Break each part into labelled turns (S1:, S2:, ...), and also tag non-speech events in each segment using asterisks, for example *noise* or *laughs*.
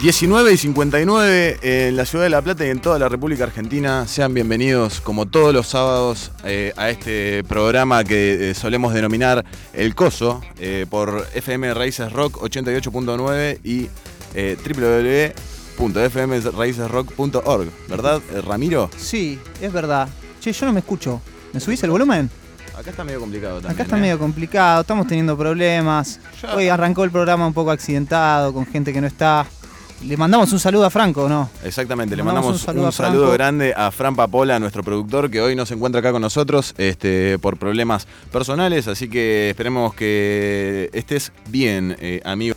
S1: 19 y 59 en la ciudad de La Plata y en toda la República Argentina. Sean bienvenidos, como todos los sábados, eh, a este programa que eh, solemos denominar El Coso eh, por FM Raíces Rock 88.9 y eh, www.fmraicesrock.org. ¿Verdad, eh, Ramiro?
S2: Sí, es verdad. Che, yo no me escucho. ¿Me subís el volumen?
S1: Acá está medio complicado también.
S2: Acá está
S1: ¿eh?
S2: medio complicado, estamos teniendo problemas.
S1: Ya.
S2: Hoy arrancó el programa un poco accidentado, con gente que no está. Le mandamos un saludo a Franco, ¿no?
S1: Exactamente, le
S2: Mandamos
S1: mandamos un saludo,
S2: un saludo a Franco.
S1: grande a Fran Papola, nuestro productor, que hoy no se encuentra acá con nosotros este, por problemas personales, así que esperemos que estés bien, eh, amigo.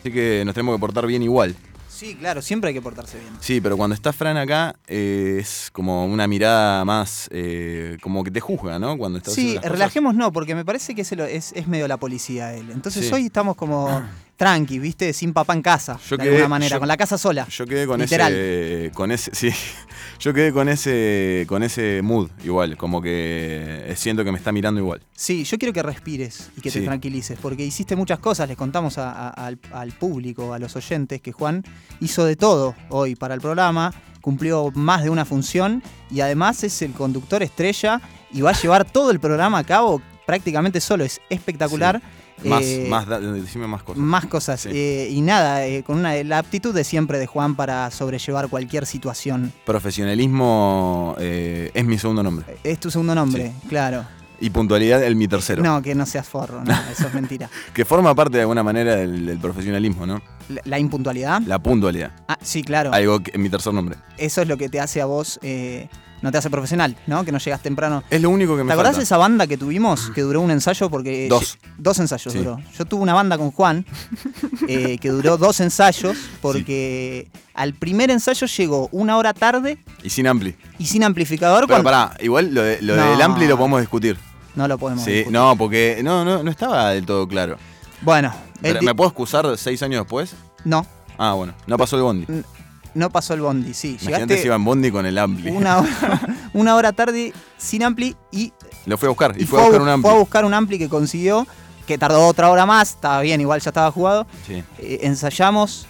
S1: Así que nos tenemos que portar bien igual.
S2: Sí, claro, siempre hay que portarse bien.
S1: Sí, pero cuando está Fran acá eh, es como una mirada más, eh, como que te juzga, ¿no? Cuando estás
S2: Sí,
S1: haciendo las cosas.
S2: relajemos no, porque me parece que ese lo- es, es medio la policía él. Entonces
S1: Sí.
S2: hoy estamos como tranqui, ¿viste? Sin papá en casa,
S1: Yo
S2: de
S1: quedé-
S2: alguna manera,
S1: yo-
S2: con la casa sola.
S1: Yo quedé con
S2: Literal.
S1: ese. Con ese. *laughs* Sí. Yo quedé con ese. con ese mood igual. Como que siento que me está mirando igual.
S2: Sí, yo quiero que respires y que
S1: Sí.
S2: te tranquilices, porque hiciste muchas cosas, les contamos a- a- al, al público, a los oyentes, que Juan hizo de todo hoy para el programa, cumplió más de una función y además es el conductor estrella y va a llevar todo el programa a cabo prácticamente solo, es espectacular.
S1: Más,
S2: Eh,
S1: más, da- decime más cosas.
S2: más cosas.
S1: Sí.
S2: Eh, y nada, eh, con una, la aptitud de siempre de Juan para sobrellevar cualquier situación.
S1: Profesionalismo eh, es mi segundo nombre.
S2: Es tu segundo nombre, claro.
S1: Y puntualidad es mi tercero.
S2: No, que no seas forro, no, eso
S1: *laughs*
S2: es mentira.
S1: Que forma parte de alguna manera del, del profesionalismo, ¿no?
S2: La, la impuntualidad.
S1: La puntualidad.
S2: Ah, sí, claro.
S1: Algo que es mi tercer nombre.
S2: Eso es lo que te hace a vos, eh, no te hace profesional, ¿no? Que no llegas temprano.
S1: Es lo único que me
S2: ¿Te acordás de
S1: falta.
S2: esa banda que tuvimos que duró un ensayo? Porque eh,
S1: Dos.
S2: dos ensayos
S1: Sí.
S2: duró. Yo tuve una banda con Juan
S1: *laughs*
S2: eh, que duró dos ensayos porque al primer ensayo llegó una hora tarde
S1: Y sin ampli.
S2: y sin amplificador.
S1: Pero
S2: cuando-
S1: pará, igual lo, de- lo
S2: No.
S1: del ampli lo podemos discutir.
S2: No lo podemos.
S1: Sí,
S2: discutir.
S1: no, porque no, no, no estaba del todo claro.
S2: Bueno, el
S1: Pero,
S2: di-
S1: ¿Me puedo excusar seis años después?
S2: no,
S1: Ah, bueno. No pasó el bondi.
S2: no pasó el bondi, sí.
S1: Imagínate si
S2: Llegaste
S1: iba en bondi con el ampli.
S2: una hora, *laughs* una hora tarde sin ampli y
S1: Lo fui a buscar. Y,
S2: Y
S1: fue a buscar un ampli.
S2: fue a buscar un ampli que consiguió, que tardó otra hora más, estaba bien, igual ya estaba jugado.
S1: Sí.
S2: Eh, ensayamos,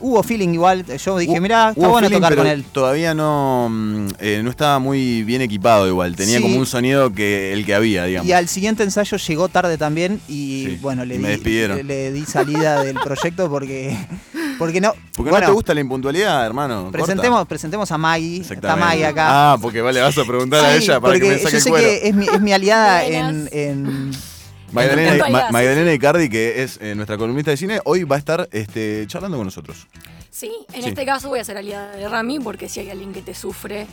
S2: hubo feeling igual, yo dije,
S1: Hu-
S2: mirá, está
S1: hubo
S2: bueno
S1: feeling,
S2: tocar
S1: pero
S2: con él.
S1: Todavía no, mm, eh, no estaba muy bien equipado igual. Tenía
S2: Sí.
S1: como un sonido que el que había, digamos.
S2: Y al siguiente ensayo llegó tarde también y
S1: Sí,
S2: bueno, le,
S1: y me
S2: di,
S1: despidieron.
S2: le- le di salida
S1: *laughs*
S2: del proyecto porque, porque no.
S1: Porque
S2: bueno,
S1: no te gusta la impuntualidad, hermano. Corta.
S2: Presentemos, presentemos a Maggie, está
S1: Exactamente.
S2: Maggie acá.
S1: Ah, porque vale, vas a preguntar a
S2: Sí,
S1: ella para que
S2: porque
S1: me saque
S2: yo
S1: el
S2: sé
S1: cuero.
S2: que es mi, es mi aliada en,
S3: Buenas.
S2: en-
S1: Magdalena,
S3: Entonces,
S1: Ma-
S3: sí.
S1: Magdalena Icardi, que es eh, nuestra columnista de cine, hoy va a estar este, charlando con nosotros.
S3: Sí, en
S1: Sí.
S3: este caso voy a ser aliada de Rami porque si hay alguien que te sufre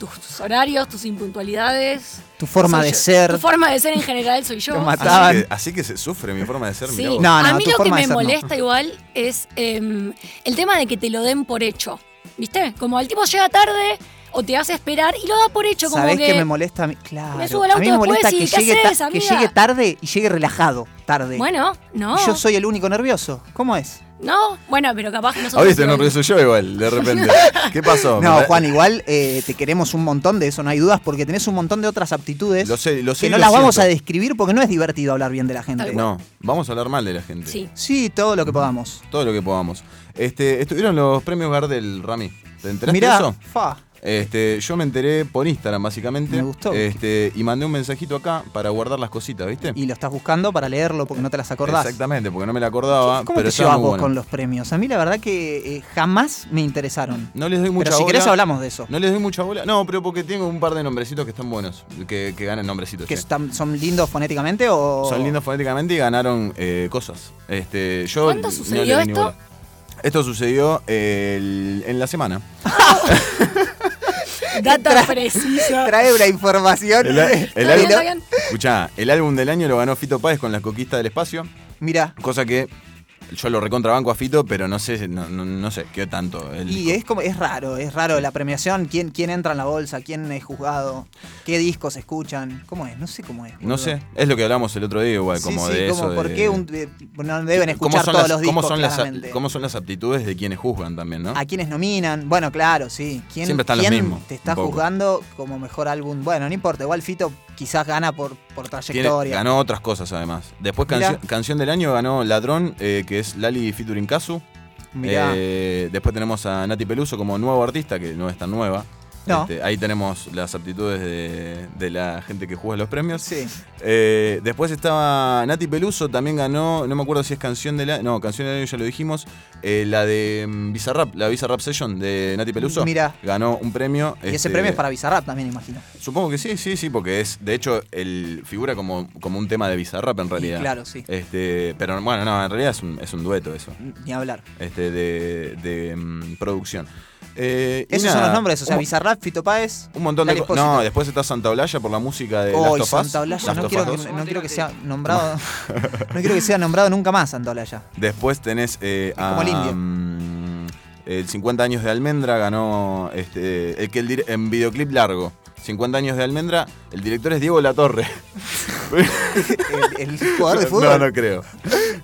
S3: tus, tus horarios, tus impuntualidades.
S2: tu forma
S3: soy
S2: de
S3: yo.
S2: ser.
S3: Tu forma de ser en general soy yo.
S2: Te mata.
S1: Así
S2: Estaban-
S1: que, así que se sufre mi forma de ser.
S3: Sí.
S1: mirá vos.
S2: No,
S3: a
S2: no,
S3: mí
S2: tu
S3: lo que
S2: forma de
S3: me
S2: ser no.
S3: molesta igual es em, el tema de que te lo den por hecho. ¿Viste? Como el tipo llega tarde o te hace esperar y lo da por hecho como
S2: ¿Sabés
S3: que...
S2: que... me molesta a mí? Claro.
S3: Me subo al
S2: a mí me
S3: auto
S2: molesta que
S3: después y, ¿qué
S2: llegue, ta-
S3: haces,
S2: que
S3: amiga?
S2: llegue tarde y llegue relajado tarde.
S3: Bueno, no.
S2: Y yo soy el único nervioso. ¿Cómo es?
S3: No, bueno, pero capaz que no
S1: Ah,
S3: somos
S1: viste, no
S3: iguales.
S1: rezo yo igual, de
S2: *laughs*
S1: repente. ¿Qué pasó?
S2: No,
S1: Me-
S2: Juan, igual eh, te queremos un montón de eso, no hay dudas, porque tenés un montón de otras aptitudes
S1: Lo sé, lo sé.
S2: que
S1: y
S2: no
S1: lo
S2: las vamos a
S1: siento.
S2: describir porque no es divertido hablar bien de la gente.
S3: Tal
S1: No, vamos a hablar mal de la gente.
S3: Sí.
S2: Sí, todo lo que podamos.
S1: todo lo que podamos. Este, estuvieron los premios Gardel, Rami. ¿Te enteraste de
S2: Mirá,
S1: eso?
S2: fa.
S1: Este, yo me enteré por Instagram, básicamente.
S2: Me gustó.
S1: Este, y mandé un mensajito acá para guardar las cositas, ¿viste?
S2: Y lo estás buscando para leerlo porque no te las acordás.
S1: Exactamente, porque no me la acordaba.
S2: ¿Cómo
S1: pero
S2: te
S1: estaba
S2: llevas
S1: muy
S2: vos
S1: bueno.
S2: con los premios? A mí la verdad que eh, jamás me interesaron.
S1: No les doy mucha
S2: Pero si
S1: bola.
S2: querés hablamos de eso.
S1: No les doy mucha bola. No, pero porque tengo un par de nombrecitos que están buenos. Que, que ganan nombrecitos.
S2: ¿Que
S1: sí.
S2: están- son lindos fonéticamente o...?
S1: Son lindos fonéticamente y ganaron eh, cosas. Este, yo
S3: ¿Cuándo
S1: no
S3: sucedió
S1: le di ni
S3: esto?
S1: bola. Esto sucedió eh, el- en la semana.
S2: *laughs*
S3: Data precisa.
S2: Trae una información.
S1: El,
S2: *laughs*
S1: el
S3: bien,
S1: álbum-
S3: está bien.
S1: Escuchá, el álbum del año lo ganó Fito Páez con La Conquista del Espacio,
S2: Mira,
S1: cosa que yo lo recontrabanco a Fito, pero no sé, no, no- no sé qué tanto. el
S2: y
S1: disco.
S2: es como es raro, es raro la premiación, quién, quién entra en la bolsa, quién es juzgado, qué discos escuchan, cómo es, no sé cómo es.
S1: No
S2: boludo.
S1: sé, es lo que hablamos el otro día igual,
S2: Sí,
S1: como
S2: sí,
S1: de
S2: como
S1: eso.
S2: por
S1: de-
S2: qué un- de- no deben
S1: ¿Cómo
S2: escuchar
S1: son,
S2: todos
S1: las,
S2: los discos
S1: cómo son las-
S2: claramente.
S1: cómo son las aptitudes de quienes juzgan también, ¿no?
S2: a quienes nominan, bueno, claro, sí. ¿Quién,
S1: Siempre están los
S2: quién
S1: mismos,
S2: te
S1: un
S2: está
S1: poco.
S2: juzgando como mejor álbum? Bueno, no importa, igual Fito quizás gana por, por
S1: Tiene-
S2: trayectoria.
S1: ganó otras cosas además. Después,
S2: Mirá.
S1: cancio- Canción del Año ganó Ladrón, eh, que que es Lali featuring Kazu.
S2: Mirá.
S1: Eh, después tenemos a Nati Peluso como nuevo artista, que no es tan nueva.
S2: No.
S1: Este, ahí tenemos las aptitudes de, de la gente que juega los premios.
S2: Sí.
S1: Eh, después estaba Nati Peluso, también ganó, no me acuerdo si es canción de la. No, canción del año ya lo dijimos. eh, la de mm, Bizarrap, la Bizarrap Session de Nati Peluso.
S2: Mirá.
S1: Ganó un premio.
S2: Y ese
S1: este,
S2: premio es para Bizarrap también, imagino.
S1: Supongo que sí, sí, sí, porque es, de hecho, el figura como, como un tema de Bizarrap en realidad.
S2: claro, sí. Mm.
S1: Este, pero bueno, no, en realidad es un, es un dueto eso,
S2: Ni hablar.
S1: este, de, de, mm, producción. Eh, y
S2: Esos son
S1: nada,
S2: los nombres, o sea,
S1: un,
S2: Bizarrap, Fito Páez.
S1: un montón de
S2: Lali
S1: cosas. No,
S2: Espósito.
S1: después está Santa Olalla por la música de
S2: Oh, y
S1: Last of Us,
S2: Santa Olalla,
S1: Last
S2: no
S1: of
S2: quiero,
S1: Us
S2: que,
S1: 2.
S2: no quiero que sea
S1: *laughs*
S2: nombrado. no quiero que sea nombrado nunca más Santa Olalla.
S1: Después tenés eh,
S2: como el
S1: a,
S2: indio.
S1: mm, el 50 años de Almendra ganó este, el que el dir- en videoclip largo. 50 años de Almendra, el director es Diego Latorre.
S2: *laughs* El,
S1: *laughs*
S2: el jugador de fútbol.
S1: No, no creo.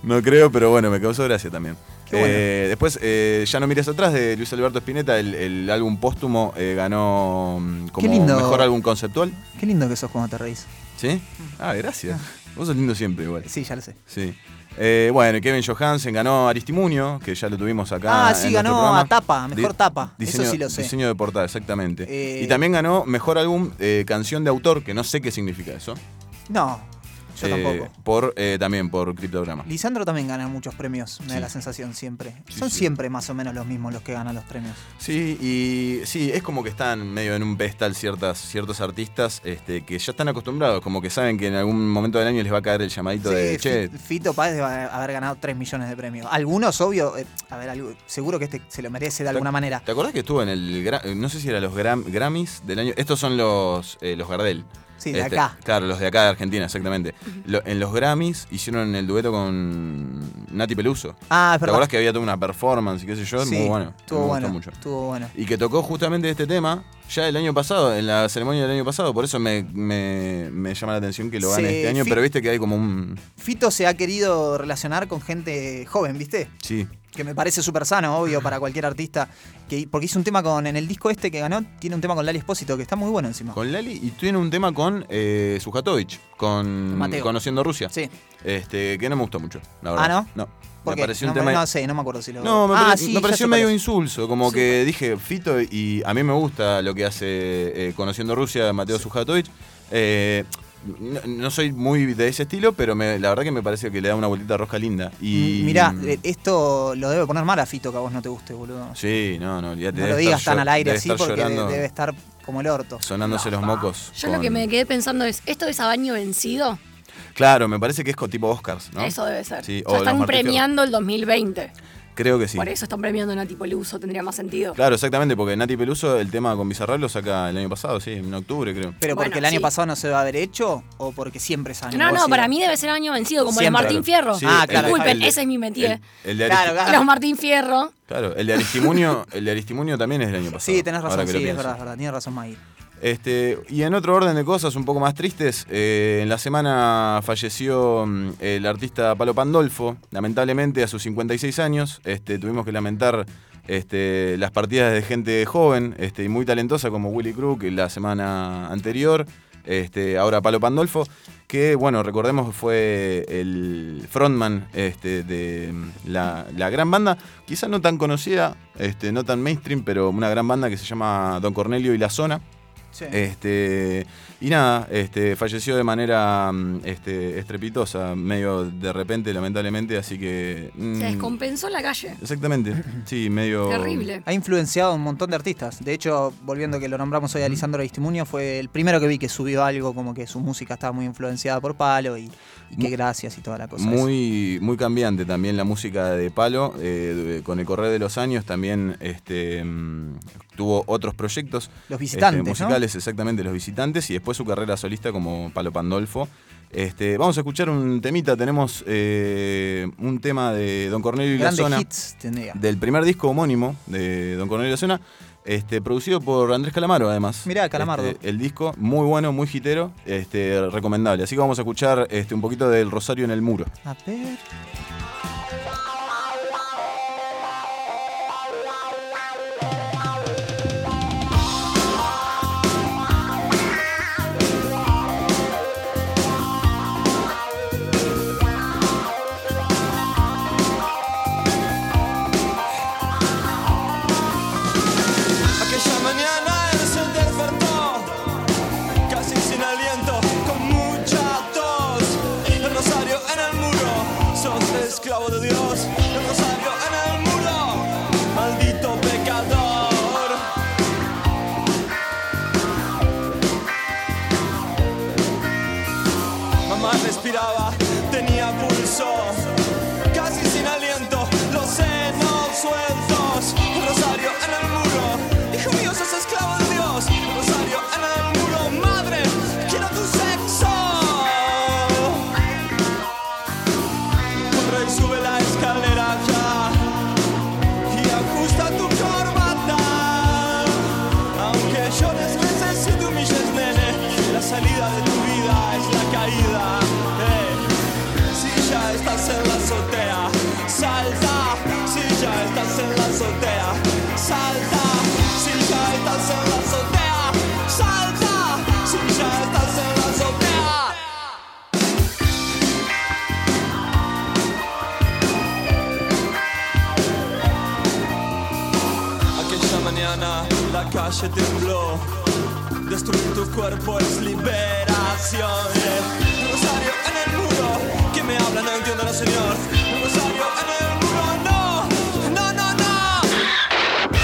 S1: No creo, pero bueno, me causó gracia también.
S2: Qué bueno.
S1: Eh, después, eh, Ya no mires atrás, de Luis Alberto Spinetta, el, el álbum póstumo eh, ganó mm, como
S2: Qué lindo.
S1: mejor álbum conceptual.
S2: Qué lindo que sos cuando te reís.
S1: ¿Sí? Ah, gracias. Vos sos lindo siempre igual.
S2: Sí, ya lo sé.
S1: Sí. Eh, bueno, Kevin Johansen ganó Aristimunio, que ya lo tuvimos acá.
S2: Ah, sí,
S1: en nuestro
S2: ganó
S1: programa.
S2: a tapa, mejor tapa. Eso
S1: diseño-
S2: sí lo sé.
S1: Diseño de portada, exactamente.
S2: Eh,
S1: y también ganó mejor álbum, eh, canción de autor, que no sé qué significa eso.
S2: No, yo
S1: Eh,
S2: tampoco.
S1: Por, eh, también por Criptograma.
S2: Lisandro también gana muchos premios, me da
S1: Sí.
S2: la sensación siempre.
S1: Sí,
S2: Son
S1: sí.
S2: siempre más o menos los mismos los que ganan los premios.
S1: Sí, y sí, es como que están medio en un pedestal ciertas, ciertos artistas este, que ya están acostumbrados, como que saben que en algún momento del año les va a caer el llamadito de,
S2: Sí,
S1: che,
S2: Fi- Fito Páez debe haber haber ganado 3 millones de premios. Algunos, obvio, eh, a ver, algo- seguro que este se lo merece de alguna manera.
S1: ¿te acordás que estuvo en el, Gra- no sé si era los Gram- Grammys del año, estos son los, eh, los Gardel.
S2: Sí, de
S1: Este,
S2: acá.
S1: Claro, los de acá de Argentina, exactamente. Lo- en los Grammys hicieron el dueto con Nati Peluso.
S2: Ah, es
S1: ¿Te
S2: verdad.
S1: acordás que había toda una performance y qué sé yo?
S2: Sí,
S1: Muy bueno.
S2: Estuvo
S1: me
S2: bueno.
S1: gustó mucho.
S2: Estuvo bueno.
S1: Y que tocó justamente este tema ya el año pasado, en la ceremonia del año pasado. Por eso me, me- me llama la atención que lo gane
S2: Se
S1: este año.
S2: fi-
S1: Pero viste que hay como un.
S2: Fito se ha querido relacionar con gente joven, ¿viste?
S1: Sí.
S2: Que me parece súper sano, obvio,
S1: *laughs*
S2: para cualquier artista. Que, porque hizo un tema con. En el disco este que ganó, tiene un tema con Lali Espósito, que está muy bueno encima.
S1: Con Lali y tiene un tema con eh, Sujatovich, con
S2: Mateo.
S1: Conociendo Rusia.
S2: Sí. Ah,
S1: Este, que no me gustó mucho, la verdad.
S2: ¿no?
S1: No.
S2: ¿Por
S1: me
S2: qué?
S1: pareció
S2: no,
S1: un tema.
S2: me- no sé, no me acuerdo si lo.
S1: No, me,
S2: Ah,
S1: pare-
S2: sí,
S1: me
S2: ya
S1: pareció
S2: sé
S1: medio
S2: cuál es.
S1: insulso, como
S2: Sí.
S1: que dije, Fito, y a mí me gusta lo que hace eh, Conociendo Rusia, Mateo Sujatovich. Eh, no, no soy muy de ese estilo, pero me- la verdad que me parece que le da una vueltita rosca linda. Y,
S2: Mm, Mirá, eh, esto lo debe poner mal a Fito, que a vos no te guste, boludo.
S1: Sí, no, no, olvídate,
S2: no
S1: debe
S2: lo
S1: estar
S2: digas tan
S1: llo-
S2: al aire
S1: debe
S2: así
S1: estar
S2: porque de-
S1: llorando,
S2: debe estar como el orto.
S1: sonándose los mocos.
S3: Yo lo que
S1: con-
S3: me quedé pensando es, ¿esto es a baño vencido?
S1: Claro, me parece que es co- tipo Oscars, ¿no?
S3: Eso debe ser.
S1: Sí,
S3: O
S1: o
S3: sea,
S1: los
S3: están
S1: Martín
S3: premiando el 2020.
S1: Creo que sí.
S3: Por eso están premiando a Nati Peluso, tendría más sentido.
S1: Claro, exactamente, porque Nati Peluso el tema con Bizarrap lo saca el año pasado, sí, en octubre creo.
S2: Pero
S3: Bueno,
S2: porque el año
S3: sí.
S2: pasado no se va a haber hecho o porque siempre es año
S3: No, no,
S2: vencido?
S3: para mí debe ser año vencido, como los
S2: Siempre.
S3: Martín Fierro.
S1: Sí,
S2: Ah,
S1: el-
S2: claro.
S3: Disculpen,
S1: el-
S3: esa es mi mentira.
S1: el- el de
S2: Claro,
S1: Aristi-
S2: claro.
S3: Los Martín Fierro.
S1: Claro, el de Aristimunio, el de Aristimunio también es del año pasado.
S2: Sí, tenés razón,
S1: ahora que
S2: sí,
S1: lo
S2: es
S1: pienso.
S2: verdad, es verdad, tienes razón, Maggie.
S1: Este, y en otro orden de cosas un poco más tristes, eh, en la semana falleció mm, el artista Palo Pandolfo, lamentablemente a sus 56 años, este, tuvimos que lamentar este, las partidas de gente joven este, y muy talentosa como Willy Crook la semana anterior, este, ahora Palo Pandolfo, que bueno, recordemos fue el frontman este, de mm, la, la gran banda, quizá no tan conocida, este, no tan mainstream, pero una gran banda que se llama Don Cornelio y la Zona.
S2: Sí.
S1: Este, y nada, este, falleció de manera mm, este, estrepitosa, medio de repente, lamentablemente, así que. mm,
S3: Se descompensó en la calle.
S1: exactamente, sí, medio.
S3: Terrible.
S2: Ha influenciado a un montón de artistas. De hecho, volviendo que lo nombramos hoy a Lisandro Aristimuño, fue el primero que vi que subió algo como que su música estaba muy influenciada por Palo y, y que
S1: Mu-
S2: gracias y toda la cosa. esa.
S1: Muy, muy cambiante también la música de Palo. eh, de- con el correr de los años también este, mm, tuvo otros proyectos.
S2: Los
S1: este,
S2: visitantes, ¿no?
S1: musicales, exactamente, los visitantes. Y después su carrera solista como Palo Pandolfo. Este, vamos a escuchar un temita. Tenemos eh, un tema de Don Cornelio y
S2: Grandes
S1: la Zona.
S2: hits tendría.
S1: del primer disco homónimo de Don Cornelio Zona, este, producido por Andrés Calamaro, además.
S2: Mirá, Calamardo.
S1: Este, el disco, muy bueno, muy hitero, este, recomendable. Así que vamos a escuchar este, un poquito del Rosario en el Muro.
S2: A ver.
S4: Thank esclavo de Dios, el rosario en el muro, maldito pecador. Mamá respiraba, tenía pulso, casi sin aliento, los senos sueltos. El rosario en el muro, hijo mío, sos esclavo de Dios. El rosario en el muro, madre, quiero tu sexo. Corre y sube la escalera ya y ajusta tu corbata. Aunque llores veces y te humilles, nene, la salida de tu vida es la caída. Eh, Si ya estás en la azotea, salta. Si ya estás en la azotea, salta. Si ya estás en la azotea, salta. Si ya estás en la azotea. Aquella mañana la calle tembló. Destruir tu cuerpo es liberación. yeah. Un Rosario en el muro, que me habla no entiendo, no señor. Un Rosario en el muro, no, no, no, no.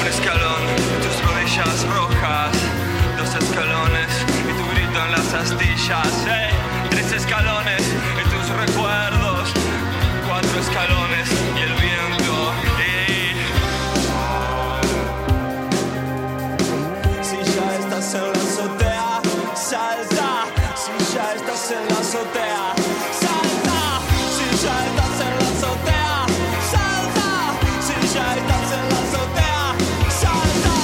S4: Un escalón, tus rodillas rojas, dos escalones y tu grito en las astillas. ¡eh! Tres escalones y tus recuerdos, cuatro escalones y el viento. ¡eh! Si ya estás en la azotea, salta. Si ya estás en la azotea, salta. Si ya estás en la azotea, salta. Si ya estás en la azotea, salta.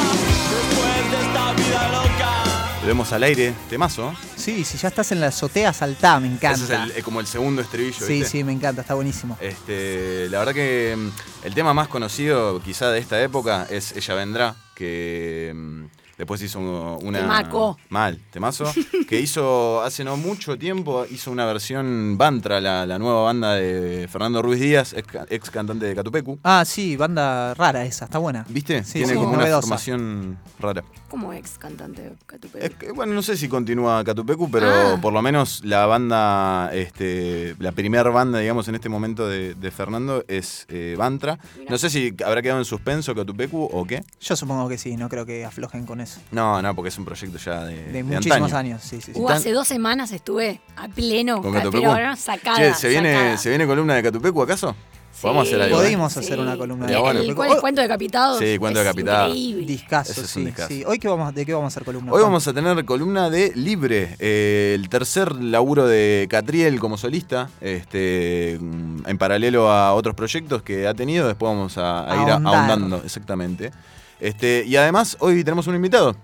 S4: Después de esta vida loca.
S1: Volvemos al aire, temazo.
S2: Sí, si ya estás en la azotea, saltá, me encanta.
S1: Ese es el- eh, como el segundo estribillo.
S2: sí,
S1: ¿viste?
S2: sí, me encanta, está buenísimo.
S1: Este, la verdad que mm, el tema más conocido quizá de esta época es Ella Vendrá, que mm, después hizo un- una...
S3: Temaco.
S1: Mal, temazo. que hizo hace no mucho tiempo, hizo una versión Bantra, la, la nueva banda de Fernando Ruiz Díaz, ex, ex cantante de Catupecu.
S2: Ah, sí, banda rara esa, está buena.
S1: ¿Viste?
S2: Sí,
S1: Tiene
S2: sí,
S1: como una
S2: novedosa.
S1: formación rara.
S3: Como ex cantante de Catupecu.
S1: Es que, bueno, no sé si continúa Catupecu, pero
S3: Ah.
S1: por lo menos la banda, este, la primer banda, digamos, en este momento de, de Fernando es eh, Bantra. No sé si habrá quedado en suspenso Catupecu o qué.
S2: Yo supongo que sí, no creo que aflojen con eso.
S1: No, no, porque es un proyecto ya de,
S2: De,
S1: de
S2: muchísimos
S1: antaño.
S2: años, sí, sí. sí.
S3: Uh,
S1: tan-
S3: hace dos semanas estuve a pleno,
S1: ¿Con
S3: ca-
S1: Catupecu?
S3: pero ahora sacada.
S1: Che, ¿se viene,
S3: sacada.
S1: ¿se viene columna de Catupecu acaso?
S3: Sí.
S1: Podemos hacer algo. ¿eh?
S2: Podimos hacer una columna
S1: de bueno.
S3: ¿Y cuál es cuento decapitado?
S1: Sí, cuento
S3: Es
S1: decapitado.
S3: increíble.
S2: Discazo,
S1: Ese es un
S2: sí,
S1: discazo.
S2: sí. Hoy qué vamos, de qué vamos a hacer columna.
S1: Hoy vamos a tener columna de Libre, eh, el tercer laburo de Catriel como solista, este, mm, en paralelo a otros proyectos que ha tenido, después vamos a, a ir a-
S2: Ahondar.
S1: ahondando, exactamente. Este, y además, hoy tenemos un invitado.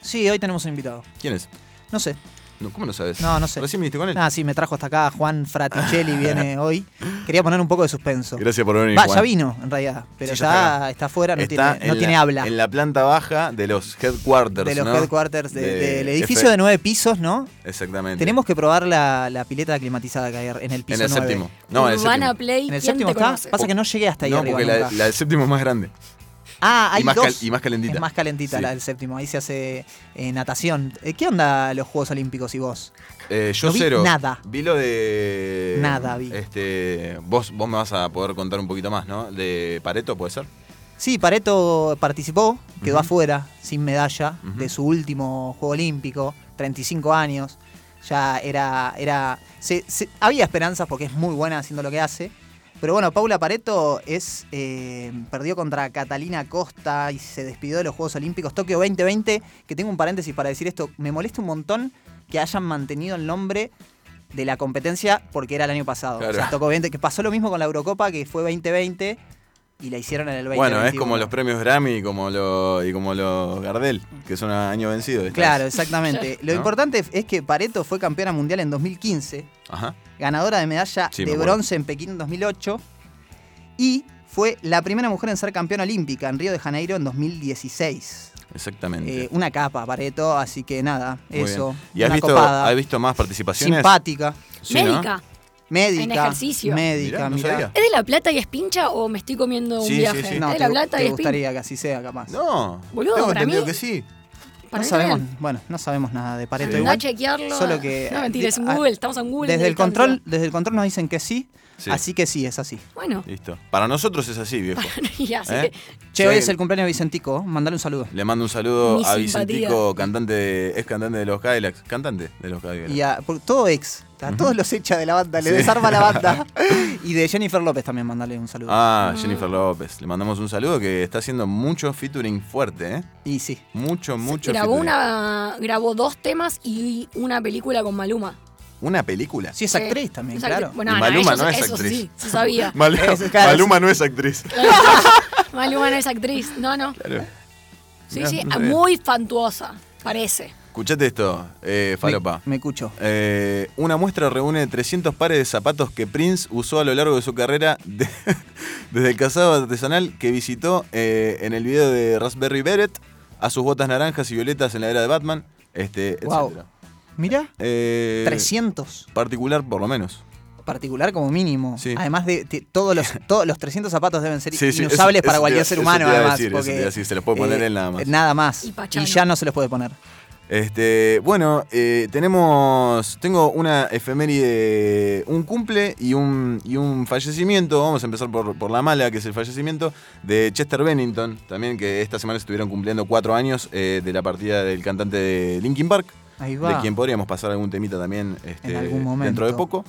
S2: Sí, hoy tenemos un invitado.
S1: ¿Quién es?
S2: No sé.
S1: No, ¿Cómo no sabes?
S2: No, no sé.
S1: ¿Recién viniste con él?
S2: Ah, sí, me trajo hasta acá Juan
S1: *laughs*
S2: Fraticelli, viene hoy. Quería poner un poco de suspenso.
S1: Gracias por venir,
S2: Va,
S1: Juan.
S2: ya vino, en realidad. Pero
S1: Sí, ya está
S2: ya
S1: acá.
S2: está afuera, no,
S1: Está
S2: tiene, no
S1: en
S2: tiene
S1: la-
S2: habla.
S1: En la planta baja de los headquarters,
S2: de los
S1: ¿no?
S2: headquarters, de-
S1: De
S2: del edificio
S1: F.
S2: de nueve pisos, ¿no?
S1: Exactamente.
S2: Tenemos que probar la, la pileta climatizada que hay en el
S1: En
S2: piso
S1: el
S2: nueve.
S1: séptimo. No, en el
S3: Urbana
S1: séptimo.
S3: Play,
S2: ¿En
S3: ¿quién
S2: el séptimo
S3: te
S2: está?
S3: conoce?
S2: Pasa que no llegué hasta ahí
S1: No,
S2: arriba
S1: porque la,
S2: nunca.
S1: la del séptimo es más grande.
S2: Ah, hay
S1: y, más
S2: dos.
S1: cal- y más calentita.
S2: Es más calentita
S1: Sí.
S2: la del séptimo, ahí se hace eh, natación. Eh, ¿Qué onda los Juegos Olímpicos y vos?
S1: Eh, yo
S2: No vi
S1: cero.
S2: nada.
S1: Vi lo de.
S2: Nada vi.
S1: Este, vos, vos me vas a poder contar un poquito más, ¿no? De Pareto, ¿puede ser?
S2: Sí, Pareto participó, quedó
S1: Ujú.
S2: afuera, sin medalla,
S1: Ujú.
S2: de su último Juego Olímpico, 35 años. Ya era. era se- se- había esperanzas porque es muy buena haciendo lo que hace. Pero bueno, Paula Pareto es, eh, perdió contra Catalina Costa y se despidió de los Juegos Olímpicos Tokio 2020. Que tengo un paréntesis para decir esto. Me molesta un montón que hayan mantenido el nombre de la competencia porque era el año pasado.
S1: Claro.
S2: O sea, Tokio 20, que pasó lo mismo con la Eurocopa que fue 2020 y la hicieron en el 2021.
S1: Bueno, es como los premios Grammy y como, lo, y como los Gardel, que son a año vencido. estas. *laughs*
S2: Claro, exactamente. Lo
S1: ¿No?
S2: importante es que Pareto fue campeona mundial en 2015,
S1: Ajá.
S2: ganadora de medalla
S1: Sí, me
S2: de
S1: acuerdo.
S2: bronce en Pekín en 2008 y fue la primera mujer en ser campeona olímpica en Río de Janeiro en 2016.
S1: Exactamente.
S2: Eh, una capa, Pareto, así que nada,
S1: Muy bien.
S2: eso.
S1: ¿Y has
S2: una
S1: visto,
S2: copada.
S1: has visto más participaciones?
S2: simpática,
S1: Sí, ¿no?
S3: Médica.
S2: médica.
S3: En ejercicio.
S1: Mirá,
S2: Médica,
S1: no
S2: mirá.
S1: sabía.
S3: ¿Es de La Plata y es pincha o me estoy comiendo un
S1: Sí, sí,
S3: viaje?
S1: sí.
S2: No,
S3: ¿Es de
S2: te,
S3: La Plata y
S2: te
S3: es pincha?
S2: gustaría que así sea, capaz.
S1: No.
S3: Boludo,
S1: tengo
S3: para
S1: entendido
S3: mí-
S1: que sí.
S3: Para
S2: No
S3: mí
S2: sabemos,
S3: también.
S2: bueno, no sabemos nada de Pareto
S1: Sí.
S3: Andá a
S2: igual.
S3: chequearlo.
S2: Solo que-
S3: No, mentira, es un
S2: ah,
S3: Google. Estamos en Google.
S2: Desde el
S3: directamente.
S2: control, desde el control nos dicen que sí,
S1: Sí.
S2: así que sí, es así.
S3: Bueno,
S1: Listo. Para nosotros es así, viejo.
S3: *laughs* y así
S1: ¿Eh?
S3: que-
S2: Che,
S1: Sí.
S2: hoy es el cumpleaños de Vicentico, mandale un saludo.
S1: Le mando un saludo
S3: Mi
S1: a
S3: simpatía.
S1: Vicentico, cantante de- ex cantante de los Cadillacs. Cantante de los Cadillacs.
S2: Y a por- todo ex, a todos los echa de la banda, le
S1: Sí.
S2: desarma la
S1: *laughs*
S2: banda. y de Jennifer López también mandale un saludo.
S1: Ah, Jennifer López. Le mandamos un saludo que está haciendo mucho featuring fuerte, ¿eh?
S2: Y sí,
S1: Mucho, mucho
S3: grabó,
S1: featuring.
S3: una, grabó dos temas y una película con
S2: *laughs*
S3: Maluma.
S1: ¿Una película.
S2: sí es
S3: Sí.
S2: actriz también,
S3: Es actri-
S2: claro.
S3: Bueno,
S1: Y
S3: no,
S1: Maluma
S3: eso-
S1: no es
S3: eso
S1: actriz.
S3: Sí, se sabía.
S1: Mal-
S2: Es-
S1: *laughs*
S2: claro,
S1: Maluma no es actriz.
S3: Maluma no es actriz. No, no.
S1: Claro.
S3: Sí,
S1: Mirá,
S3: sí,
S1: no
S3: ah,
S1: sabía.
S3: muy fantuosa, parece.
S1: Escuchate esto, eh, Falopa.
S2: Me, me escucho.
S1: Eh, una muestra reúne 300 pares de zapatos que Prince usó a lo largo de su carrera de- *laughs* desde el casado artesanal que visitó eh, en el video de Raspberry Beret a sus botas naranjas y violetas en la era de Batman, este,
S2: Guau.
S1: etc.
S2: Mirá,
S1: Eh,
S2: 300.
S1: Particular por lo menos.
S2: particular como mínimo.
S1: Sí.
S2: Además de, te-
S1: *laughs*
S2: todos los todos los 300 zapatos deben ser
S1: Sí, sí, eso-
S2: inusables
S1: eso
S2: para
S1: te
S2: cualquier
S1: iba-
S2: ser
S1: eso
S2: humano
S1: te iba a
S2: además,
S1: decir, eso
S2: porque, eh,
S1: te iba a decir, se los puede poner él nada más.
S2: Nada más.
S3: Y
S2: Y,
S3: Pachano.
S2: ya no se los puede poner.
S1: Este, bueno, eh, tenemos. Tengo una efeméride. Un cumple y un, y un fallecimiento. Vamos a empezar por, por la mala, que es el fallecimiento de Chester Bennington. También que esta semana se estuvieron cumpliendo cuatro años eh, de la partida del cantante de Linkin Park.
S2: Ahí
S1: De
S2: va.
S1: quien podríamos pasar algún temita también este,
S2: En algún momento.
S1: dentro de poco.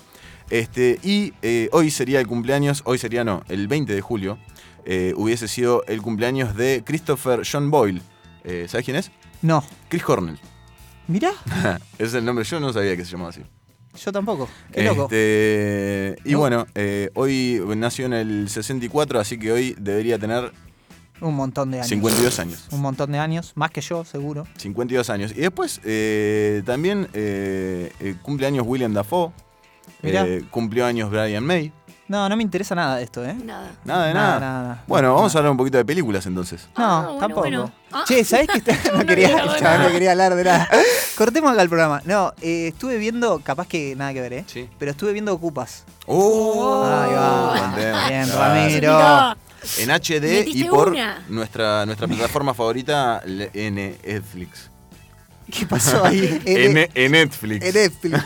S1: Este, y eh, hoy sería el cumpleaños, hoy sería no, el 20 de julio, eh, hubiese sido el cumpleaños de Christopher John Boyle. Eh, ¿Sabes quién es?
S2: No.
S1: Chris Hornell.
S2: Mirá,
S1: *laughs* es el nombre, yo no sabía que se llamaba así.
S2: yo tampoco. Qué
S1: Eh,
S2: loco.
S1: Este, y
S2: ¿No?
S1: bueno, eh, hoy nació en el 64, así que hoy debería tener
S2: Un montón de años.
S1: 52 años.
S2: Un montón de años, más que yo, seguro.
S1: 52 años. Y después eh, también eh, eh, cumple años William Dafoe.
S2: Mirá.
S1: eh, cumplió años Brian May.
S2: No, no me interesa nada de esto, ¿eh?
S3: Nada.
S1: Nada de
S2: Nada,
S1: nada.
S2: nada, nada.
S1: Bueno, vamos a
S2: Nada.
S1: hablar un poquito de películas entonces.
S2: No,
S3: Ah, bueno,
S2: tampoco.
S3: bueno. Ah.
S2: Che, ¿sabés
S3: *laughs*
S2: que está- no,
S3: No
S2: quería, *laughs*
S3: quería hablar de
S2: el chabón no
S3: nada.
S2: quería hablar de nada? Cortemos acá el programa. No, eh, estuve viendo, capaz que nada que ver, ¿eh?
S1: Sí.
S2: Pero estuve viendo Ocupas.
S1: ¡Oh!
S2: Ahí va.
S1: Entendemos.
S2: Bien,
S1: Ah.
S2: Ramiro.
S3: Mirá.
S1: En HD y
S3: Metiste
S1: por
S3: una.
S1: nuestra, nuestra plataforma favorita, le- N- Netflix.
S2: ¿Qué pasó ahí?
S1: N- *laughs* en Netflix.
S2: En E, Netflix.
S1: *laughs*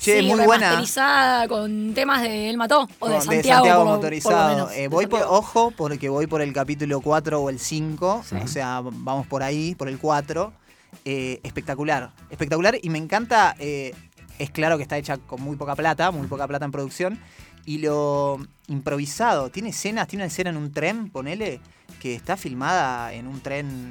S2: Che,
S3: Sí,
S2: muy buena.
S3: remasterizada con temas de El Mató o de
S2: Con-
S3: Santiago. por lo- por lo
S2: motorizado.
S3: menos,
S2: Eh,
S3: de
S2: voy por,
S3: Santiago.
S2: ojo, porque voy por el capítulo 4 o el 5. O sea, vamos por ahí, por el 4. Eh, espectacular. Espectacular. Y me encanta. eh, es claro que está hecha con muy poca plata, muy poca plata en producción. Y lo improvisado. Tiene escenas, tiene una escena en un tren, ponele, que está filmada en un tren.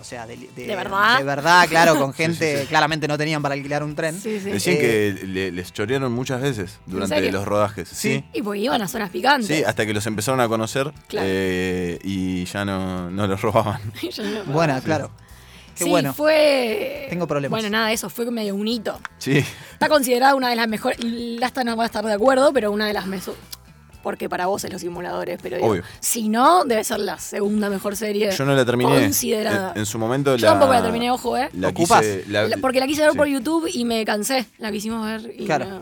S2: O sea, de,
S3: ¿De verdad?
S2: De verdad, claro, con
S1: *laughs* Sí, sí,
S2: gente.
S1: sí.
S2: Claramente no tenían para alquilar un tren.
S3: Sí, sí.
S1: Decían
S2: Eh,
S1: que le- les chorearon muchas veces durante
S3: serio?
S1: los rodajes. Sí.
S3: Y pues iban a zonas picantes.
S1: Sí, hasta que los empezaron a conocer
S3: Claro.
S1: eh, y ya no, no los robaban.
S3: *laughs* Yo no-
S2: Bueno, claro. Qué
S3: sí,
S2: bueno.
S3: fue.
S2: Tengo problemas.
S3: Bueno, nada, eso fue medio un hito.
S1: Sí.
S3: Está considerada una de las mejores. Lasta no va a estar de acuerdo, pero una de las mejores. Porque para vos es los simuladores, pero digo,
S1: Obvio.
S3: si no, debe ser la segunda mejor serie.
S1: Yo no la terminé.
S3: Eh, Considerada.
S1: En, en su momento
S3: Yo tampoco la terminé, ojo, ¿eh?
S1: La
S2: Ocupás.
S1: quise- la-
S3: La- porque la quise ver
S1: sí.
S3: por YouTube y me cansé. La quisimos ver y.
S2: Claro.
S3: No,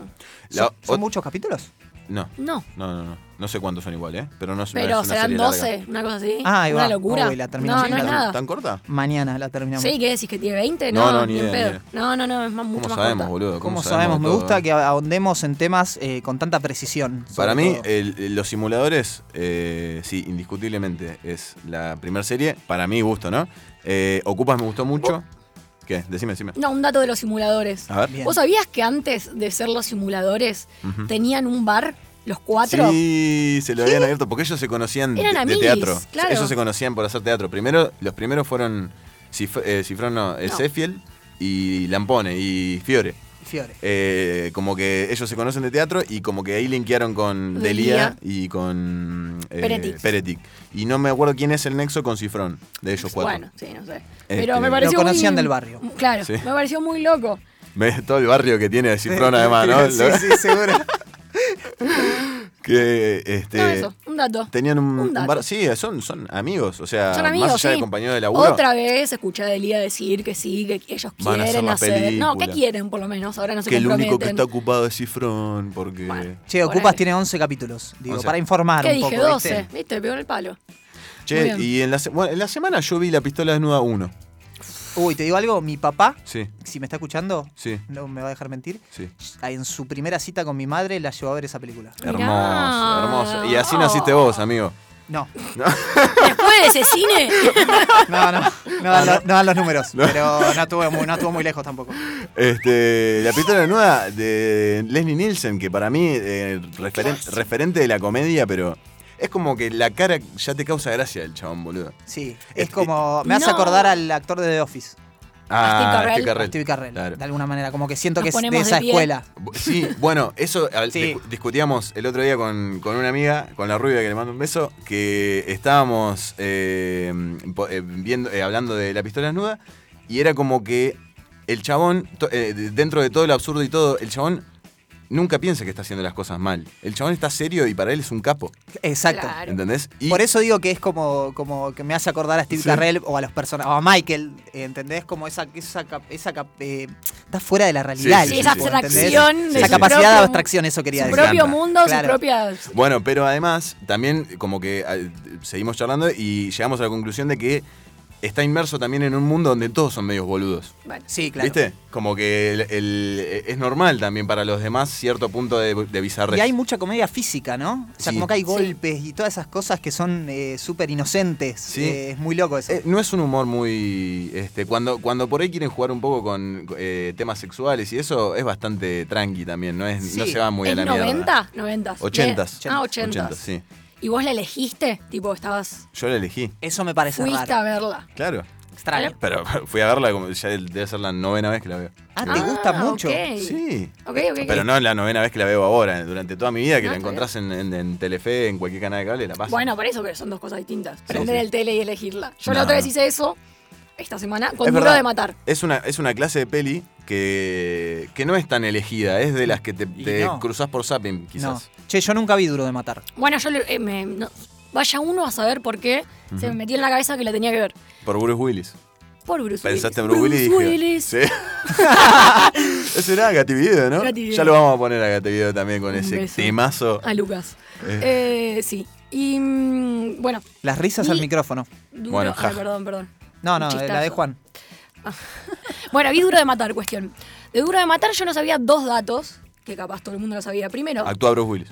S1: La-
S2: ¿Son, son
S1: ot-
S2: muchos capítulos?
S1: No,
S3: no.
S1: no, no, no. No sé cuántos son iguales, ¿eh? Pero no es- no es
S3: pero
S1: una
S3: serán
S1: serie larga.
S3: 12, una cosa así.
S2: Ah, ahí
S3: una
S2: va.
S3: locura.
S2: Uy, la
S3: no,
S2: terminamos
S3: no es
S2: tan-
S3: nada.
S1: ¿Tan corta?
S2: Mañana la terminamos.
S3: Sí, ¿qué decís? ¿Que tiene 20?
S1: No,
S3: No,
S1: no, ni
S3: ni en
S1: idea, ni
S3: pedo.
S1: idea.
S3: No, no, no, es más, mucho
S1: ¿Cómo
S3: más
S1: sabemos,
S3: corta.
S1: boludo? ¿Cómo,
S2: ¿Cómo sabemos? Me
S1: todo,
S2: gusta
S1: eh?
S2: que ahondemos en temas eh, con tanta precisión. sobre
S1: Para mí, eh,
S2: todo.
S1: el- el- los simuladores, eh, sí, indiscutiblemente es la primera serie. Para mí, gusto, ¿no? Eh, Ocupas me gustó mucho. ¿Qué? Decime, decime.
S3: No, un dato de los simuladores.
S1: A ver.
S2: Bien.
S3: ¿Vos sabías que antes de ser los simuladores
S1: Ujú.
S3: tenían un bar, los cuatro?
S1: Sí, se lo habían abierto porque ellos se conocían de,
S3: Eran
S1: de
S3: amiguis,
S1: teatro.
S3: claro.
S1: Ellos se conocían por hacer teatro. Primero, los primeros fueron Cif- eh, Cifrón, no, eh,
S3: No.
S1: Sefiel y Lampone y Fiore.
S2: Fiore.
S1: Eh, como que ellos se conocen de teatro y como que ahí linkearon con Delia
S3: Delia.
S1: y con eh,
S3: Peretic.
S1: Peretic. Y no me acuerdo quién es el nexo con Cifrón de ellos cuatro. *laughs*
S3: Bueno, sí, no sé. Pero
S1: Este,
S3: me pareció
S2: Lo conocían
S3: muy-
S2: del barrio.
S3: Claro,
S1: Sí.
S3: me pareció muy loco. *laughs*
S1: *laughs* Ve Todo el barrio que tiene de Cifrón además, ¿no?
S2: sí, sí, seguro.
S1: que este,
S3: No, eso, un dato.
S1: tenían un,
S3: Un
S1: un
S3: dato.
S1: bar. Sí, son, son amigos. O sea,
S3: Son amigos,
S1: más allá de
S3: sí.
S1: compañeros de laburo.
S3: Otra vez escuché a Delia decir que sí, que ellos
S1: Van a hacer
S3: quieren
S1: la
S3: hacer. No, que
S1: película.
S3: quieren por lo menos, ahora no se
S1: que el
S3: comprometen.
S1: único que está ocupado es Cifrón, porque.
S2: *laughs* Che,
S3: Por
S2: Ocupas
S3: ahí.
S2: tiene 11 capítulos, digo,
S1: 11.
S2: para informar
S3: ¿Qué
S2: un
S3: dije?
S2: poco.
S3: 12,
S2: ¿viste?
S3: ¿viste? Pegó en el palo. Muy
S1: Che,
S3: bien.
S1: y en la, se- bueno, en la semana yo vi la pistola desnuda 1.
S2: Uy, te digo algo, mi papá,
S1: Sí,
S2: si me está escuchando,
S1: sí,
S2: no me va a dejar mentir,
S1: sí.
S2: en su primera cita con mi madre la llevó a ver esa película.
S3: Mirá.
S1: Hermoso, hermoso. Y así naciste vos, amigo.
S2: No,
S3: *laughs* Después de ese cine,
S2: no, no, no, dan,
S1: Ah,
S2: lo- no dan los números, pero no estuvo, muy, no estuvo muy lejos tampoco.
S1: Este, la pistola desnuda de Leslie Nielsen, que para mí eh, referen- referente de la comedia, pero es como que la cara ya te causa gracia el chabón, boludo.
S2: Sí, es
S1: Este-
S2: como, me hace
S3: No.
S2: acordar al actor de The Office,
S1: Ah,
S3: Steve
S1: Steve
S2: a
S1: Carrell.
S2: Steve Carrell,
S1: Claro.
S2: de alguna manera, como que siento
S3: Nos
S2: que es de
S3: ponemos de
S2: esa
S3: pie.
S2: escuela.
S1: Sí, bueno, eso al-
S2: Sí.
S1: discu- discutíamos el otro día con, con una amiga, con la rubia que le mando un beso, que estábamos eh, po- eh, viendo, eh, hablando de la pistola desnuda y era como que el chabón, to- eh, de- dentro de todo lo absurdo y todo, el chabón nunca piensa que está haciendo las cosas mal. El chabón está serio y para él es un capo,
S2: Exacto.
S3: Claro.
S1: ¿entendés? Y
S2: Por eso digo que es como, como que me hace acordar a Steve
S1: Sí.
S2: Carrell o a los personajes, o a Michael, ¿entendés? Como esa, esa, cap- esa cap- eh, está fuera de la realidad.
S1: Sí,
S2: el
S1: sí,
S3: esa
S1: sí,
S2: tipo,
S1: sí.
S3: abstracción
S2: ¿entendés?
S1: Sí,
S3: de
S1: sí.
S2: Esa
S3: su
S2: capacidad
S3: propio-
S2: de abstracción, eso quería
S3: Su
S2: decir.
S1: Exacto.
S3: propio mundo,
S2: Claro.
S3: su propia.
S1: Bueno, pero además también como que eh, seguimos charlando y llegamos a la conclusión de que está inmerso también en un mundo donde todos son medios boludos.
S3: Bueno,
S2: Sí, claro.
S1: ¿Viste? Como que el- el- es normal también para los demás cierto punto de, de bizarrería.
S2: Y hay mucha comedia física, ¿no? O sea,
S1: Sí.
S2: como que hay
S3: Sí.
S2: golpes y todas esas cosas que son eh, súper inocentes.
S1: Sí.
S2: Eh, es muy loco eso.
S1: Eh, no es un humor muy... Este, cuando, cuando por ahí quieren jugar un poco con eh, temas sexuales y eso es bastante tranqui también, no, es, *laughs* no
S2: Sí.
S1: se va muy a
S3: ¿Es
S1: la
S3: 90?
S1: mierda.
S3: 90.
S1: Ochentas.
S3: Ah,
S1: 80,
S3: 80.
S1: sí.
S3: ¿Y vos la elegiste? Tipo, estabas.
S1: Yo la elegí.
S2: eso me parece
S3: Fuiste
S2: raro.
S3: a verla.
S1: Claro.
S3: ¿Eh?
S2: Extraño.
S1: Pero *laughs* fui a verla, como ya debe ser la novena vez que la veo.
S2: Ah, ¿te gusta mucho?
S3: ok.
S1: Sí.
S3: Ok, ok, ok.
S1: Pero no es la novena vez que la veo ahora, durante toda mi vida, que
S3: No,
S1: la
S3: está
S1: encontrás en, en- en Telefe, en cualquier canal de cable, la pasas.
S3: Bueno, por eso que son dos cosas distintas. Prender
S1: sí.
S3: el tele y elegirla. Yo
S1: No.
S3: la otra vez hice eso, esta semana,
S1: Es
S3: con Duro
S1: verdad.
S3: de Matar.
S1: Es una, es una clase de peli que, que no es tan elegida, es de las que te,
S2: Y
S1: te
S2: no.
S1: cruzás por Zapping,
S2: No.
S1: quizás.
S2: Che, yo nunca vi Duro de Matar.
S3: Bueno, yo le- eh, me- no- vaya uno a saber por qué se me metió en la cabeza que la tenía que ver.
S1: Por Bruce Willis.
S3: Por Bruce
S1: Pensaste en
S3: Willis.
S1: Bruce Willis. y dije,
S3: Willis.
S1: Sí. *laughs* ese era Gativideo, ¿no?
S3: Gativideo.
S1: Ya lo vamos a poner a Gativideo también con
S3: Un
S1: ese
S3: beso.
S1: temazo.
S3: A Lucas. Eh, sí. Y mm, bueno,
S2: Las risas
S3: Y-
S2: al micrófono.
S3: duro.
S1: Bueno,
S3: ay,
S1: ja.
S3: perdón, perdón.
S2: No,
S3: Un
S2: no, eh, la de
S3: chistazo.
S2: Juan.
S3: Bueno, vi Duro de Matar, cuestión. De Duro de Matar yo no sabía dos datos, que capaz todo el mundo lo sabía. Primero,
S1: Actúa Bruce Willis.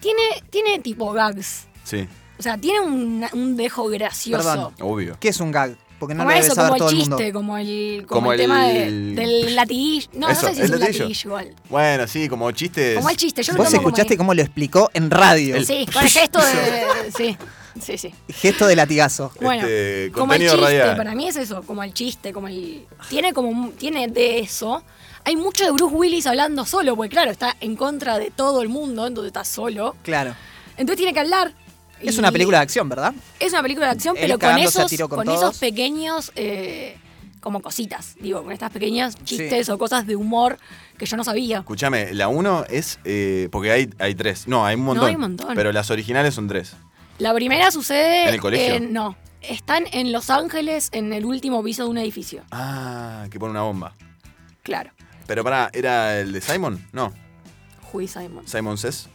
S3: tiene, tiene tipo gags.
S1: Sí,
S3: O sea, tiene un, un dejo gracioso.
S2: Perdón.
S1: obvio.
S2: ¿Qué es un gag? Porque no
S3: como
S2: lo debe
S3: eso,
S2: saber
S3: como el
S2: todo el
S3: chiste,
S2: mundo.
S3: como el, como
S1: Como
S3: el, tema de-
S1: el-
S3: del latillo. No,
S1: Eso,
S3: no sé si
S1: el
S3: es un
S1: latillo.
S3: latillo igual.
S1: Bueno, sí, como chistes.
S3: Como el chiste, yo lo
S2: Vos
S3: tomo como
S2: escuchaste
S3: ahí.
S2: cómo lo explicó en radio.
S3: Sí, con el
S1: *laughs*
S3: gesto de. Sí, sí, sí.
S2: Gesto de latigazo.
S3: Bueno,
S1: Este,
S3: como el
S1: contenido
S3: chiste,
S1: radial.
S3: para mí es eso, como el chiste, como el. Tiene como un- tiene de eso. Hay mucho de Bruce Willis hablando solo, porque claro, está en contra de todo el mundo, entonces está solo.
S2: Claro.
S3: Entonces tiene que hablar.
S2: Es
S3: Y
S2: una película de acción, ¿verdad?
S3: Es una película de acción,
S2: Él
S3: pero con
S2: cagándose a
S3: esos,
S2: tiro con
S3: con
S2: todos.
S3: esos pequeños eh, como cositas, digo, con estas pequeñas chistes
S2: Sí.
S3: o cosas de humor que yo no sabía.
S1: Escuchame, la 1 es. eh, porque hay, hay tres. No, hay un montón.
S3: hay un montón.
S1: Pero las originales son tres.
S3: La primera sucede
S1: ¿En el colegio?
S3: no, están en Los Ángeles en el último piso de un edificio.
S1: Ah, que pone una bomba.
S3: Claro.
S1: Pero pará, ¿era el de Simon? No.
S3: Huey Simon,
S1: Simon Says.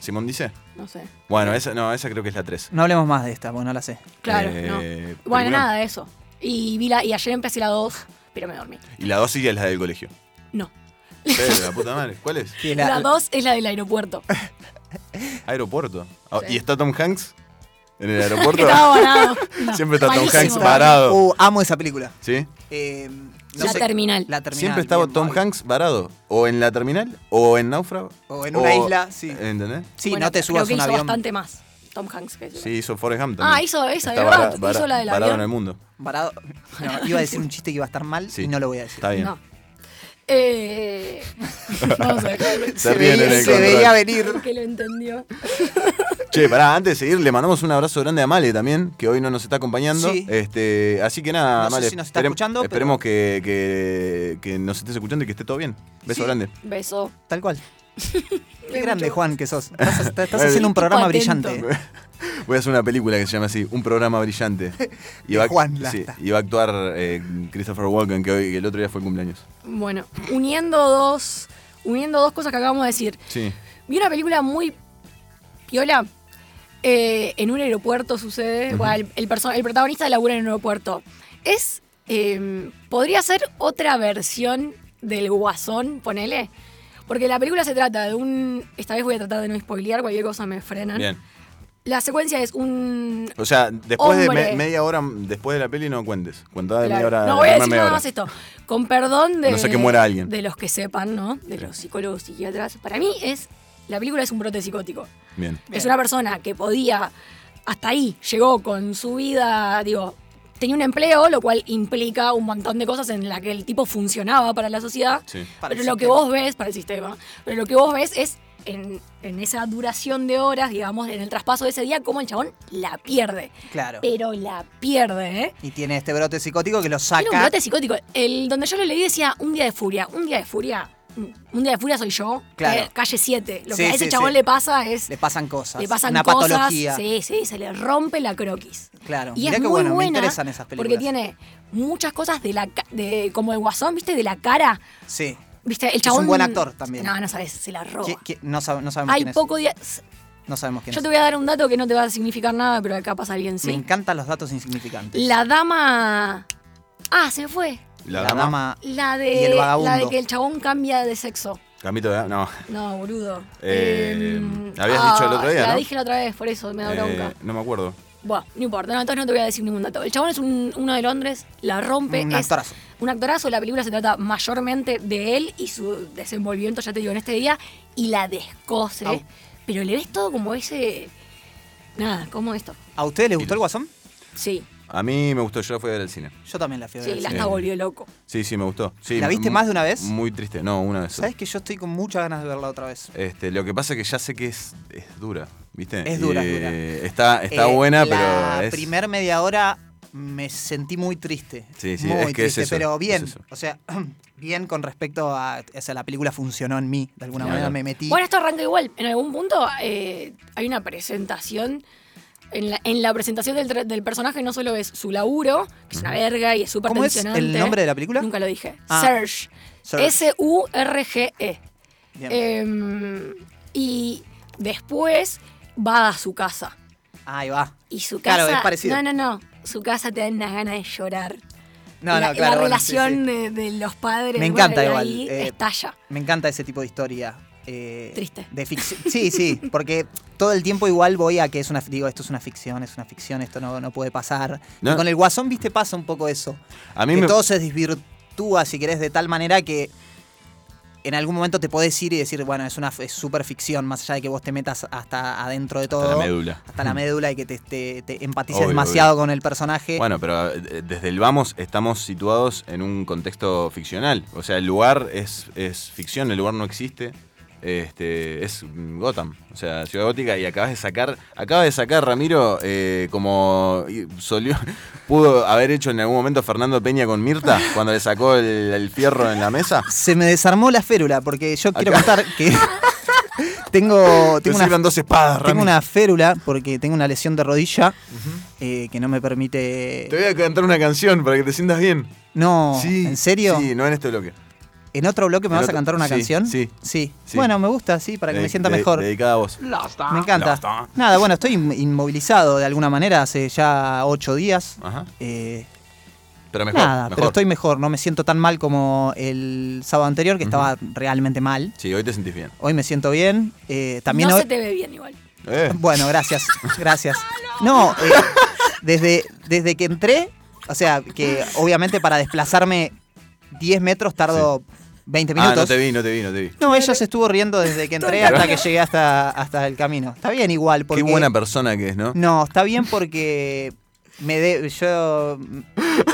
S1: ¿Simon dice?
S3: no sé.
S1: Bueno, esa, no, esa creo que es la 3.
S2: No hablemos más de esta, porque no la sé.
S3: Claro,
S1: Eh,
S3: no. Bueno,
S1: película.
S3: nada, eso. Y vi la, y ayer empecé la 2, pero me dormí.
S1: Y la 2 sí es la del colegio.
S3: No.
S1: Pero, la puta madre. ¿Cuál es?
S2: Sí, la-
S3: La 2 es la del aeropuerto.
S1: Aeropuerto. Ah,
S3: Sí.
S1: ¿Y está Tom Hanks? ¿En el
S3: Que
S1: aeropuerto?
S3: estaba abonado.
S1: *laughs*
S3: No,
S1: Siempre está Tom
S3: malísimo.
S1: Hanks varado.
S2: Uh, amo esa película.
S1: ¿Sí?
S2: *laughs* Eh, no
S3: La
S2: sé-
S3: terminal.
S2: La terminal.
S1: Siempre estaba
S2: bien,
S1: Tom
S2: Mavi.
S1: Hanks varado. O en la terminal, o en náufrago.
S2: O en una isla, sí.
S1: ¿Entendés?
S2: Sí,
S3: Bueno,
S2: no te subas
S3: creo que
S2: un
S3: hizo
S2: avión
S3: bastante más. Tom Hanks. Que
S1: Sí, hizo Forrest Gump
S3: Ah,
S1: también.
S3: hizo esa,
S1: Está
S3: de verdad,
S1: vara- vara-
S3: hizo la del
S1: varado
S3: avión.
S1: en el mundo.
S2: varado. No, iba a decir un chiste que iba a estar mal
S1: Sí.
S2: y no lo voy a decir.
S1: Está bien.
S3: No. Eh, *laughs* vamos a ver.
S1: Se ríen en el
S2: se
S1: control.
S2: veía venir.
S3: que lo entendió.
S1: Che, pará, antes de seguir, le mandamos un abrazo grande a Male también, que hoy no nos está acompañando.
S2: Sí.
S1: Este, así que nada,
S2: No sé
S1: Male.
S2: si nos está
S1: esperem-
S2: escuchando,
S1: Esperemos que, que- que nos estés escuchando y que esté todo bien. Beso
S2: Sí.
S1: grande.
S3: Beso. *laughs*
S2: Tal cual. Qué grande,
S3: mucho.
S2: Juan, que sos. Estás, estás- estás
S1: Muy
S2: haciendo un
S3: bien.
S2: programa
S3: Tipo atento.
S2: brillante.
S1: Eh, *laughs* Voy a hacer una película que se llama así, Un programa brillante. Y
S2: De
S1: va, a-
S2: Juan
S1: sí,
S2: Lasta.
S1: y va a actuar eh, Christopher Walken, que hoy, que el otro día fue el cumpleaños.
S3: Bueno, uniendo dos, uniendo dos cosas que acabamos de decir.
S1: Sí.
S3: Vi una película muy piola. eh, en un aeropuerto sucede. bueno, el, el perso- el protagonista labura en un aeropuerto. Es. eh, podría ser otra versión del Guasón, ponele. Porque la película se trata de un. Esta vez voy a tratar de no spoilear, cualquier cosa me frenan.
S1: Bien.
S3: La secuencia es un.
S1: O sea, después de
S3: Hombre.
S1: me- media hora, después de la peli no cuentes. Cuentá Ah, de media
S3: Claro.
S1: hora.
S3: no voy a
S1: la
S3: decir
S1: media
S3: nada
S1: hora.
S3: más esto. Con perdón de,
S1: No sé que muera alguien.
S3: de los que sepan, ¿no? De los psicólogos, psiquiatras. Para mí es. La película es un brote psicótico.
S1: Bien.
S3: Es una persona que podía, hasta ahí, llegó con su vida, digo, tenía un empleo, lo cual implica un montón de cosas en la que el tipo funcionaba para la sociedad.
S1: Sí.
S2: Para el
S3: pero lo que
S2: sistema.
S3: vos ves, para el sistema, pero lo que vos ves es en, en esa duración de horas, digamos, en el traspaso de ese día, cómo el chabón la pierde.
S2: Claro.
S3: Pero la pierde, ¿eh?
S2: Y tiene este brote psicótico que lo
S3: Era un
S2: saca.
S3: brote psicótico. El, donde yo lo leí decía un día de furia, un día de furia, un día de furia soy yo,
S2: Claro.
S3: eh, calle 7. Lo
S2: Sí,
S3: que a ese
S2: sí,
S3: chabón
S2: sí.
S3: le pasa es
S2: Le pasan cosas.
S3: le pasan
S2: Una
S3: cosas.
S2: patología.
S3: Sí, sí, se le rompe la croquis.
S2: Claro.
S3: Y
S2: Mirá
S3: es
S2: qué
S3: muy
S2: bueno, me
S3: buena
S2: interesan esas
S3: Porque
S2: películas.
S3: tiene muchas cosas de la ca- de, como el guasón, ¿viste? De la cara.
S2: Sí.
S3: ¿Viste? El
S2: un
S3: chabón.
S2: buen actor también.
S3: No, no sabes, se la roba.
S2: ¿Qui- qui- No, sab- no sabemos
S3: Hay
S2: quién es.
S3: poco día. s-
S2: No sabemos quién
S3: Yo
S2: es.
S3: te voy a dar un dato que no te va a significar nada, pero acá pasa alguien
S2: Me
S3: sí.
S2: encantan los datos insignificantes.
S3: La dama. Ah, se fue.
S1: La,
S2: La
S1: dama.
S2: dama.
S3: La de.
S2: Y el vagabundo.
S3: La de que el chabón cambia de sexo.
S1: Camito de No.
S3: No, boludo.
S1: Eh,
S3: Em,
S1: habías dicho el otro día,
S3: La
S1: ¿no?
S3: dije la otra vez, por eso me da
S1: eh,
S3: bronca.
S1: no me acuerdo.
S3: Bueno, no importa, no, entonces no te voy a decir ningún dato. El chabón es un- uno de Londres, la rompe.
S2: Un
S3: es
S2: actorazo.
S3: Un actorazo, la película se trata mayormente de él y su desenvolvimiento, ya te digo, en este día, y la descose.
S2: Au.
S3: Pero le ves todo como ese. Nada, como esto.
S2: ¿A ustedes les gustó el Guasón?
S3: Sí,
S1: A mí me gustó, yo la fui a ver al cine.
S2: Yo también la fui a ver
S3: sí,
S2: al
S3: la
S2: cine.
S3: hasta volvió loco.
S1: Sí, sí, me gustó. Sí,
S2: ¿La viste
S1: mu-
S2: más de una vez?
S1: Muy triste. No, una vez. solo.
S2: ¿Sabes que yo estoy con muchas ganas de verla otra vez?
S1: Este, lo que pasa es que ya sé que es, es dura, ¿viste?
S2: Es dura, es
S1: Eh,
S2: dura.
S1: Está, está
S2: Eh,
S1: buena,
S2: La
S1: pero. Es,
S2: primer media hora me sentí muy triste.
S1: Sí, sí,
S2: muy
S1: es que es
S2: triste,
S1: eso,
S2: pero
S1: es
S2: bien.
S1: eso.
S2: O sea, *clears throat* bien con respecto a. O sea, la película funcionó en mí. De alguna
S1: Claro.
S2: manera me metí.
S3: Bueno, esto arranca igual. En algún punto eh, hay una presentación. En la, en la presentación del, tra- del personaje no solo es su laburo, que es una verga y es súper
S2: ¿Cómo es el
S3: tensionante.
S2: nombre de la película?
S3: Nunca lo dije.
S2: Ah.
S3: Serge.
S2: Surge.
S3: S-U-R-G-E.
S2: Bien.
S3: Em, y después va a su casa.
S2: Ahí va.
S3: Y su casa.
S2: Claro, es parecido.
S3: No, no, no. Su casa te da unas ganas de llorar.
S2: No,
S3: la, la
S2: no, claro. bueno, sí,
S3: relación
S2: sí.
S3: De, de los padres.
S2: Me encanta
S3: bueno,
S2: igual,
S3: Ahí
S2: eh,
S3: estalla.
S2: Me encanta ese tipo de historia. eh,
S3: Triste.
S2: De ficción. Sí, sí, porque todo el tiempo igual voy a que es una. Digo, esto es una ficción, es una ficción, esto no, no puede pasar.
S1: No.
S2: Y Con el guasón, viste, pasa un poco eso.
S1: a mí
S2: que
S1: me.
S2: todo se desvirtúa, si querés, de tal manera que en algún momento te podés ir y decir, bueno, es una f- es super ficción, más allá de que vos te metas hasta adentro de todo.
S1: la médula.
S2: Hasta la médula y que te, te- te empatices
S1: Obvio,
S2: demasiado con el
S1: *laughs*
S2: personaje.
S1: Bueno, pero eh, desde el vamos estamos situados en un contexto ficcional. O sea, el lugar es, es ficción, el lugar no existe. Este, es mm, Gotham, o sea, Ciudad Gótica, y acabas de sacar, acaba de sacar Ramiro, eh, como y- solió- *laughs* pudo haber hecho en algún momento Fernando Peña con Mirta, cuando le sacó el, el fierro en la
S2: *laughs*
S1: mesa.
S2: Se me desarmó la férula, porque yo quiero
S1: Acá.
S2: contar que *laughs* tengo,
S1: Te
S2: tengo una
S1: sirvan dos espadas,
S2: Tengo
S1: Ramiro.
S2: una férula porque tengo una lesión de rodilla eh, que no me permite.
S1: Te voy a cantar una canción para que te sientas bien.
S2: No,
S1: Sí,
S2: ¿en serio?
S1: Sí, no en este bloque.
S2: ¿En otro bloque me
S1: En
S2: vas
S1: otro-
S2: a cantar una
S1: sí,
S2: canción?
S1: sí,
S2: sí.
S1: sí.
S2: Bueno, me gusta, sí, para que me
S1: De-
S2: sienta
S1: de-
S2: mejor.
S1: Dedicada a vos.
S2: Me
S1: La
S2: encanta.
S1: basta.
S2: Nada, bueno, estoy in- inmovilizado de alguna manera hace ya ocho días.
S1: Ajá.
S2: Eh,
S1: Pero mejor.
S2: nada,
S1: mejor.
S2: pero estoy mejor, no me siento tan mal como el sábado anterior, que estaba realmente mal.
S1: Sí, hoy te sentís bien.
S2: Hoy me siento bien. eh, también
S3: no
S2: hoy...
S3: se te ve bien igual.
S1: Eh,
S2: Bueno, gracias, gracias. No, eh, desde, desde que entré, o sea, que obviamente para desplazarme 10 metros tardo 20
S1: Ah,
S2: minutos.
S1: no te vi, no te vi, no te vi.
S2: No, ella se estuvo riendo desde que entré hasta que llegué hasta, hasta el camino. Está bien igual, porque...
S1: Qué buena persona que es, ¿no?
S2: No, está bien porque me de- yo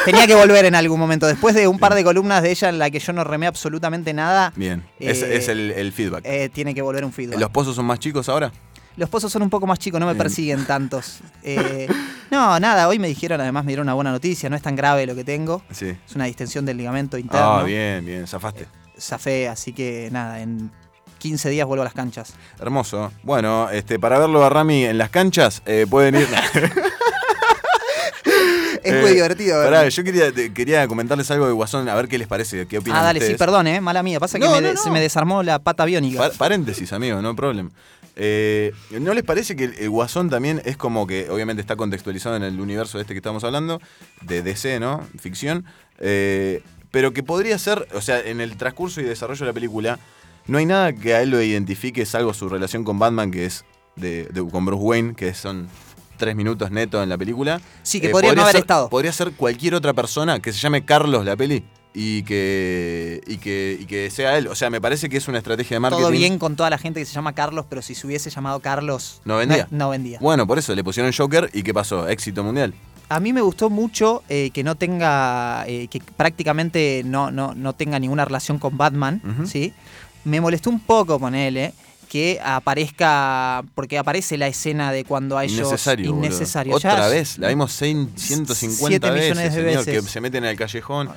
S2: tenía que volver en algún momento. Después de un par de columnas de ella en la que yo no remé absolutamente nada,
S1: Bien. es,
S2: Eh,
S1: es el, el feedback.
S2: eh, tiene que volver un feedback.
S1: ¿Los pozos son más chicos ahora?
S2: Los pozos son un poco más chicos, no me
S1: Bien.
S2: persiguen tantos. Eh, no, nada, hoy me dijeron, además me dieron una buena noticia, no es tan grave lo que tengo.
S1: Sí.
S2: Es una distensión del ligamento interno.
S1: Ah, bien, bien, zafaste.
S2: Zafé, así que nada, en 15 días vuelvo a las canchas.
S1: Hermoso. Bueno, este, para verlo a Rami en las canchas, eh, pueden ir.
S2: *laughs* Es muy divertido,
S1: Eh, Pará,
S2: ¿verdad?
S1: yo quería, te- quería comentarles algo de Guasón, a ver qué les parece, qué opinan
S2: Ah, dale, sí,
S1: ustedes.
S2: perdón, eh, mala mía. Pasa que
S1: No,
S2: me
S1: no,
S2: de-
S1: no.
S2: se me desarmó la pata biónica.
S1: Pa- paréntesis, amigo, no problem. Eh, ¿No les parece que el, el Guasón también es como que, obviamente está contextualizado en el universo este que estamos hablando, de DC, ¿no? Ficción. Eh, pero que podría ser, o sea, en el transcurso y desarrollo de la película, no hay nada que a él lo identifique, salvo su relación con Batman, que es de, de- con Bruce Wayne, que son tres minutos neto en la película.
S2: Sí, que podría no haber
S1: ser-
S2: estado.
S1: Podría ser cualquier otra persona que se llame Carlos la peli. Y que, y, que, y que sea él. O sea, me parece que es una estrategia de marketing.
S2: Todo bien con toda la gente que se llama Carlos, pero si se hubiese llamado Carlos.
S1: No vendía.
S2: No, no vendía.
S1: Bueno, por eso le pusieron Joker y ¿qué pasó? Éxito mundial.
S2: A mí me gustó mucho eh, que no tenga. eh, que prácticamente no, no, no tenga ninguna relación con Batman,
S1: Ujú.
S2: ¿sí? Me molestó un poco, ponele. Que aparezca. Porque aparece la escena de cuando a ellos.
S1: Innecesario. boludo.
S2: innecesario. Ya
S1: Otra
S2: es-
S1: vez, la vimos cien- 150
S2: Siete
S1: veces,
S2: millones de
S1: señor,
S2: veces.
S1: que se meten en el callejón.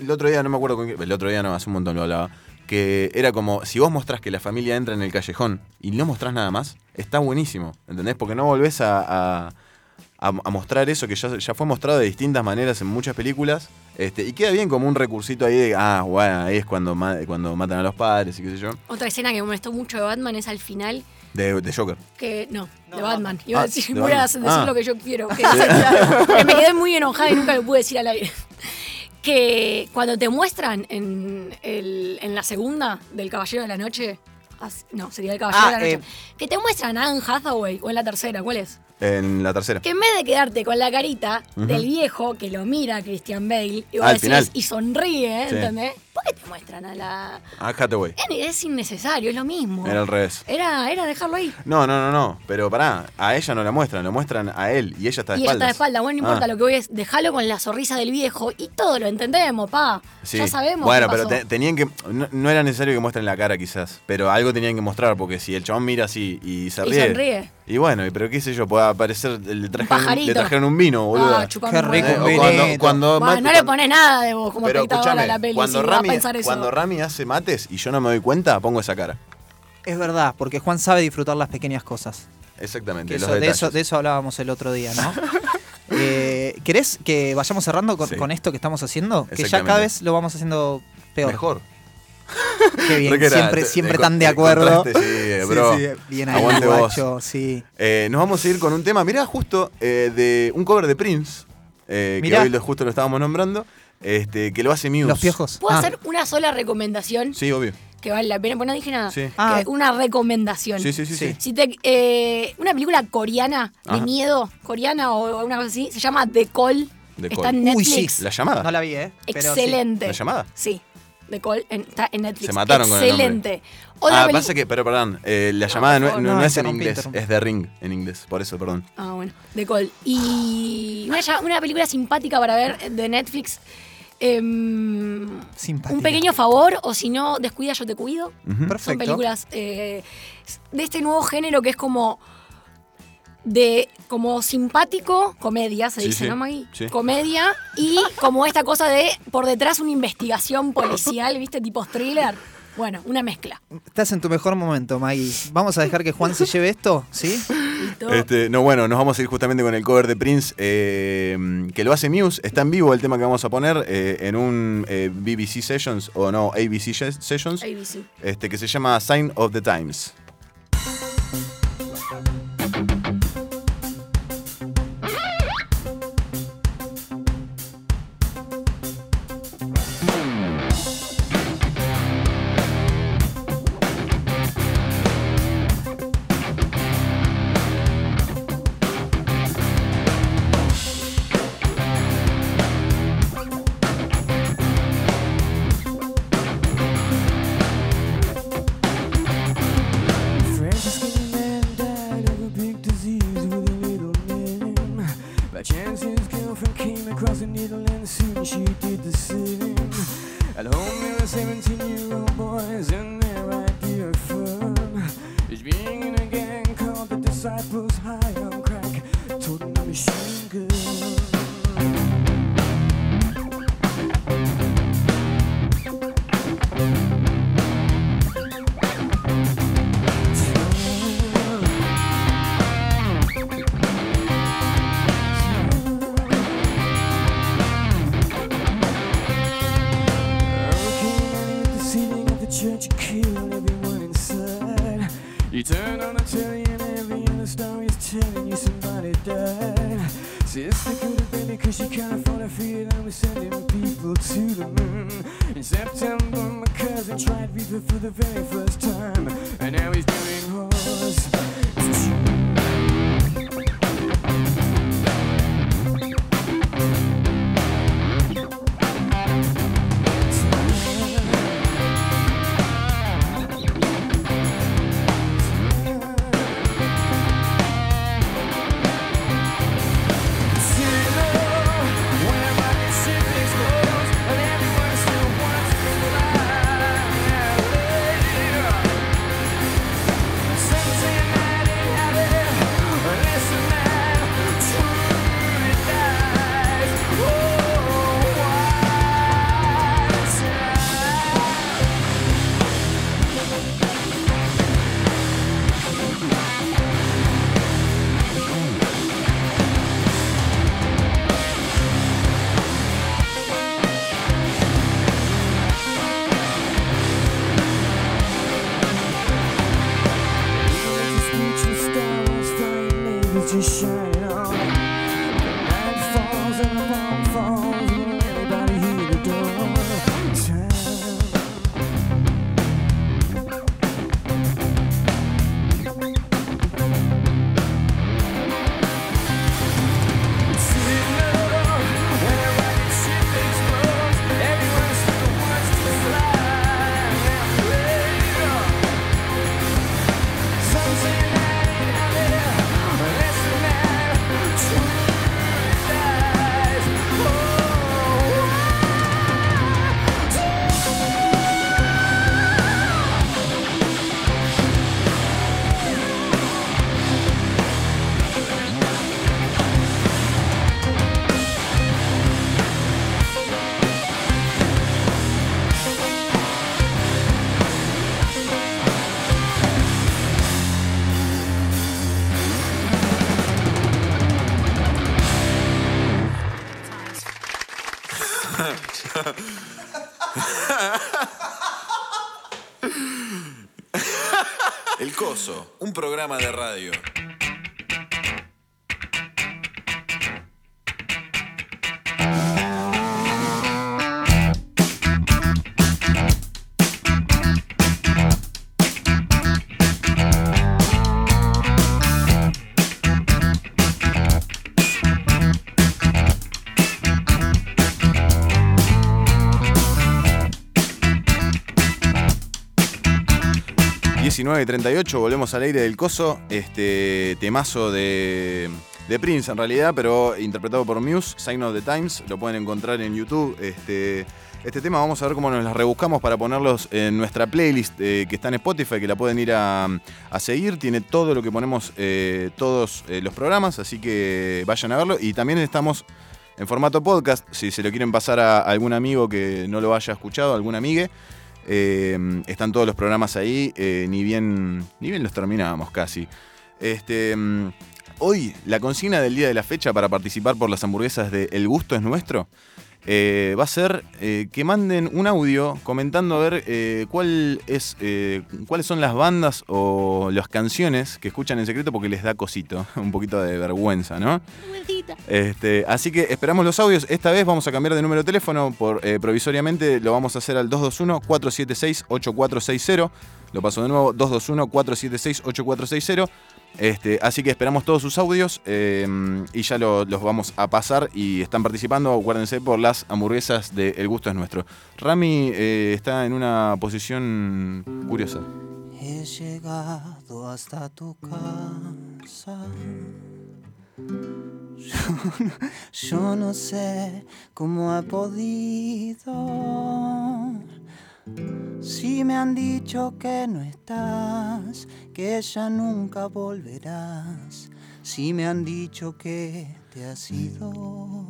S1: El otro día, no me acuerdo con quién- El otro día no, hace un montón lo hablaba. Que era como, si vos mostrás que la familia entra en el callejón y no mostrás nada más, está buenísimo. ¿Entendés? Porque no volvés a, a- a- a mostrar eso que ya, ya fue mostrado de distintas maneras en muchas películas. Este, y queda bien como un recursito ahí de, ah, bueno, ahí es cuando, ma- cuando matan a los padres y qué sé yo.
S3: Otra escena que me molestó mucho de Batman es al final
S1: De, de Joker.
S3: que. No,
S2: No,
S3: de Batman. Iba
S1: Ah,
S3: a decir,
S1: de
S3: voy a
S1: Batman.
S3: decir
S1: Ah.
S3: lo que yo quiero.
S1: *laughs*
S3: que es el diálogo. Pero me quedé muy enojada y nunca lo pude decir al aire. *laughs* Que cuando te muestran en, el- en la segunda del Caballero de la Noche. as- No, sería el Caballero
S2: Ah,
S3: de la Noche.
S2: eh.
S3: Que te muestran a Anne Hathaway, o en la tercera, ¿cuál es?
S1: En la tercera.
S3: Que en vez de quedarte con la carita del viejo que lo mira Christian Bale y, vos
S1: Ah, al
S3: decís,
S1: final.
S3: y sonríe,
S1: Sí.
S3: ¿entendés? ¿Por qué te muestran a la.?
S1: Ah, Hathaway.
S3: Es innecesario, es lo mismo.
S1: Era al revés.
S3: Era, era dejarlo ahí.
S1: No, no, no, no. Pero pará, a ella no la muestran, lo muestran a él y ella está de
S3: Y ella está
S1: espaldas. Ah.
S3: de espalda. Bueno, no importa, lo que voy es dejarlo con la sonrisa del viejo y todo lo entendemos, pa. Ya sabemos.
S1: Bueno,
S3: qué
S1: pero
S3: pasó.
S1: te- tenían que. No, no era necesario que muestren la cara, quizás. Pero algo tenían que mostrar, porque si el chabón mira así y se
S3: Y
S1: ríe.
S3: sonríe.
S1: Y bueno, y- pero qué sé yo, puede aparecer. Le trajeron,
S3: pajarito.
S1: le trajeron un vino, boludo.
S3: Ah, chupame
S2: Qué
S3: un
S2: rico,
S3: huevo.
S2: un vino.
S1: cuando,
S2: Veneto.
S1: cuando
S3: Bah,
S1: mate-
S3: no le pones nada de vos como
S1: Pero
S3: espectador a
S1: escúchame,
S3: la peli.
S1: cuando,
S3: si va
S1: Rami,
S3: a pensar eso.
S1: cuando Rami hace mates y yo no me doy cuenta, pongo esa cara.
S2: Es verdad, porque Juan sabe disfrutar las pequeñas cosas.
S1: Exactamente.
S2: Que
S1: los
S2: eso- de, eso,
S1: detalles.
S2: de eso hablábamos el otro día, ¿no? *laughs* Eh, ¿Querés que vayamos cerrando con,
S1: Sí.
S2: con esto que estamos haciendo? Que ya
S1: Exactamente.
S2: cada vez lo vamos haciendo peor.
S1: Mejor.
S2: *laughs* Qué bien,
S1: Creo que era-
S2: siempre,
S1: te-
S2: siempre
S1: el co-
S2: tan de
S1: el
S2: acuerdo.
S1: contraste,
S2: *laughs*
S1: sí, bro.
S2: Bien ahí,
S1: Aguante vos.
S2: guacho, sí.
S1: Eh, nos vamos a ir con un tema, mirá, justo eh, de un cover de Prince, eh, que
S2: Mirá.
S1: hoy lo- justo lo estábamos nombrando, este, que lo hace Muse.
S2: Los piojos.
S3: ¿Puedo
S2: Ah,
S3: hacer una sola recomendación
S1: Sí, obvio.
S3: que vale la pena? Porque no dije nada.
S1: Sí.
S3: Que
S2: Ah.
S3: Una recomendación.
S1: Sí, sí, sí. sí. Ah.
S2: Sí.
S3: Si te, eh, una película coreana de
S1: Ajá.
S3: miedo, coreana o una cosa así, se llama The Call.
S1: The
S3: está
S1: Call.
S3: en
S2: Uy, sí.
S3: Netflix.
S1: La llamada.
S2: No la vi, ¿eh? Pero sí.
S3: Excelente.
S1: ¿La llamada?
S3: Sí. The Call en- está en Netflix.
S1: Se mataron con el
S3: Excelente. Otra
S1: ah,
S3: peli-
S1: pasa que, pero perdón, eh, la llamada no,
S2: por
S1: no-
S2: favor,
S1: no
S2: no,
S1: es en
S2: interrumpí,
S1: inglés,
S2: interrumpí.
S1: es de Ring en inglés, por eso, perdón.
S3: Ah, bueno. The Call. Y una, ya- una película simpática para ver de Netflix. Em,
S2: Simpática.
S3: un pequeño favor, o si no, descuida, yo te cuido. Son
S2: Perfecto.
S3: películas eh, de este nuevo género que es como de como simpático, comedia, se
S1: Sí,
S3: dice,
S1: sí,
S3: ¿no, Maggie?
S1: sí.
S3: Comedia y como esta cosa de por detrás una investigación policial, ¿viste? Tipo thriller. Bueno, una mezcla.
S2: Estás en tu mejor momento, Maggie. Vamos a dejar que Juan se lleve esto, ¿sí?
S3: Y todo.
S1: Este, no, bueno, nos vamos a ir justamente con el cover de Prince, eh, que lo hace Muse. Está en vivo el tema que vamos a poner eh, en un eh, BBC Sessions, o no, ABC Sessions,
S3: ABC.
S1: este, que se llama Sign of the Times.
S5: Franciscan man died of a big disease with a little man. By chance, his girlfriend came across a needle and soon she did the same. At home, there were 17 year old boys and their idea of fun is being in a gang called the Disciples High on Crack, toting a machine gun. church, you killed everyone inside. You turn on the telly and every other story is telling you somebody died. Sister could have been it cause she can't afford to feed and we're sending people to the moon. In September, my cousin tried reefer for the very first time, and now he's doing horse. Just shining on. The night falls and the bomb falls. Will anybody hear the dawn? Time
S6: *laughs* El Coso, un programa de radio.
S1: y 38, volvemos al aire del coso. Este temazo de, de Prince en realidad, pero interpretado por Muse, Sign of the Times, lo pueden encontrar en YouTube. Este, este tema vamos a ver cómo nos las rebuscamos para ponerlos en nuestra playlist eh, que está en Spotify, que la pueden ir a, a seguir. Tiene todo lo que ponemos eh, todos eh, los programas, así que vayan a verlo. Y también estamos en formato podcast, si se lo quieren pasar a algún amigo que no lo haya escuchado, algún amigue. Eh, están todos los programas ahí, eh, ni, bien, ni bien los terminábamos casi. Este, mm, hoy, la consigna del día de la fecha para participar por las hamburguesas de El Gusto es Nuestro eh, va a ser eh, que manden un audio comentando a ver eh, cuál es, eh, cuáles son las bandas o las canciones que escuchan en secreto porque les da cosito, *laughs* un poquito de vergüenza, ¿no? Este, así que esperamos los audios. Esta vez vamos a cambiar de número de teléfono. Por, eh, provisoriamente lo vamos a hacer al 221-476-8460. Lo paso de nuevo, 221-476-8460. Este, así que esperamos todos sus audios eh, y ya lo- los vamos a pasar y están participando, acuérdense, por las hamburguesas de El Gusto es Nuestro. Rami eh, está en una posición curiosa.
S7: He llegado hasta tu casa. Yo no, yo no sé cómo ha podido. Si me han dicho que no estás, que ya nunca volverás. Si me han dicho que te has ido.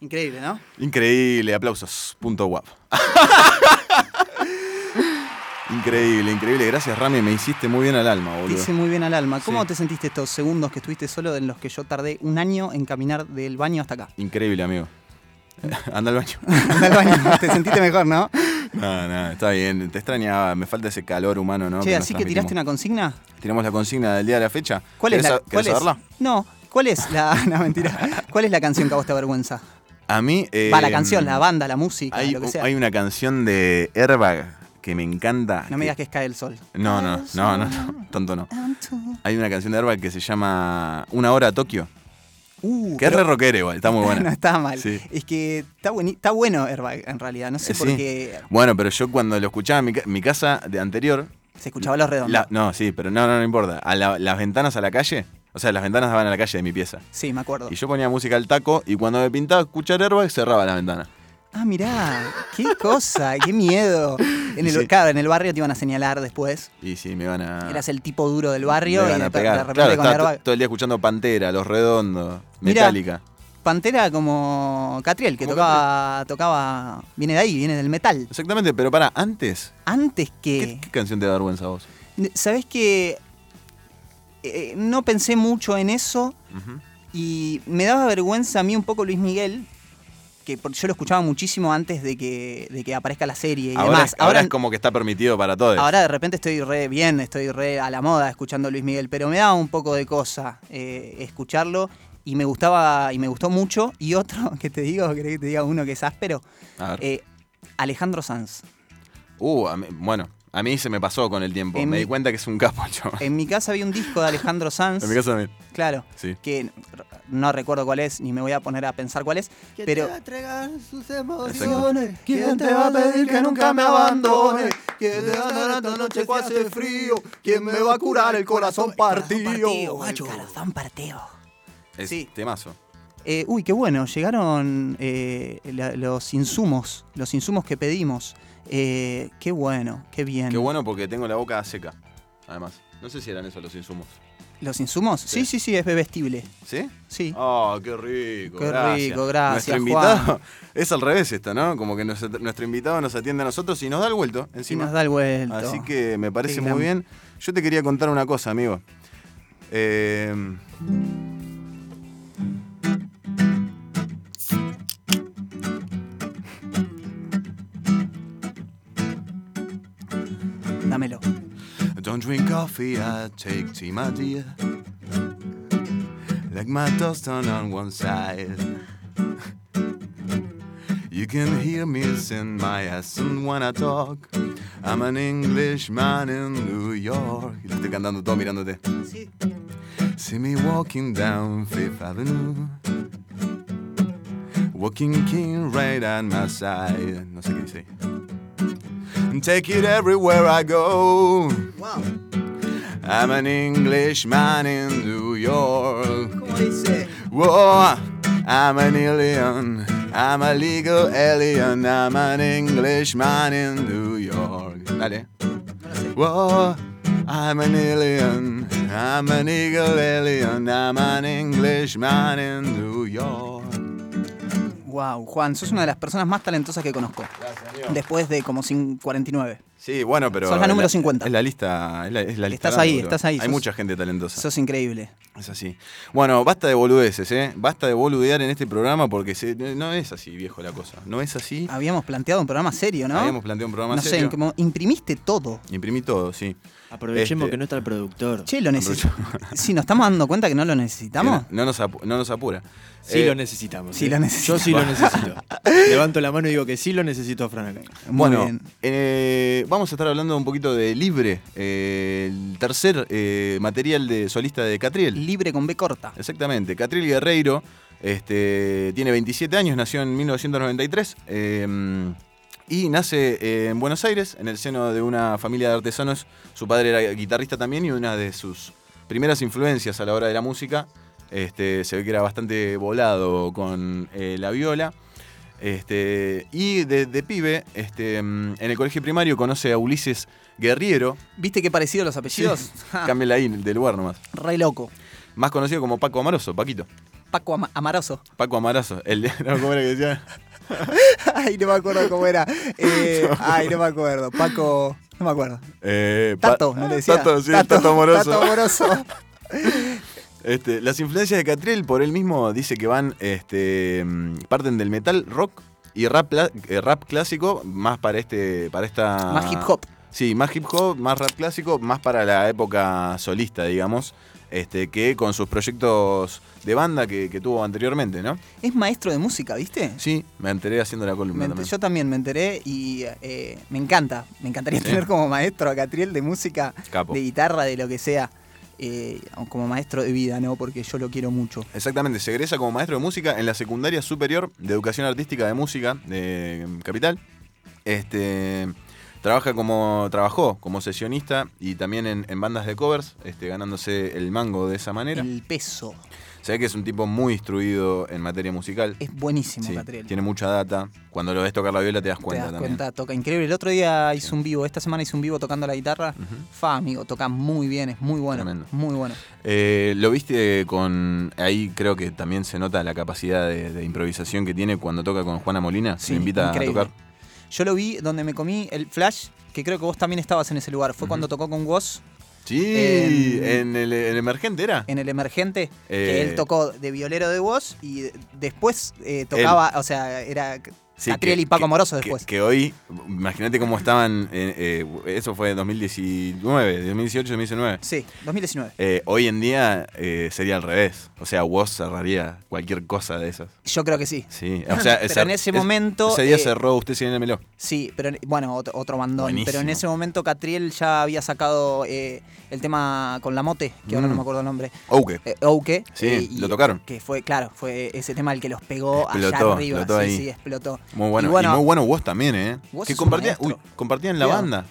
S2: Increíble, ¿no?
S1: Increíble, aplausos. Punto
S2: *laughs*
S1: guap. increíble, increíble. Gracias, Rami. Me hiciste muy bien al alma,
S2: Te
S1: boludo.
S2: hice muy bien al alma. ¿Cómo
S1: Sí.
S2: te sentiste estos segundos que estuviste solo en los que yo tardé un año en caminar del baño hasta acá? *laughs*
S1: Increíble, amigo. Anda al baño.
S2: Anda al baño, te sentiste mejor, ¿no?
S1: No, no, está bien. Te extrañaba. Me falta ese calor humano, ¿no?
S2: che,
S1: nos
S2: así que
S1: transmitimos.
S2: tiraste una consigna.
S1: Tenemos la consigna del día de la fecha.
S2: ¿Cuál es
S1: ¿Querés
S2: la
S1: sa- querés
S2: cuál es-
S1: saberla?
S2: No, ¿cuál es la *laughs* no, mentira? ¿Cuál es la canción que a vos te avergüenza?
S1: A mí.
S2: Va la
S1: eh,
S2: canción, la banda, la música,
S1: Hay,
S2: lo que
S1: un-
S2: sea.
S1: hay una canción de Airbag que me encanta.
S2: No me digas que es Cae el Sol.
S1: No, no, no, no, no, tanto no. Hay una canción de Airbag que se llama Una hora a Tokio.
S2: Uh,
S1: Que es re rockera igual,
S2: *laughs*
S1: está muy buena.
S2: no está mal.
S1: Sí.
S2: Es que está, bueni- está bueno Airbag en realidad. No sé
S1: Eh, sí.
S2: por qué
S1: Bueno, pero yo cuando lo escuchaba en mi, ca- mi casa de anterior.
S2: se escuchaba los redondos.
S1: la- no, sí, pero no, no, no importa. A la- las ventanas a la calle. O sea, las ventanas daban a la calle de mi pieza.
S2: Sí, me acuerdo.
S1: Y yo ponía música al taco y cuando me pintaba escuchar Airbag cerraba la ventana.
S2: Ah, mirá, qué cosa, qué miedo. En el,
S1: Sí.
S2: Claro, en el barrio te iban a señalar después.
S1: Y sí, me iban a.
S2: Eras el tipo duro del barrio
S1: me
S2: y
S1: iban
S2: de,
S1: a
S2: pe-
S1: pegar.
S2: de repente
S1: Claro,
S2: con
S1: estaba
S2: Airbag.
S1: to- todo el día escuchando Pantera, Los Redondos,
S2: Mirá.
S1: Metálica.
S2: Pantera como Catriel, que
S1: Como
S2: tocaba, tocaba. Viene de ahí, viene del metal.
S1: Exactamente, pero para, antes,
S2: Antes
S1: ¿qué,
S2: que.
S1: qué canción te da vergüenza a vos?
S2: ¿Sabés que eh, no pensé mucho en eso
S1: Ujú.
S2: y me daba vergüenza a mí un poco Luis Miguel, que por- yo lo escuchaba muchísimo antes de que, de que aparezca la serie y
S1: Ahora,
S2: demás.
S1: es, ahora es como que está permitido para todos.
S2: ahora de repente estoy re bien, estoy re a la moda escuchando a Luis Miguel, pero me daba un poco de cosa eh, escucharlo y me gustaba y me gustó mucho. Y otro *laughs* que te digo, ¿querés que te diga uno que es áspero,
S1: A ver.
S2: Eh, Alejandro Sanz.
S1: Uh, a mí- bueno, a mí se me pasó con el tiempo.
S2: En
S1: Me
S2: mi-
S1: di cuenta que es un capo, *laughs* chaval.
S2: En mi casa había un disco de Alejandro
S1: *laughs*
S2: Sanz.
S1: En mi caso también.
S2: Claro.
S1: Sí.
S2: que n- r- no recuerdo cuál es, ni me voy a poner a pensar cuál es, pero
S7: entregar sus
S1: emociones.
S7: ¿Quién te va a pedir que nunca me abandone? ¿Quién
S2: te va a dar esta noche que hace frío?
S7: ¿Quién me va a curar el corazón
S2: El corazón partido.
S1: Es
S2: Sí.
S1: temazo.
S2: Eh, uy, qué bueno, llegaron eh, la- los insumos, los insumos que pedimos. Eh, qué bueno, qué bien.
S1: Qué bueno porque tengo la boca seca. Además, no sé si eran esos los insumos.
S2: ¿Los insumos? Sí, sí, sí, es bebestible.
S1: ¿Sí?
S2: Sí.
S1: Oh, qué rico.
S2: Qué
S1: gracias.
S2: rico, gracias,
S1: Nuestro invitado *laughs* es al revés esto, ¿no? Como que nos- nuestro invitado nos atiende a nosotros y nos da el vuelto
S2: Si
S1: encima.
S2: nos da el vuelto.
S1: Así que me parece
S2: Sí,
S1: muy
S2: la-
S1: bien. Yo te quería contar una cosa, amigo. Eh,
S2: Dámelo.
S1: Don't drink coffee, I take tea, my dear. Like my toast on on one side. You can hear me sing my accent when I talk. I'm an Englishman in New York. Y lo estoy cantando todo mirándote. See me walking down Fifth Avenue. Walking king right at my side. No sé qué dice. ahí. Take it everywhere I go. I'm an Englishman in New York. Whoa, I'm an alien. I'm a legal alien. I'm an Englishman in New York. Dale. Whoa, I'm an alien. I'm an eagle alien. I'm an Englishman in New York.
S2: Wow, Juan, sos una de las personas más talentosas que conozco. Después de como cin- 49.
S1: Sí, bueno, pero.
S2: Sos la número
S1: es
S2: 50.
S1: Es la lista. Es la, es la lista
S2: Estás
S1: grande,
S2: ahí,
S1: boludo.
S2: estás ahí,
S1: Hay
S2: sos-
S1: mucha gente talentosa.
S2: Sos increíble.
S1: Es así. Bueno, basta de boludeces, ¿eh? Basta de boludear en este programa porque se- no es así, viejo, la cosa. No es así.
S2: Habíamos planteado un programa serio, ¿no?
S1: Habíamos planteado un programa
S2: no
S1: serio.
S2: sé, como imprimiste todo.
S1: Imprimí todo, sí.
S5: Aprovechemos
S1: Este-
S5: que no está el productor.
S2: Che, lo necesitamos. si nos estamos dando cuenta que no lo necesitamos.
S1: Que No nos, apu- no nos apura.
S5: Sí
S1: Eh,
S5: lo necesitamos.
S2: sí
S5: ¿eh?
S2: lo necesitamos.
S5: Yo sí lo necesito. Levanto la mano y digo que sí lo necesito a Fran acá.
S2: Muy
S1: Bueno,
S2: bien.
S1: eh, vamos a estar hablando un poquito de Libre, eh, el tercer eh, material de solista de Catriel.
S2: Libre con B corta.
S1: Exactamente. Catril Guerreiro este, tiene 27 años, nació en 1993 eh, y nace eh, en Buenos Aires, en el seno de una familia de artesanos. Su padre era guitarrista también y una de sus primeras influencias a la hora de la música. Este, se ve que era bastante volado con eh, la viola. Este, y desde pibe, este, mm, en el colegio primario conoce a Ulises Guerriero.
S2: ¿Viste qué parecido los apellidos?
S1: *laughs*
S2: Ja,
S1: Cámbiala ahí de lugar nomás.
S2: Re loco.
S1: Más conocido como Paco Amaroso, Paquito.
S2: Paco Ama- Amaroso.
S1: Paco Amarazo, el de. *laughs* No, ¿cómo era que decía?
S2: *laughs* ay, no me acuerdo cómo era. Eh, ay, *laughs* no me acuerdo. Paco. No me acuerdo.
S1: Eh, pa-
S2: Tato, ¿no le decía? *laughs*
S1: Tato, sí, Tato, Amoroso.
S2: Tato Amoroso.
S1: Este, las influencias de Catriel, por él mismo, dice que van, este, mm, parten del metal, rock y rap, pla- eh, rap clásico, más para este, para esta.
S2: Más hip hop.
S1: Sí, más hip hop, más rap clásico, más para la época solista, digamos, este, que con sus proyectos de banda que, que tuvo anteriormente, ¿no?
S2: Es maestro de música, ¿viste?
S1: Sí, me enteré haciendo la
S2: Me
S1: columna
S2: ent-
S1: también.
S2: yo también me enteré y eh, me encanta. Me encantaría tener como maestro a Catriel de música,
S1: Capo.
S2: de guitarra, de lo que sea. eh, como maestro de vida, ¿no? Porque yo lo quiero mucho.
S1: Exactamente, se egresa como maestro de música en la Secundaria Superior de Educación Artística de Música de Capital. Este, trabaja como, trabajó como sesionista y también en, en bandas de covers, este, ganándose el mango de esa manera.
S2: El peso.
S1: Se ve que es un tipo muy instruido en materia musical.
S2: Es buenísimo,
S1: Sí,
S2: Catriel.
S1: tiene mucha data. Cuando lo ves tocar la viola te das
S2: Te
S1: cuenta
S2: das
S1: también.
S2: cuenta, toca increíble. El otro día hizo un vivo, esta semana hizo un vivo tocando la guitarra. Fa, amigo, toca muy bien, es muy bueno.
S1: Tremendo.
S2: Muy bueno.
S1: Eh, lo viste con. Ahí creo que también se nota la capacidad de, de improvisación que tiene cuando toca con Juana Molina.
S2: Sí,
S1: se invita
S2: increíble.
S1: a tocar.
S2: Yo lo vi donde me comí el flash, que creo que vos también estabas en ese lugar. Fue cuando tocó con Woz
S1: Sí,
S2: En-
S1: en, el, en Emergente era.
S2: en el Emergente, que
S1: Eh.
S2: él tocó de violero de Woz y de- después eh, tocaba, o sea, era
S1: Sí,
S2: Catriel
S1: que-
S2: y Paco
S1: que-
S2: Amoroso
S1: que-
S2: después.
S1: Que, hoy, imagínate cómo estaban, eh, eh, eso fue 2019, 2018, 2019.
S2: sí, 2019.
S1: Eh, hoy en día eh, sería al revés. O sea, vos cerraría cualquier cosa de esas.
S2: Yo creo que sí.
S1: Sí, o sea,
S2: *laughs* Pero
S1: cer-
S2: en ese
S1: es-
S2: momento,
S1: Ese día
S2: eh,
S1: cerró usted sin el meló.
S2: Sí, pero bueno, otro, otro bandón.
S1: Buenísimo.
S2: Pero en ese momento Catriel ya había sacado eh, el tema con la mote, que ahora no
S1: Mm.
S2: me acuerdo el nombre.
S1: Ok.
S2: eh, Ouke.
S1: Sí,
S2: eh, y-
S1: lo tocaron.
S2: Que fue, claro, fue ese tema el que los pegó allá
S1: Explotó,
S2: arriba.
S1: explotó
S2: sí,
S1: ahí.
S2: sí, explotó.
S1: Muy bueno.
S2: Y
S1: Y,
S2: bueno-
S1: muy bueno vos también, ¿eh?
S2: Vos
S1: que
S2: es un
S1: compartían,
S2: maestro.
S1: uy, compartían la
S2: Cuidado.
S1: banda.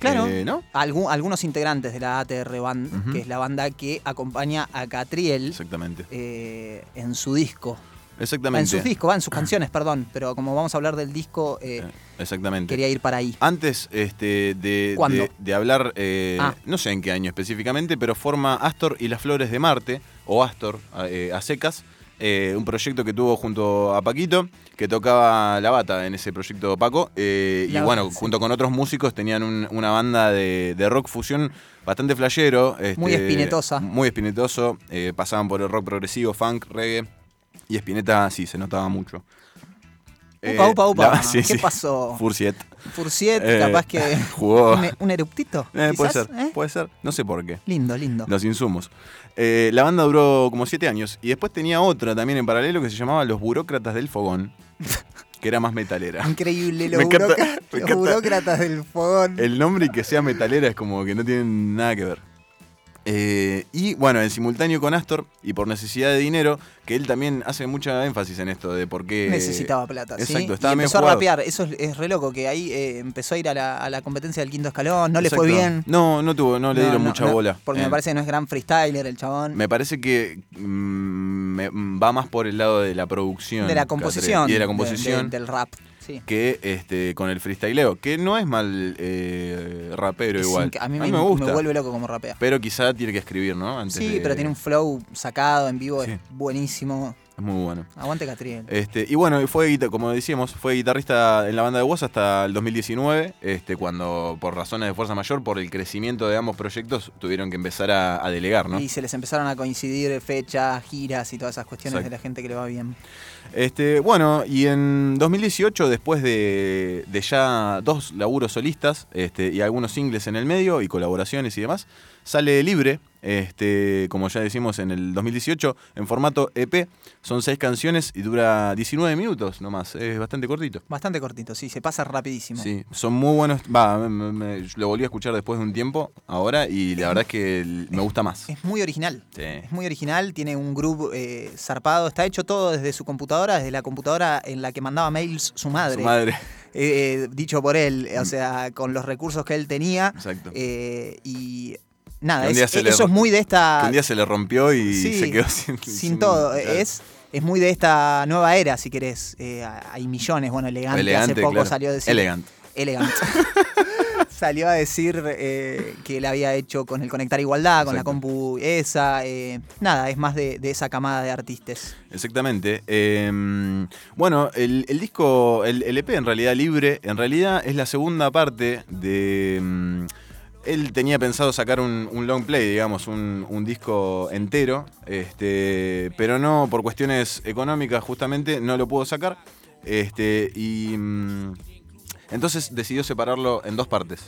S2: Claro.
S1: Eh, ¿No?
S2: Algu- algunos integrantes de la ATR Band,
S1: Ujú.
S2: que es la banda que acompaña a Catriel
S1: Exactamente.
S2: eh, en su disco. En
S1: Exactamente.
S2: sus discos, va, en
S1: *clears throat*
S2: sus canciones, perdón. Pero como vamos a hablar del disco, eh,
S1: Eh, Exactamente.
S2: quería ir para ahí.
S1: Antes este, de,
S2: ¿Cuándo?
S1: de- de hablar, eh,
S2: Ah.
S1: no sé en qué año específicamente, pero forma Astor y las Flores de Marte, o Astor a- eh, a secas, eh, un proyecto que tuvo junto a Paquito, que tocaba la bata en ese proyecto Paco, eh, y
S2: La
S1: bueno,
S2: bata, sí.
S1: junto con otros músicos tenían un- una banda de, de rock fusión bastante flashero.
S2: Muy
S1: este,
S2: espinetosa.
S1: Muy espinetoso, eh, pasaban por el rock progresivo, funk, reggae, y Espineta sí, se notaba mucho.
S2: Upa, upa, upa.
S1: Eh,
S2: Ah,
S1: sí,
S2: ¿Qué
S1: sí.
S2: pasó?
S1: Furciet.
S2: Furciet,
S1: Eh,
S2: capaz que.
S1: *laughs* jugó.
S2: Un, e- un eructito.
S1: Eh, puede
S2: quizás,
S1: ser,
S2: ¿eh?
S1: puede ser. No sé por qué.
S2: Lindo, lindo.
S1: Los insumos. Eh, la banda duró como siete años. Y después tenía otra también en paralelo que se llamaba Los Burócratas del Fogón. Que era más metalera. *laughs*
S2: Increíble,
S1: Me
S2: los,
S1: encanta, me
S2: burócratas, los
S1: encanta.
S2: burócratas del fogón.
S1: El nombre y que sea metalera es como que no tienen nada que ver. Eh, y bueno, en simultáneo con Astor y por necesidad de dinero, que él también hace mucha énfasis en esto de por qué.
S2: Necesitaba plata, ¿sí?
S1: eh, Exacto,
S2: Y
S1: estaba medio
S2: empezó a
S1: jugado.
S2: rapear, eso es, es re loco, que ahí eh, empezó a ir a la, a la competencia del quinto escalón, no le fue
S1: Exacto.
S2: bien.
S1: No, no tuvo, no le dieron
S2: no,
S1: mucha
S2: no,
S1: bola.
S2: Porque
S1: Eh,
S2: me parece que no es gran freestyler el chabón.
S1: Me parece que mm, me- mm, va más por el lado de la producción.
S2: de la
S1: Catriel,
S2: composición.
S1: Y de
S2: de-
S1: la composición.
S2: de- del rap, sí.
S1: que este, con el freestyleo, que no es mal eh, rapero
S2: Es
S1: igual.
S2: inca- a mí me, me vuelve loco como rapea.
S1: Pero quizá tiene que escribir, ¿no? Antes
S2: Sí,
S1: de-
S2: pero tiene un flow sacado en vivo, es
S1: Sí.
S2: buenísimo.
S1: Es muy bueno.
S2: Aguante Catriel.
S1: Este, y bueno, fue guita- como decíamos, fue guitarrista en la banda de Woz hasta el 2019, este, cuando por razones de fuerza mayor, por el crecimiento de ambos proyectos, tuvieron que empezar a, a delegar, ¿no?
S2: Y se les empezaron a coincidir fechas, giras y todas esas cuestiones
S1: Exacto.
S2: de la gente que le va bien.
S1: Este, bueno, y en 2018, después de, de ya dos laburos solistas este, y algunos singles en el medio y colaboraciones y demás, sale libre, este, como ya decimos en el 2018, en formato EP. Son seis canciones y dura 19 minutos nomás, es bastante cortito.
S2: Bastante cortito, sí, se pasa rapidísimo.
S1: Sí, son muy buenos. Va, me- me- me- lo volví a escuchar después de un tiempo ahora y la verdad es que el- me gusta más.
S2: Es muy original.
S1: Sí.
S2: Es muy original, tiene un groove eh, zarpado, está hecho todo desde su computadora, desde la computadora en la que mandaba mails su madre.
S1: Su madre. *laughs* Mm.
S2: Eh, eh, dicho por él, eh, o sea, con los recursos que él tenía.
S1: Exacto.
S2: Eh, y
S1: Que
S2: nada,
S1: un
S2: es-
S1: día se
S2: eh,
S1: le-
S2: eso es muy de
S1: Que
S2: esta...
S1: un día se le rompió y
S2: Sí,
S1: se quedó sin,
S2: sin, todo,
S1: claro.
S2: es... Es muy de esta nueva era, si querés. Eh, hay millones, bueno, elegante. Hace poco
S1: claro.
S2: salió a decir.
S1: Elegante.
S2: elegante. *laughs* Salió a decir eh, que él había hecho con el Conectar Igualdad, con la
S1: Exacto.
S2: compu esa. eh, nada, es más de, de esa camada de artistas.
S1: Exactamente. Eh, bueno, el, el E disco, el, el EP en realidad libre, en realidad es la segunda parte de mm, él tenía pensado sacar un, un long play, digamos, un, un disco entero, este, pero no, por cuestiones económicas justamente, no lo pudo sacar. Este, y mm, entonces decidió separarlo en dos partes.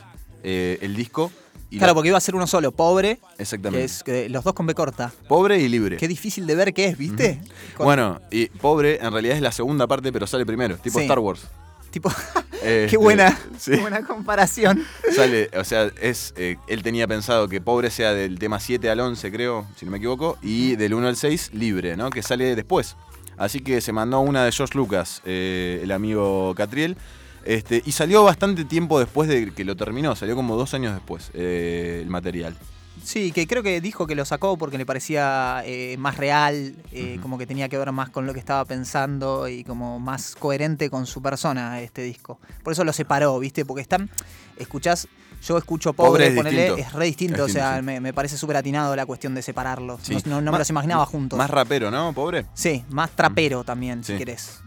S1: Eh, el disco y
S2: Claro,
S1: la-
S2: porque iba a ser uno solo, pobre, que
S1: Exactamente.
S2: es que los dos con B corta.
S1: Pobre y libre.
S2: Qué difícil de ver que es, ¿viste? Con-
S1: Bueno, y pobre en realidad es la segunda parte, pero sale primero, tipo
S2: Sí.
S1: Star Wars.
S2: Tipo, *laughs*
S1: Este,
S2: qué buena,
S1: sí.
S2: qué buena comparación.
S1: Sale, o sea, es eh, él tenía pensado que Pobre sea del tema 7 al 11, creo, si no me equivoco, y del 1 al 6 libre, ¿no? Que sale después. Así que se mandó una de George Lucas, eh, el amigo Catriel. Este, y salió bastante tiempo después de que lo terminó, salió como dos años después eh, el material.
S2: Sí, que creo que dijo que lo sacó porque le parecía eh, más real, eh, como que tenía que ver más con lo que estaba pensando y como más coherente con su persona este disco. Por eso lo separó, ¿viste? Porque están, escuchás, yo escucho
S1: Pobre
S2: pobre,
S1: es
S2: ponele,
S1: distinto.
S2: es re distinto,
S1: Distinto,
S2: o sea,
S1: sí.
S2: me, me parece súper atinado la cuestión de separarlos.
S1: Sí.
S2: No, no- no me
S1: Más-
S2: los imaginaba juntos.
S1: Más rapero, ¿no? Pobre.
S2: sí, más trapero también,
S1: Sí.
S2: si querés.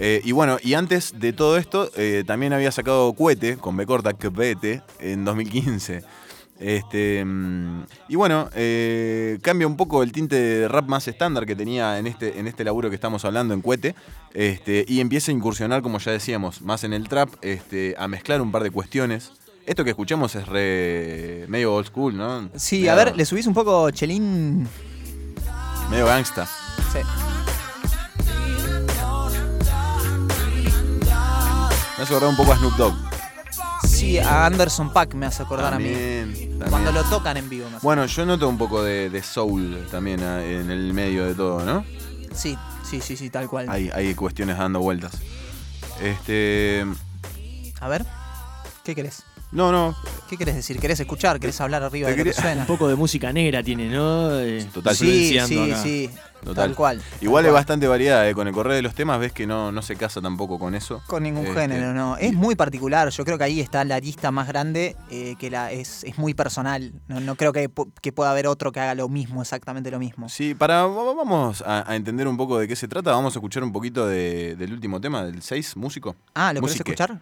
S1: Eh, y bueno, y antes de todo esto, eh, también había sacado Cuete, con B corta, Cuete, en 2015. Este, mm, y bueno, eh, cambia un poco el tinte de rap más estándar que tenía en este, en este laburo que estamos hablando, en Cuete, este, y empieza a incursionar, como ya decíamos, más en el trap, este, a mezclar un par de cuestiones. Esto que escuchamos es re medio old school, ¿no?
S2: Sí,
S1: Medio-
S2: a ver, ¿le subís un poco Chelín?
S1: Medio gangsta.
S2: Sí.
S1: Me hace acordar un poco a Snoop Dogg.
S2: Sí, a Anderson Pack me hace acordar a mí.
S1: También, también.
S2: Cuando lo tocan en vivo, me hace
S1: Bueno, yo noto un poco de, de soul también ah, en el medio de todo, ¿no?
S2: Sí, sí, sí, sí, tal cual.
S1: Hay, hay cuestiones dando vueltas. Este.
S2: A ver, ¿qué querés?
S1: No, no,
S2: ¿Qué querés decir? ¿Querés escuchar? ¿Querés hablar arriba
S1: te
S2: de lo que
S1: quería-
S2: suena?
S8: Un poco de música negra tiene, ¿no? Eh,
S1: Total.
S2: Sí,
S8: influenciando
S2: sí,
S8: acá.
S2: sí.
S1: Total.
S2: Tal cual.
S1: igual
S2: tal
S1: hay
S2: cual.
S1: bastante variedad. eh, Con el correo de los temas ves que no, no se casa tampoco con eso.
S2: Con ningún
S1: Este,
S2: género, no. Es muy particular. Yo creo que ahí está la lista más grande, eh, que la es, es muy personal. No, no creo que, pu- que pueda haber otro que haga lo mismo, exactamente lo mismo.
S1: Sí, para. va- Vamos a, a entender un poco de qué se trata. Vamos a escuchar un poquito de- del último tema, del 6, músico.
S2: Ah, ¿lo querés
S1: Musique.
S2: escuchar?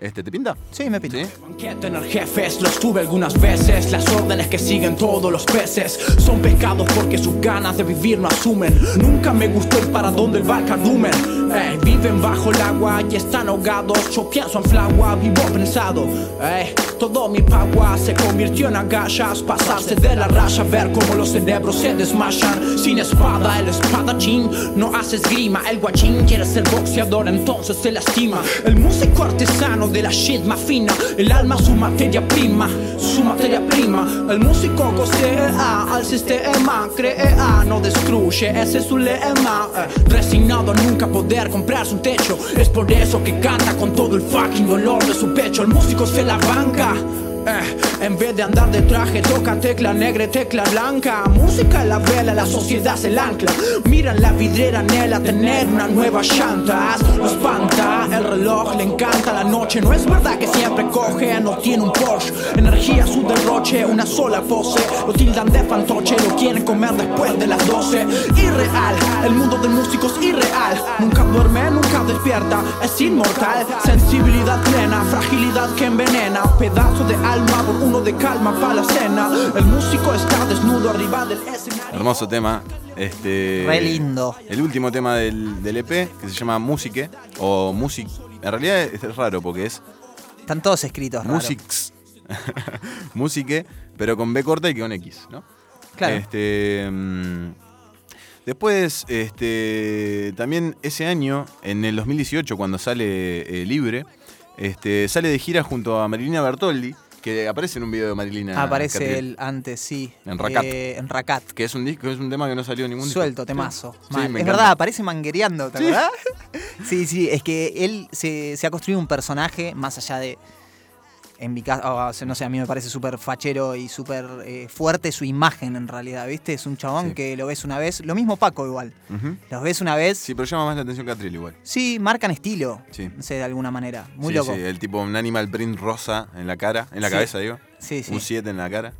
S1: Este, ¿te pinta?
S2: Sí, me pinta.
S1: ¿Sí?
S9: Que tener jefes, los tuve algunas veces. Las órdenes que siguen todos los peces son pecados porque sus ganas de vivir no asumen. Nunca me gustó el para dónde va el cardumen. Ey, Eh, viven bajo el agua y están ahogados. Yo pienso en flagua, vivo prensado. Ey, todo mi pagua se convirtió en agallas. Pasarse de la raya, ver cómo los cerebros se desmayan. Sin espada, el espadachín no hace esgrima. El guachín quiere ser boxeador, entonces se lastima. El músico artesano de la shit más fina. El alma su materia prima, su materia prima. El músico cosea al sistema, crea, no destruye, ese es su lema. Eh, Resignado a nunca poder comprarse un techo. Es por eso que canta con todo el fucking dolor de su pecho. El músico se la banca. Eh, en vez de andar de traje, toca tecla negra y tecla blanca. Música la vela, la sociedad se la ancla. Mira la vidriera, anhela tener una nueva llanta. Lo espanta, el reloj le encanta la noche. No es verdad que siempre coge, no tiene un Porsche. Energía su derroche, una sola pose. Lo tildan de fantoche, lo quieren comer después de las 12. Irreal, el mundo del músico es irreal. Nunca duerme, nunca despierta, es inmortal. Sensibilidad plena, fragilidad que envenena. Pedazo de alma por uno de calma para la cena. El músico está desnudo arriba del escenario.
S1: Hermoso tema. Este,
S2: Re lindo.
S1: El último tema del, del EP, que se llama Musique, o Music. En realidad es es raro porque es
S2: Están todos escritos, raro.
S1: Musics. Musique, pero con B corta y con X, ¿no?
S2: Claro.
S1: Este, mm, después, este, también ese año, en el 2018, cuando sale eh, Libre, este, sale de gira junto a Marilina Bertoldi, que aparece en un video de Marilina.
S2: Aparece
S1: Ah, Catriel,
S2: el antes, sí.
S1: En Racat.
S2: Eh, en Racat.
S1: Que es un disco, es un tema que no salió en ningún disco.
S2: Suelto, temazo.
S1: Sí, me
S2: Mal. es
S1: encanta.
S2: verdad, aparece manguereando, ¿te acordás? *laughs* Sí, sí, es que él se, se ha construido un personaje más allá de. En mi caso, o sea, no sé, a mí me parece súper fachero y súper eh, fuerte su imagen en realidad, ¿viste? Es un chabón
S1: Sí.
S2: que lo ves una vez. Lo mismo Paco igual.
S1: Ujú.
S2: Los ves una vez.
S1: Sí,
S2: Sí,
S1: pero llama más la atención Catril igual.
S2: marcan estilo.
S1: Sí.
S2: No sé, de alguna manera. Muy
S1: Sí,
S2: loco.
S1: sí, el tipo un animal print rosa en la cara, en la
S2: Sí.
S1: cabeza digo.
S2: Sí, sí.
S1: Un 7 en la cara.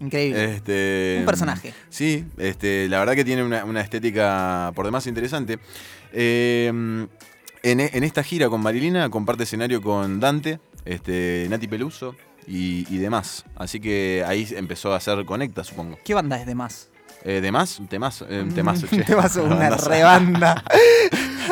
S2: Increíble.
S1: Este,
S2: Un personaje.
S1: Sí, este, la verdad que tiene una, una estética por demás interesante. Eh, en, e- en esta gira con Marilina comparte escenario con Dante, este, Nati Peluso, y, y demás. Así que ahí empezó a hacer conecta, supongo.
S2: ¿Qué banda es de más?
S1: Eh, ¿De más? Temazo, eh,
S2: *laughs*
S1: temazo, che.
S2: Temazo,
S1: *laughs*
S2: una
S1: Bandaza.
S2: rebanda.
S1: *laughs*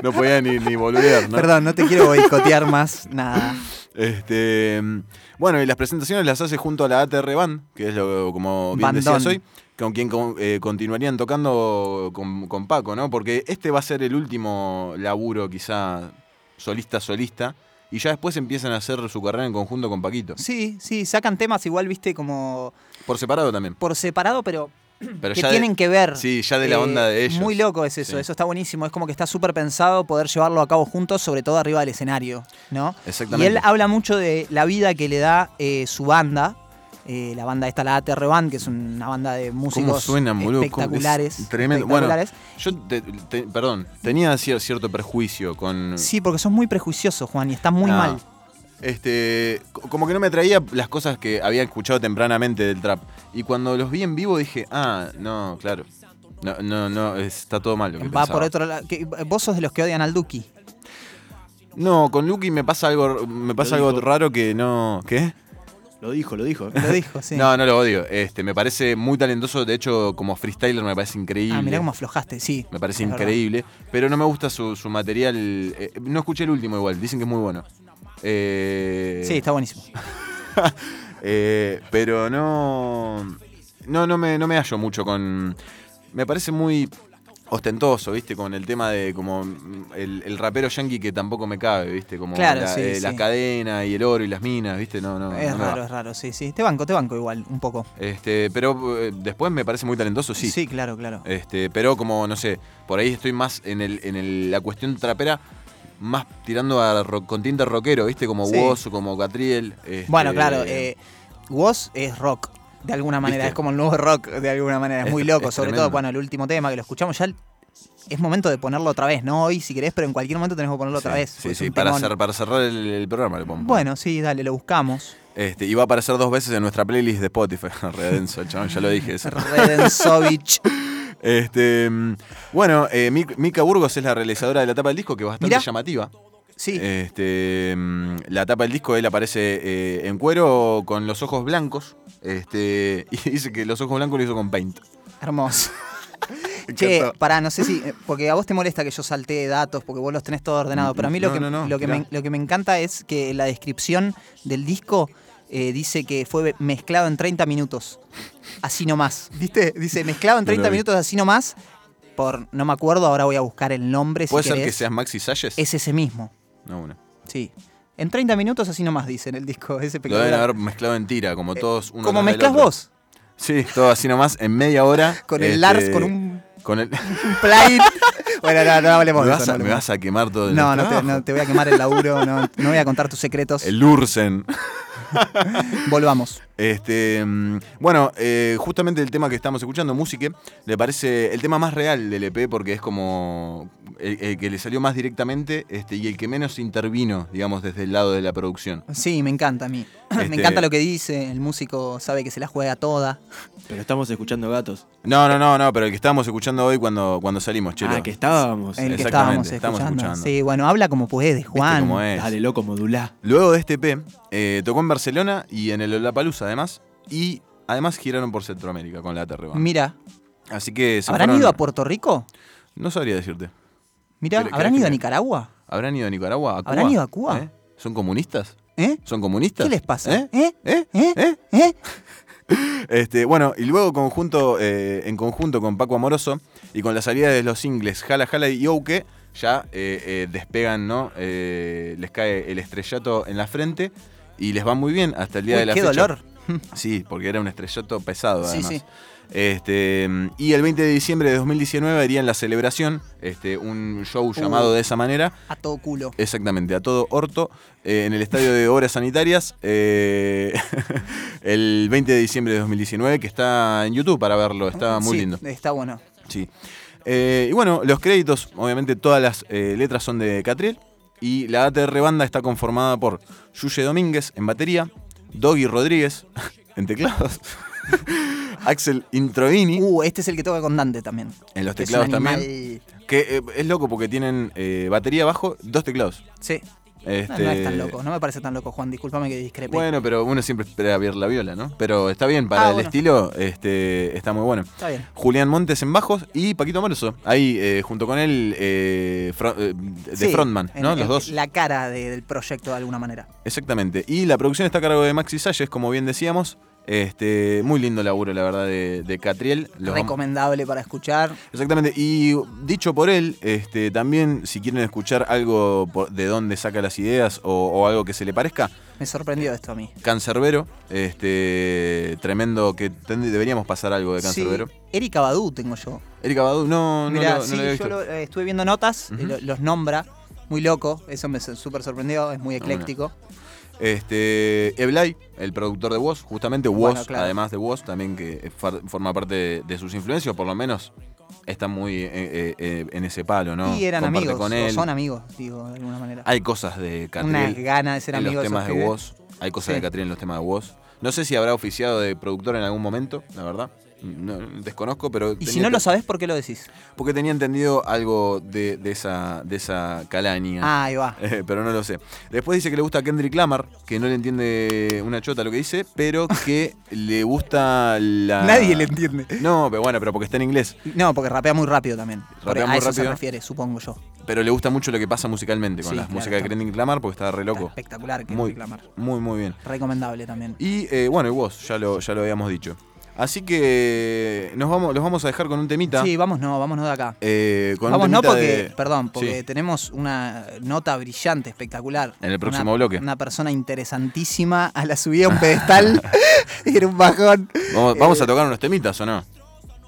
S1: No podía ni, ni volver, ¿no?
S2: Perdón, no te
S1: *laughs*
S2: quiero boicotear más nada.
S1: Este, mm, bueno, y las presentaciones las hace junto a la ATR Band, que es lo como bien
S2: Bandón.
S1: decías hoy, con quien con- eh, continuarían tocando con, con Paco, ¿no? Porque este va a ser el último laburo, quizá solista solista, y ya después empiezan a hacer su carrera en conjunto con Paquito.
S2: Sí, sí, sacan temas igual, viste, como
S1: Por separado también.
S2: por separado, pero
S1: Pero
S2: que
S1: ya de-
S2: tienen que ver.
S1: Sí, ya de la
S2: Eh,
S1: onda de ellos.
S2: Muy loco es eso,
S1: Sí.
S2: eso está buenísimo. Es como que está súper pensado poder llevarlo a cabo juntos, sobre todo arriba del escenario, ¿no? Y
S1: Exactamente.
S2: él habla mucho de la vida que le da eh, su banda. eh, la banda esta, la ATR Band, que es una banda de músicos
S1: ¿Cómo suenan, boludo? ¿Cómo- es
S2: espectaculares.
S1: tremendo.
S2: espectaculares.
S1: Bueno, yo, te- te- perdón, tenía cier- cierto perjuicio con...
S2: Sí, porque sos muy prejuicioso, Juan, y está muy
S1: mm. Ah,
S2: mal.
S1: Este, co- como que no me traía las cosas que había escuchado tempranamente del trap. Y cuando los vi en vivo dije, ah, no, claro. No, no, no, es- está todo mal lo que
S2: Va
S1: pensaba.
S2: por otro lado. que- Vos sos de los que odian al Duki.
S1: No, con Lucky me pasa algo, me pasa
S8: Lo
S1: algo
S8: dijo.
S1: raro que no. ¿Qué?
S8: Lo dijo, lo dijo.
S2: Lo dijo, sí.
S1: No, no lo odio. Este, me parece muy talentoso. De hecho, como freestyler me parece increíble.
S2: ah, mirá cómo aflojaste, sí.
S1: Me parece
S2: es verdad.
S1: increíble. Pero no me gusta su, su material. eh, no escuché el último igual. Dicen que es muy bueno. Eh,
S2: Sí, está buenísimo.
S1: *laughs* Eh, pero no. No, no me, no me hallo mucho con. Me parece muy ostentoso, ¿viste? Con el tema de como mm, el, el rapero yankee que tampoco me cabe, ¿viste? Como
S2: Claro,
S1: la,
S2: sí,
S1: eh, la
S2: sí.
S1: cadena y el oro y las minas, ¿viste? No, no.
S2: es
S1: no me va.
S2: raro, es raro, sí, sí. Te banco, te banco igual, un poco.
S1: Este, pero eh, después me parece muy talentoso, sí.
S2: claro, claro.
S1: Este, pero como, no sé, por ahí estoy más en, el, en el- la cuestión trapera, más tirando a rock- con tinte rockero, ¿viste? Como
S2: Sí.
S1: Woz o como Catriel. este,
S2: bueno, claro, eh, Woz es rock, de alguna manera.
S1: ¿Viste?
S2: Es como el nuevo rock, de alguna manera. Es,
S1: Es-
S2: muy loco,
S1: es
S2: sobre
S1: tremendo.
S2: todo, bueno, el último tema que lo escuchamos ya. Es momento de ponerlo otra vez, no hoy si querés, pero en cualquier momento tenemos que ponerlo otra
S1: sí,
S2: vez.
S1: Sí,
S2: porque es
S1: sí,
S2: un
S1: para,
S2: temón.
S1: cer- para cerrar el, el programa le pongo.
S2: Bueno, sí, dale, lo buscamos.
S1: Este, y va a aparecer dos veces en nuestra playlist de Spotify. *laughs* Redenso, chabón, ya lo dije. eso. *laughs*
S2: Redensovich.
S1: Este, mm, bueno, eh, Mi- Mica Burgos es la realizadora de la tapa del disco, que es bastante
S2: Mirá.
S1: llamativa.
S2: Sí.
S1: Este, mm, la tapa del disco, él aparece eh, en cuero con los ojos blancos. Este, *laughs* y dice que los ojos blancos lo hizo con paint. *laughs*
S2: Hermoso. Che,
S1: encantó.
S2: pará, no sé si. eh, Porque a vos te molesta que yo saltee datos porque vos los tenés todo ordenado. Pero a mí lo,
S1: No,
S2: que,
S1: no, no,
S2: lo, que, me,
S1: mirá.
S2: lo que me encanta es que la descripción del disco eh, dice que fue mezclado en 30 minutos. Así nomás. ¿Viste? Dice mezclado en
S1: No lo
S2: 30
S1: vi.
S2: minutos, así nomás. Por, no me acuerdo, ahora voy a buscar el nombre. Si
S1: ¿Puede ser que
S2: querés.
S1: seas Maxi Salles?
S2: Es ese mismo.
S1: No, una.
S2: Sí. En 30 minutos, así nomás dice en el disco. Es
S1: Lo deben
S2: espectacular.
S1: haber mezclado en tira, como todos uno
S2: Eh, Como
S1: tras del
S2: mezclas
S1: otro.
S2: vos.
S1: Sí, todo así nomás, en media hora.
S2: *laughs* Con el
S1: este,
S2: Lars, con un
S1: Con
S2: *laughs*
S1: el.
S2: plugin. bueno, no, no
S1: *laughs*
S2: hablemos
S1: me,
S2: de
S1: vas
S2: eso. no
S1: a, me
S2: hablemos.
S1: vas a quemar todo el
S2: No, no te,
S1: trabajo.
S2: no, te voy a quemar el laburo, no, no voy a contar tus
S1: *laughs*
S2: secretos.
S1: El Ursen.
S2: *laughs* Volvamos.
S1: Este, mm, bueno, eh, justamente el tema que estamos escuchando, Música, le parece el tema más real del EP porque es como el, el que le salió más directamente este, y el que menos intervino, digamos, desde el lado de la producción.
S2: Sí, me encanta a mí.
S1: Este-
S2: Me encanta lo que dice, el músico sabe que se la juega toda.
S8: Pero estamos escuchando gatos.
S1: No, no, no, no, pero el que estábamos escuchando hoy cuando, cuando salimos, chelo.
S8: Ah, que estábamos.
S2: El que
S1: Exactamente,
S2: estábamos
S1: estamos
S2: escuchando.
S1: escuchando.
S2: Sí, bueno, habla como puede,
S1: ¿Viste
S2: Juan.
S1: cómo es?
S8: Dale, loco, modulá.
S1: Luego de este EP, eh, tocó en Barcelona y en el Lollapalooza además, y además giraron por Centroamérica con la Terreba.
S2: Mira,
S1: Así que se
S2: ¿habrán
S1: fueron-
S2: ido a Puerto Rico?
S1: No sabría decirte.
S2: Mira,
S1: Pero-
S2: ¿habrán ido a
S1: que-
S2: Nicaragua?
S1: ¿Habrán ido a Nicaragua? ¿A Cuba?
S2: ¿Habrán ido a Cuba?
S1: ¿Eh? ¿Son comunistas?
S2: ¿Eh?
S1: ¿Son comunistas?
S2: ¿Qué les pasa?
S1: ¿Eh?
S2: ¿Eh?
S1: ¿Eh?
S2: ¿Eh?
S1: ¿Eh?
S2: ¿Eh?
S1: *laughs* Este, bueno, y luego conjunto, eh, en conjunto con Paco Amoroso y con la salida de los singles Jala Jala y Ouke, ya eh, eh, despegan, ¿no? Eh, les cae el estrellato en la frente y les va muy bien hasta el día
S2: Uy,
S1: de la
S2: qué
S1: fecha.
S2: dolor. *laughs*
S1: Sí, porque era un estrellato pesado,
S2: Sí,
S1: además.
S2: sí.
S1: Este, y el 20 de diciembre de 2019 harían la celebración, este, un show
S2: Uh.
S1: llamado de esa manera,
S2: A todo culo.
S1: Exactamente, a todo orto, eh, en el Estadio de Obras Sanitarias, eh, *laughs* el 20 de diciembre de 2019, que está en YouTube para verlo, está muy
S2: Sí,
S1: lindo.
S2: Está bueno.
S1: Sí. Eh, y bueno, los créditos, obviamente todas las eh, letras son de Catriel, y la ATR banda está conformada por Yuye Domínguez en batería, Doggy Rodríguez *laughs* en teclados, *laughs* Axel Introvini
S2: Uh, este es el que toca con Dante también.
S1: en los
S2: que es
S1: teclados
S2: un
S1: también,
S2: animal-
S1: que eh, es loco porque tienen eh, batería abajo, dos teclados.
S2: Sí. No,
S1: Este,
S2: no es tan loco, no me parece tan loco, Juan, discúlpame que discrepe.
S1: Bueno, pero uno siempre espera ver la viola, ¿no? Pero está bien, para
S2: Ah,
S1: el
S2: bueno.
S1: estilo este, está muy bueno.
S2: Está bien.
S1: Julián Montes en bajos y Paquito Moroso, ahí eh, junto con él eh, fro- eh, de
S2: Sí,
S1: frontman,
S2: en-
S1: ¿no?
S2: en-
S1: Los dos.
S2: La cara de- del proyecto de alguna manera.
S1: Exactamente. Y la producción está a cargo de Maxi Salles, como bien decíamos. Este, muy lindo laburo, la verdad, de, de Catriel. Los vamos-
S2: Recomendable para escuchar.
S1: Exactamente, y dicho por él, este, también si quieren escuchar algo por- de dónde saca las ideas o, o algo que se le parezca,
S2: Me sorprendió esto a mí.
S1: Cancerbero, este, tremendo que tend- deberíamos pasar algo de Cancerbero.
S2: Sí, Erika Badu tengo yo.
S1: Erika Badu, no, no,
S2: Mirá,
S1: lo, no
S2: sí,
S1: lo había visto.
S2: yo lo- eh, estuve viendo notas, eh,
S1: Ujú.
S2: lo- los nombra. Muy loco, eso me so- súper sorprendió, es muy
S1: Está bueno.
S2: ecléctico.
S1: Este, Eblay, el productor de Woz, justamente Woz,
S2: Bueno, claro.
S1: además de Woz, también que eh, far- forma parte de, de sus influencias, por lo menos está muy eh, eh, eh, en ese palo, ¿no?
S2: Y eran
S1: Comparte
S2: amigos,
S1: con
S2: o
S1: él.
S2: son amigos, digo, de alguna manera.
S1: Hay cosas de
S2: Una
S1: Catriel.
S2: gana de ser
S1: en
S2: amigos.
S1: los
S2: esos
S1: temas de
S2: pibes.
S1: voz. Hay cosas
S2: Sí.
S1: de Catrín en los temas de voz. No sé si habrá oficiado de productor en algún momento, la verdad. No, desconozco, pero.
S2: Y si
S1: tenía
S2: no lo
S1: enten-
S2: sabes, ¿por qué lo decís?
S1: Porque tenía entendido algo de, de esa, de esa calaña.
S2: Ah, ahí va.
S1: *laughs* Eh, pero no lo sé. Después dice que le gusta Kendrick Lamar, que no le entiende una chota lo que dice, pero
S2: *laughs*
S1: que le gusta la.
S2: Nadie le entiende.
S1: No, pero bueno, pero porque está en inglés.
S2: No, porque rapea muy rápido también. Por-
S1: Rapea
S2: a
S1: muy
S2: eso se
S1: rápido.
S2: refiere, supongo yo.
S1: Pero le gusta mucho lo que pasa musicalmente con
S2: Sí,
S1: la
S2: claro,
S1: música de
S2: está-
S1: Kendrick Lamar, porque está re loco.
S2: Está espectacular que
S1: Muy-
S2: reclamar.
S1: Muy, muy bien.
S2: Recomendable también.
S1: Y eh, bueno, y vos, ya lo, ya lo habíamos dicho. Así que nos vamos, los vamos a dejar con un temita.
S2: Sí, vamos no, vámonos de acá.
S1: Eh, con un
S2: Vamos no
S1: temita
S2: porque,
S1: de-
S2: perdón, porque
S1: Sí.
S2: tenemos una nota brillante, espectacular.
S1: En el próximo
S2: Una-
S1: bloque.
S2: Una persona interesantísima a la subida a un
S1: *laughs*
S2: pedestal *laughs* y era un bajón.
S1: Vamos, vamos a tocar unos temitas o no.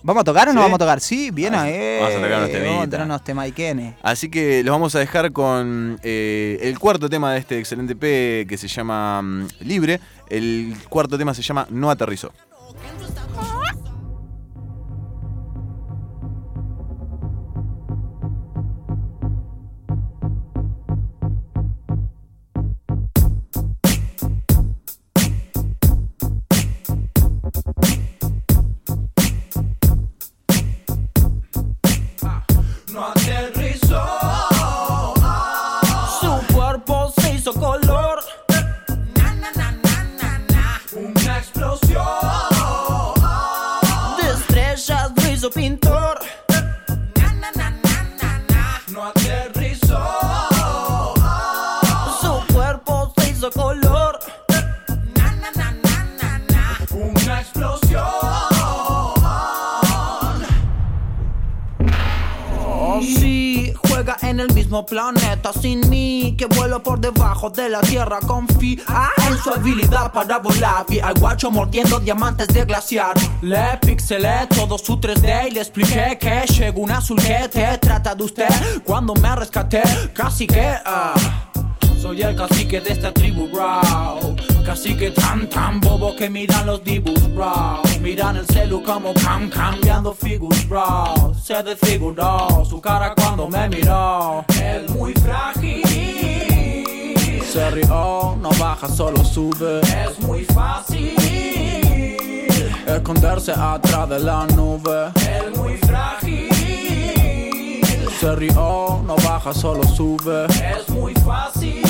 S2: ¿Vamos a tocar o no
S1: ¿Sí?
S2: vamos a tocar? Sí, bien,
S1: Vamos-
S2: eh.
S1: vamos a tocar unos
S2: Vamos a
S1: temitas.
S2: tocar unos temaiquenes.
S1: Así que los vamos a dejar con eh, el cuarto tema de este excelente P que se llama mm, Libre. El cuarto tema se llama No aterrizó.
S10: no aterrizó. Su cuerpo se hizo color. Una explosión de estrellas lo hizo pintor. No aterrizó. Su cuerpo se hizo color. Una explosión. Oh, sí, juega en el mismo planeta sin mí Que vuelo por debajo de la tierra Confía Ah. en su habilidad para volar Vi al guacho mordiendo diamantes de glaciar Le pixelé todo su 3D Y le expliqué que llegó un azul que te trata de usted Cuando me rescaté, casi que... ah. Soy el cacique de esta tribu, bro. Cacique tan tan bobo que miran los dibus, bro. Miran el celu como cam cambiando figures, bro. Se desfiguró su cara cuando me miró. Es muy frágil. Se rió, no baja, solo sube. Es muy fácil. Esconderse atrás de la nube. Es muy frágil. Se rió, no baja, solo sube. Es muy fácil.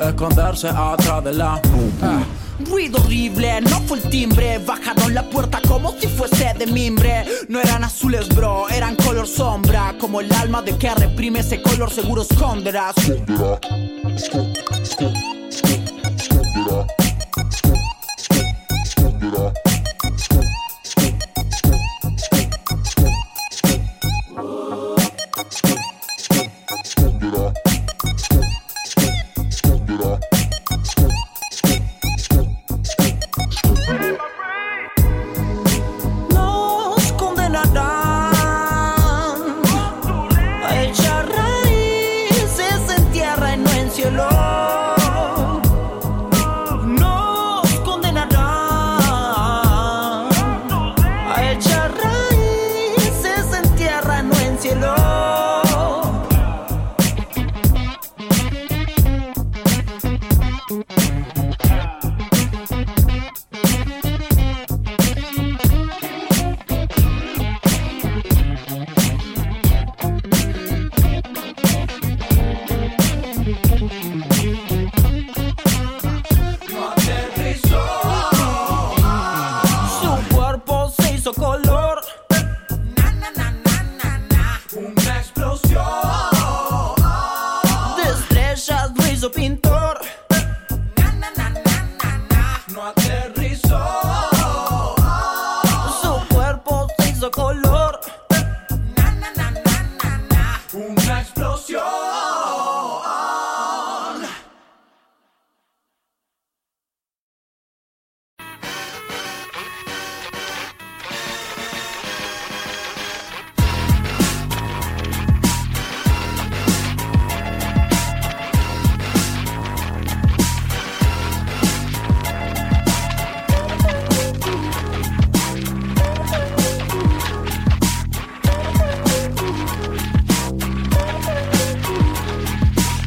S10: Esconderse atrás de la nube.
S9: Ah, Ruido horrible, no fue el timbre Bajaron la puerta como si fuese de mimbre No eran azules, bro, eran color sombra Como el alma de que reprime ese color seguro esconderás
S10: Nos condenarán a echar raíces en tierra y no en cielo. no aterrizó. Su cuerpo se hizo color. Na, na, na, na, na, na. Una explosión.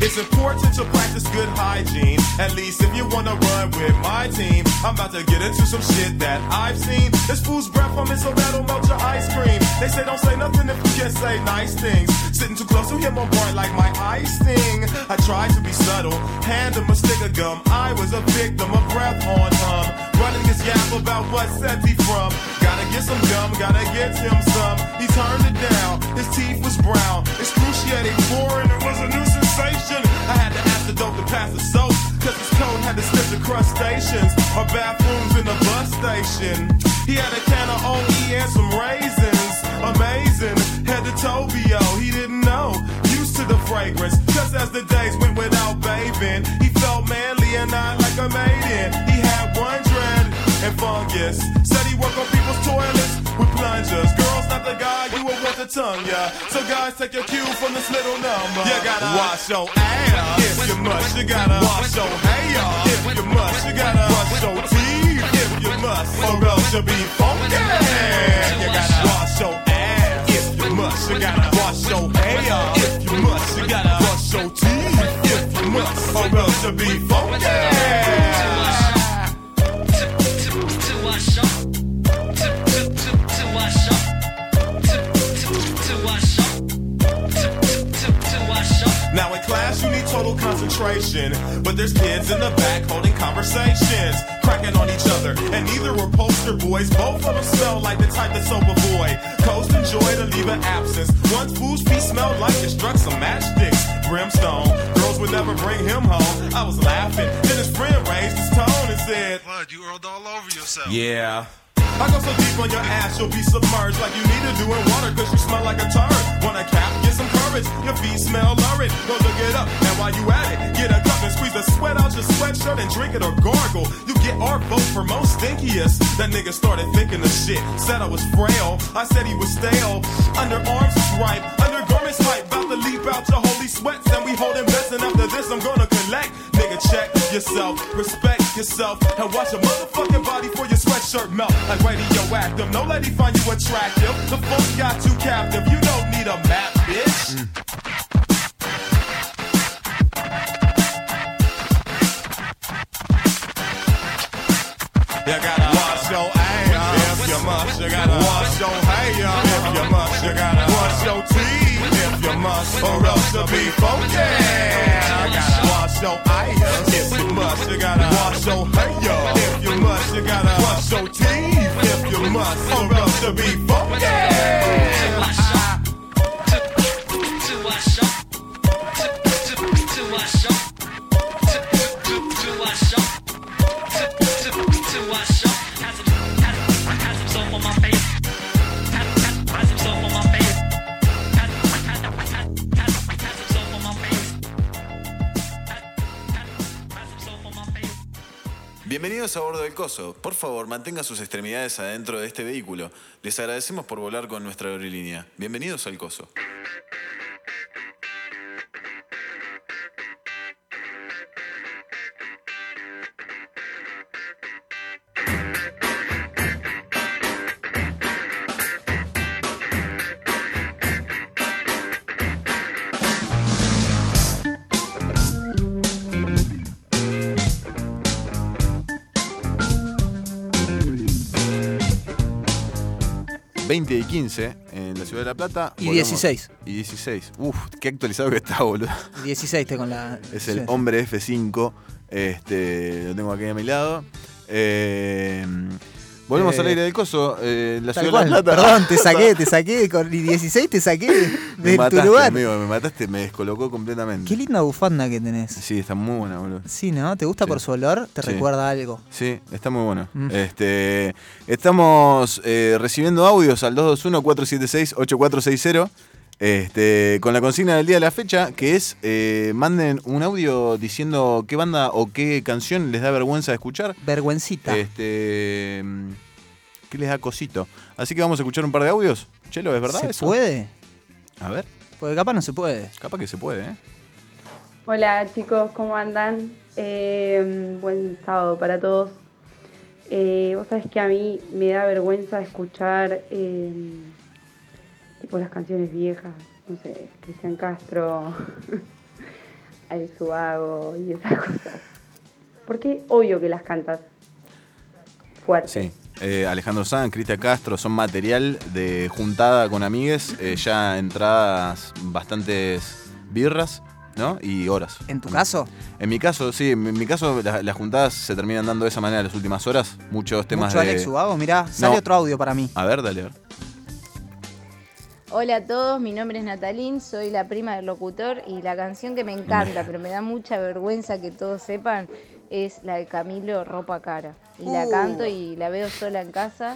S11: It's important to practice good hygiene. At least if you wanna run with my team. I'm about to get into some shit that I've seen. This fool's breath from his so that'll melt your ice cream. They say don't say nothing if you can't say nice things. Sitting too close, you hit my boy like my eyes sting. I tried to be subtle, hand him a stick of gum. I was a victim of breath on hum. Running his yap about what set he from. Gotta get some gum, gotta get him some. He turned it down, his teeth was brown. Excruciating, boring, it was a new sensation. I had to antidote to pass the soap, cause his cone had to slip the crustaceans or bathrooms in the bus station. He had a can of OE and some raisins. Amazing, head to Tobio, he didn't know. Used to the fragrance, just as the days went without bathing. He felt manly and not like a maiden. He had one dread and fungus. Said he worked on people's toilets with plungers. Girls, not the guy, you will want the tongue, yeah. So guys, take your cue from this little number. You gotta wash your ass if you must. You gotta wash your hair if you must. You gotta brush your teeth if you must, or else you'll be funky. You gotta wash your ass if you must. You gotta wash your hair if you must. You gotta brush your teeth if you must, or else you'll be funky. Now in class you need total concentration, but there's kids in the back holding conversations, cracking on each other, and neither were poster boys. Both of them smell like the type that's overboy. Coast and joy to leave an absence. Once fool's feet smelled like it struck some matchsticks. Brimstone, girls would never bring him home. I was laughing, then his friend raised his tone and said, "Blood, you rolled all over yourself." Yeah. I go so deep on your ass, you'll be submerged like you need to do in water, cause you smell like a turd. Want a cap? Get some courage. Your feet smell lurid. Go look it up, and while you at it, get a cup and squeeze the sweat out your sweatshirt and drink it or gargle. You get our vote for most stinkiest. That nigga started thinking of shit. Said I was frail, I said he was stale. Underarms is ripe, undergarments ripe. About to leap out your holy sweats, and we holding best, and after this, I'm gonna collect. Nigga, check yourself, respect yourself, and watch your motherfucking body for your sweatshirt melt. Like radioactive, no lady find you attractive. The funk got you captive, you don't need a map, bitch. You gotta wash your ass if you must. You gotta wash your hair if you must. You gotta wash your teeth if you must, or else you'll be funky. You gotta wash your ass if you must. You gotta wash your hair if you must. You gotta brush your teeth if you must, or else you'll be funky.
S6: Bienvenidos a bordo del Coso. Por favor, mantenga sus extremidades adentro de este vehículo. Les agradecemos por volar con nuestra aerolínea. Bienvenidos al Coso.
S1: Ujú. 20 y 15 en la ciudad de La Plata.
S2: Y
S1: Volvemos.
S2: 16.
S1: Y 16. Uf, qué actualizado que está, boludo.
S2: 16 te con la.
S1: Es el
S2: sí.
S1: hombre F5. Este, lo tengo aquí a mi lado. Eh, Volvemos
S2: Eh,
S1: al aire del coso, eh, la
S2: Tal
S1: ciudad de la *laughs*
S2: cual.
S1: plata.
S2: Perdón, te saqué, te saqué. Con y 16
S1: *laughs*
S2: te saqué
S1: me
S2: de tu
S1: mataste,
S2: lugar.
S1: amigo, me mataste, me descolocó completamente.
S2: Qué linda bufanda que tenés.
S1: Sí, está muy buena, boludo.
S2: Sí, ¿no? ¿Te gusta por su olor? ¿Te
S1: Sí.
S2: recuerda algo?
S1: Sí, está muy bueno.
S2: Mm.
S1: Este, estamos eh, recibiendo audios al 221-476-8460 este, con la consigna del día de la fecha, que es eh, manden un audio diciendo qué banda o qué canción les da vergüenza de escuchar.
S2: Vergüencita.
S1: Este, mm, ¿Qué les da cosito? Así que vamos a escuchar un par de audios. Chelo, ¿es verdad
S2: ¿Se
S1: eso?
S2: puede?
S1: A ver,
S2: Porque capaz no se puede.
S1: capaz que se puede, ¿eh?
S12: Hola chicos, ¿cómo andan? Eh, buen sábado para todos. Eh, Vos sabés que a mí me da vergüenza escuchar eh, tipo las canciones viejas, no sé, Cristian Castro, *laughs* Al Suago y esas cosas. Porque obvio que las cantas fuerte.
S1: Sí. Eh, Alejandro Sanz, Crista Castro son material de juntada con amigues, eh, ya entradas bastantes birras, ¿no? Y horas.
S2: ¿En tu caso?
S1: En mi caso, sí, en mi- en mi caso la- las juntadas se terminan dando de esa manera en las últimas horas. Muchos temas
S2: Mucho
S1: de.
S2: Alex Ubago, mirá, sale
S1: No.
S2: otro audio para mí.
S1: A ver, dale, a ver.
S13: Hola a todos, mi nombre es Natalín, soy la prima del locutor y la canción que me encanta, pero me da mucha vergüenza que todos sepan, es la de Camilo Ropa Cara. Y la
S14: Uh.
S13: canto y la veo sola en
S1: *laughs*
S13: casa.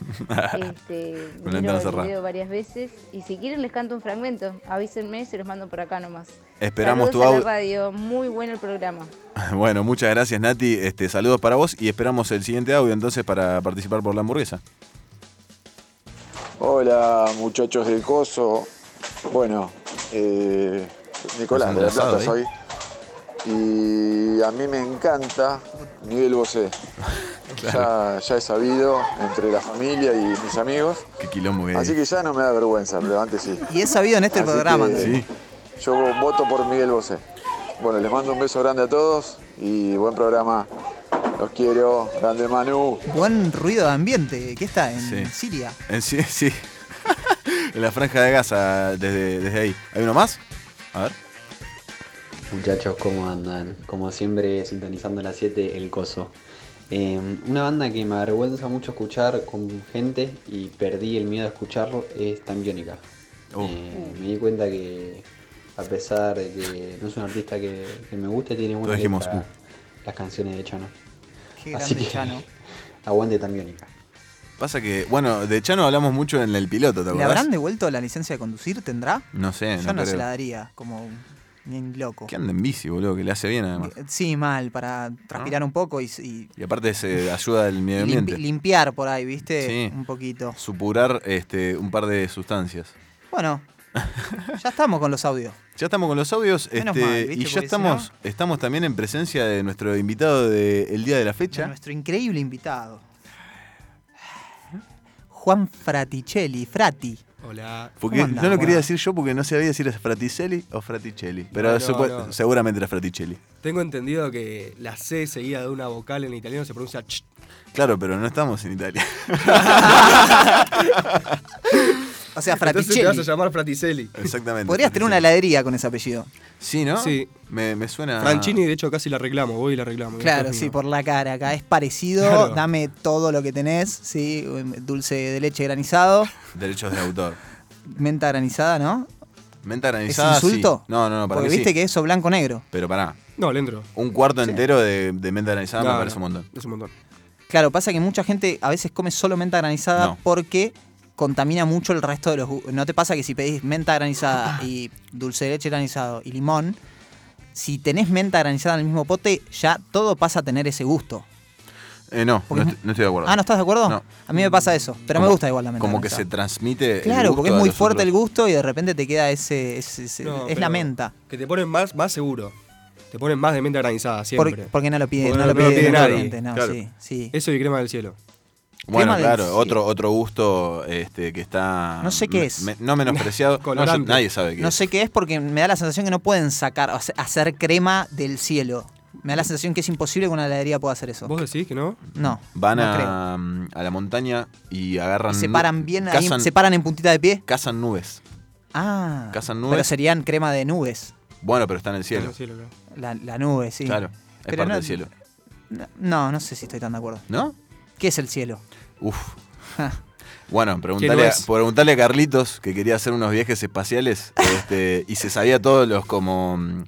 S13: Este,
S1: Con la
S13: miro
S1: ventana
S13: el
S1: cerrada.
S13: video varias veces y si quieren les canto un fragmento, avísenme, se los mando por acá nomás.
S1: Esperamos tu
S13: Saludos a la radio,
S1: audio.
S13: muy bueno el programa.
S1: *laughs* Bueno, muchas gracias, Nati. Este, saludos para vos y esperamos el siguiente audio entonces para participar por la hamburguesa.
S15: Hola muchachos del Coso. Bueno, eh, Nicolás de la
S1: Pasando
S15: Plata
S1: asado,
S15: soy. Y a mí me encanta
S1: *laughs*
S15: Miguel Bosé. Ya, ya he sabido entre la familia y mis amigos.
S1: Qué quilombo que
S15: Así que ya no me da vergüenza, pero antes sí.
S2: Y es sabido en este
S15: Así
S2: programa.
S15: que
S2: Sí.
S15: Yo voto por Miguel Bosé. Bueno, les mando un beso grande a todos y buen programa. Los quiero. Grande Manu.
S2: Buen ruido de ambiente que está en
S1: Sí.
S2: Siria.
S1: En Eh, sí, *laughs* sí. en la franja de Gaza, desde, desde ahí. ¿Hay uno más? A ver.
S16: Muchachos, ¿cómo andan? Como siempre, sintonizando las 7, el coso. Eh, una banda que me avergüenza mucho escuchar con gente y perdí el miedo a escucharlo es Tambiónica.
S1: Oh.
S16: Eh, me di cuenta que, a pesar de que no es un artista que, que me guste, tiene buena
S1: dijimos,
S16: letra, las canciones de Chano.
S2: Qué
S16: Así
S2: grande
S16: que,
S2: Chano.
S16: *laughs* Aguante Tambiónica.
S1: Pasa que, bueno, de Chano hablamos mucho en el piloto, ¿te
S2: ¿Le
S1: acordás?
S2: habrán devuelto la licencia de conducir? ¿Tendrá?
S1: No sé,
S2: Yo no,
S1: no
S2: se
S1: creo.
S2: la daría, como un- bien loco. Eh,
S1: Que anda en bici, boludo, que le hace bien además.
S2: Sí, mal, para transpirar un poco y, y
S1: Y aparte se ayuda al medio
S2: limpi-
S1: ambiente.
S2: limpiar por ahí, ¿viste?
S1: Sí.
S2: Un poquito.
S1: Supurar este, un par de sustancias.
S2: Bueno, ya estamos con los audios.
S1: Ya estamos con los audios
S2: Menos
S1: este,
S2: mal, ¿viste?
S1: y ya
S2: Porque si
S1: estamos, estamos también en presencia de nuestro invitado del día de la
S2: de
S1: fecha.
S2: nuestro increíble invitado. Juan Fraticelli, Frati.
S17: Hola.
S1: Porque no lo quería decir yo porque no sabía si era Fraticelli o Fraticelli. Pero
S17: No, no,
S1: supo-
S17: no.
S1: seguramente era Fraticelli.
S17: Tengo entendido que la C seguida de una vocal en italiano se pronuncia ch.
S1: Claro, pero no estamos en Italia.
S2: O sea,
S17: Entonces te vas a
S2: Fraticelli.
S17: llamar Fraticelli.
S1: Exactamente.
S2: Podrías tener una heladería con ese apellido.
S1: Sí, ¿no?
S17: Sí.
S1: Me, me suena.
S17: Franchini, de hecho, casi la reclamo. Voy y la reclamo.
S2: Claro,
S17: Dios
S2: sí,
S17: mío.
S2: por la cara acá. Es parecido,
S17: Claro.
S2: dame todo lo que tenés, sí, dulce de leche granizado,
S1: *laughs* Derechos de autor.
S2: menta granizada, ¿no?
S1: Menta granizada.
S2: ¿Es insulto?
S1: sí. No, no, no, para
S2: Porque
S1: mí
S2: viste
S1: sí.
S2: que es eso blanco-negro.
S1: Pero pará.
S17: No, le entro.
S1: Un cuarto entero de, de menta granizada
S17: No,
S1: me parece
S17: no,
S1: un montón.
S17: Es un montón.
S2: Claro, pasa que mucha gente a veces come solo menta granizada porque contamina mucho el resto de los... gu- ¿No te pasa que si pedís menta
S1: Ah.
S2: granizada y dulce de leche granizado y limón, si tenés menta granizada en el mismo pote, ya todo pasa a tener ese gusto?
S1: Eh, no,
S2: Porque
S1: no,
S2: es
S1: estoy- no estoy de acuerdo.
S2: Ah, ¿no estás de acuerdo?
S1: No.
S2: A mí me pasa eso, pero me
S1: Como-
S2: gusta igual la menta
S1: Como que
S2: granizada.
S1: se transmite. el
S2: Claro, porque
S1: gusto
S2: es
S1: a
S2: muy
S1: los
S2: fuerte
S1: otros.
S2: el gusto y de repente te queda ese... ese- ese-
S17: No,
S2: es
S17: pero
S2: la menta.
S17: Que te ponen más, más seguro. Te ponen más de menta granizada siempre.
S2: Porque, porque no lo pide,
S17: Porque
S2: no, lo pide,
S17: nadie.
S2: nadie. No,
S17: Claro.
S2: sí, sí.
S17: Eso y crema del cielo.
S1: Bueno,
S17: Crema del
S1: claro,
S17: cielo.
S1: otro, otro gusto este, que está.
S2: No sé qué
S1: me-
S2: es.
S1: me- no menospreciado. No, yo-
S17: *laughs* Colorante.
S1: nadie sabe qué
S2: No
S1: es.
S2: sé qué es porque me da la sensación que no pueden sacar, o sea, hacer crema del cielo. Me da la sensación que es imposible que una heladería pueda hacer eso.
S17: ¿Vos decís que no?
S2: No.
S1: Van
S2: no creo.
S1: a, a la montaña y agarran.
S2: Y se paran bien ahí,
S1: cazan-
S2: se paran en puntita de pie.
S1: Cazan nubes.
S2: Ah.
S1: Cazan
S2: Pero
S1: nubes.
S2: serían crema de nubes.
S1: Bueno, pero está en el cielo.
S2: La, la nube, sí.
S1: Claro, es
S2: Pero
S1: parte
S2: no-
S1: del cielo.
S2: No, no sé si estoy tan de acuerdo.
S1: ¿No?
S2: ¿Qué es el cielo?
S1: Uf. Bueno,
S2: Que
S1: preguntale,
S2: no
S1: a,
S2: es.
S1: preguntale a Carlitos que quería hacer unos viajes
S2: *laughs*
S1: espaciales este, y se sabía todos los como mm,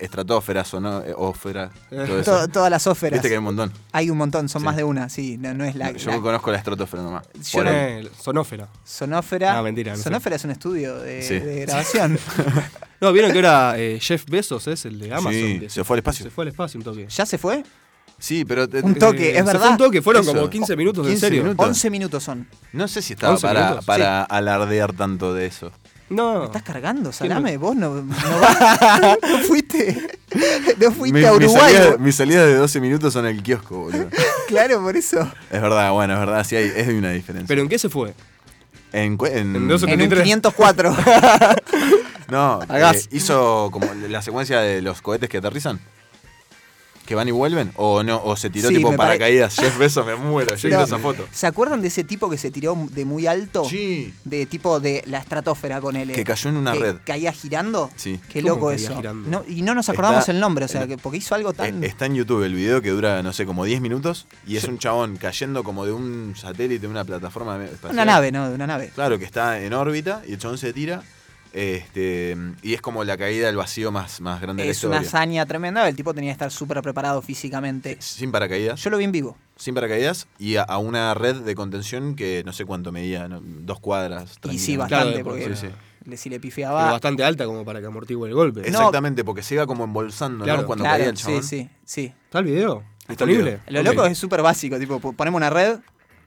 S1: estratosferas o no, eh, ósfera,
S2: *laughs*
S1: todo eso.
S2: To- todas las ósferas.
S1: Viste que hay un montón.
S2: Hay un montón, son más de una, sí, no, no es la.
S1: Yo
S2: la-
S1: conozco la estratosfera nomás.
S2: Yo
S1: Por
S2: no-
S1: ahí.
S17: Sonófera.
S2: Sonófera.
S17: No, mentira, no sé.
S2: Sonófera es un estudio de,
S17: Sí.
S2: de
S1: *laughs*
S2: grabación.
S17: No, vieron que ahora eh, Jeff Bezos es el de Amazon.
S1: Sí,
S17: que
S1: se fue al espacio.
S17: Se fue al espacio un toque.
S2: ¿Ya se fue?
S1: Sí, pero. te-
S2: Un toque,
S17: Eh,
S2: es
S17: se
S2: verdad.
S17: fue un toque, fueron como 15 minutos, en
S1: 15
S17: serio.
S1: minutos.
S2: 11 minutos son.
S1: No sé si estaba
S17: 11
S1: para,
S17: minutos,
S1: para alardear tanto de eso.
S17: No.
S2: ¿Estás cargando, Salame? Vos no,
S1: *laughs*
S2: no vas- *laughs* no fuiste. No fuiste
S1: Mi-
S2: a
S1: mis
S2: Uruguay.
S1: salidas- mis salidas de 12 minutos son el kiosco, boludo.
S2: Claro, por eso.
S1: es verdad, bueno, es verdad, sí hay, es una diferencia.
S17: ¿Pero en qué se fue?
S1: En, cu- en,
S17: En 12
S2: En un 504.
S1: *laughs*
S2: *laughs*
S1: No,
S2: A gas.
S1: eh, hizo como la secuencia de los cohetes que aterrizan. Que van y vuelven. O no, o se tiró
S2: Sí,
S1: tipo
S2: me pare-
S1: paracaídas. Jeff Bezos me muero, yo quiero
S2: No.
S1: esa foto.
S2: ¿Se acuerdan de ese tipo que se tiró de muy alto?
S1: Sí.
S2: De tipo de la estratosfera con él. eh,
S1: Que cayó en una
S2: que
S1: red.
S2: Caía girando.
S1: Sí.
S2: Qué
S1: ¿Cómo
S2: loco
S1: caía
S2: eso.
S1: girando?
S2: No, y no nos acordamos
S1: Está-
S2: el nombre, o sea,
S1: el-
S2: que porque hizo algo tan.
S1: Eh, Está en YouTube el video que dura, no sé, como 10 minutos. Y es un chabón cayendo como de un satélite, una plataforma de- espacial.
S2: una nave, ¿no? De una nave.
S1: Eh, Claro, que está en órbita y el chabón se tira. Este, y es como la caída al vacío más, más grande de la
S2: Es una
S1: historia.
S2: hazaña tremenda. El tipo tenía que estar súper preparado físicamente.
S1: Sin paracaídas.
S2: Yo lo vi en vivo.
S1: Sin paracaídas y a, a una red de contención que no sé cuánto medía, ¿no? dos cuadras.
S2: Y sí,
S1: tranquilamente.
S2: bastante,
S1: Sí,
S2: porque
S1: sí.
S2: le- si le
S17: Pero
S2: pifiaba.
S17: bastante alta como para que amortigue el golpe.
S1: Exactamente, porque se iba como embolsando, ¿no? Cuando caía el
S2: sí,
S1: chabón.
S2: sí, sí.
S17: ¿Está el video?
S1: Está el video.
S17: ¿Disponible?
S2: Lo
S1: Ok.
S2: loco es súper básico, tipo, po- ponemos una red.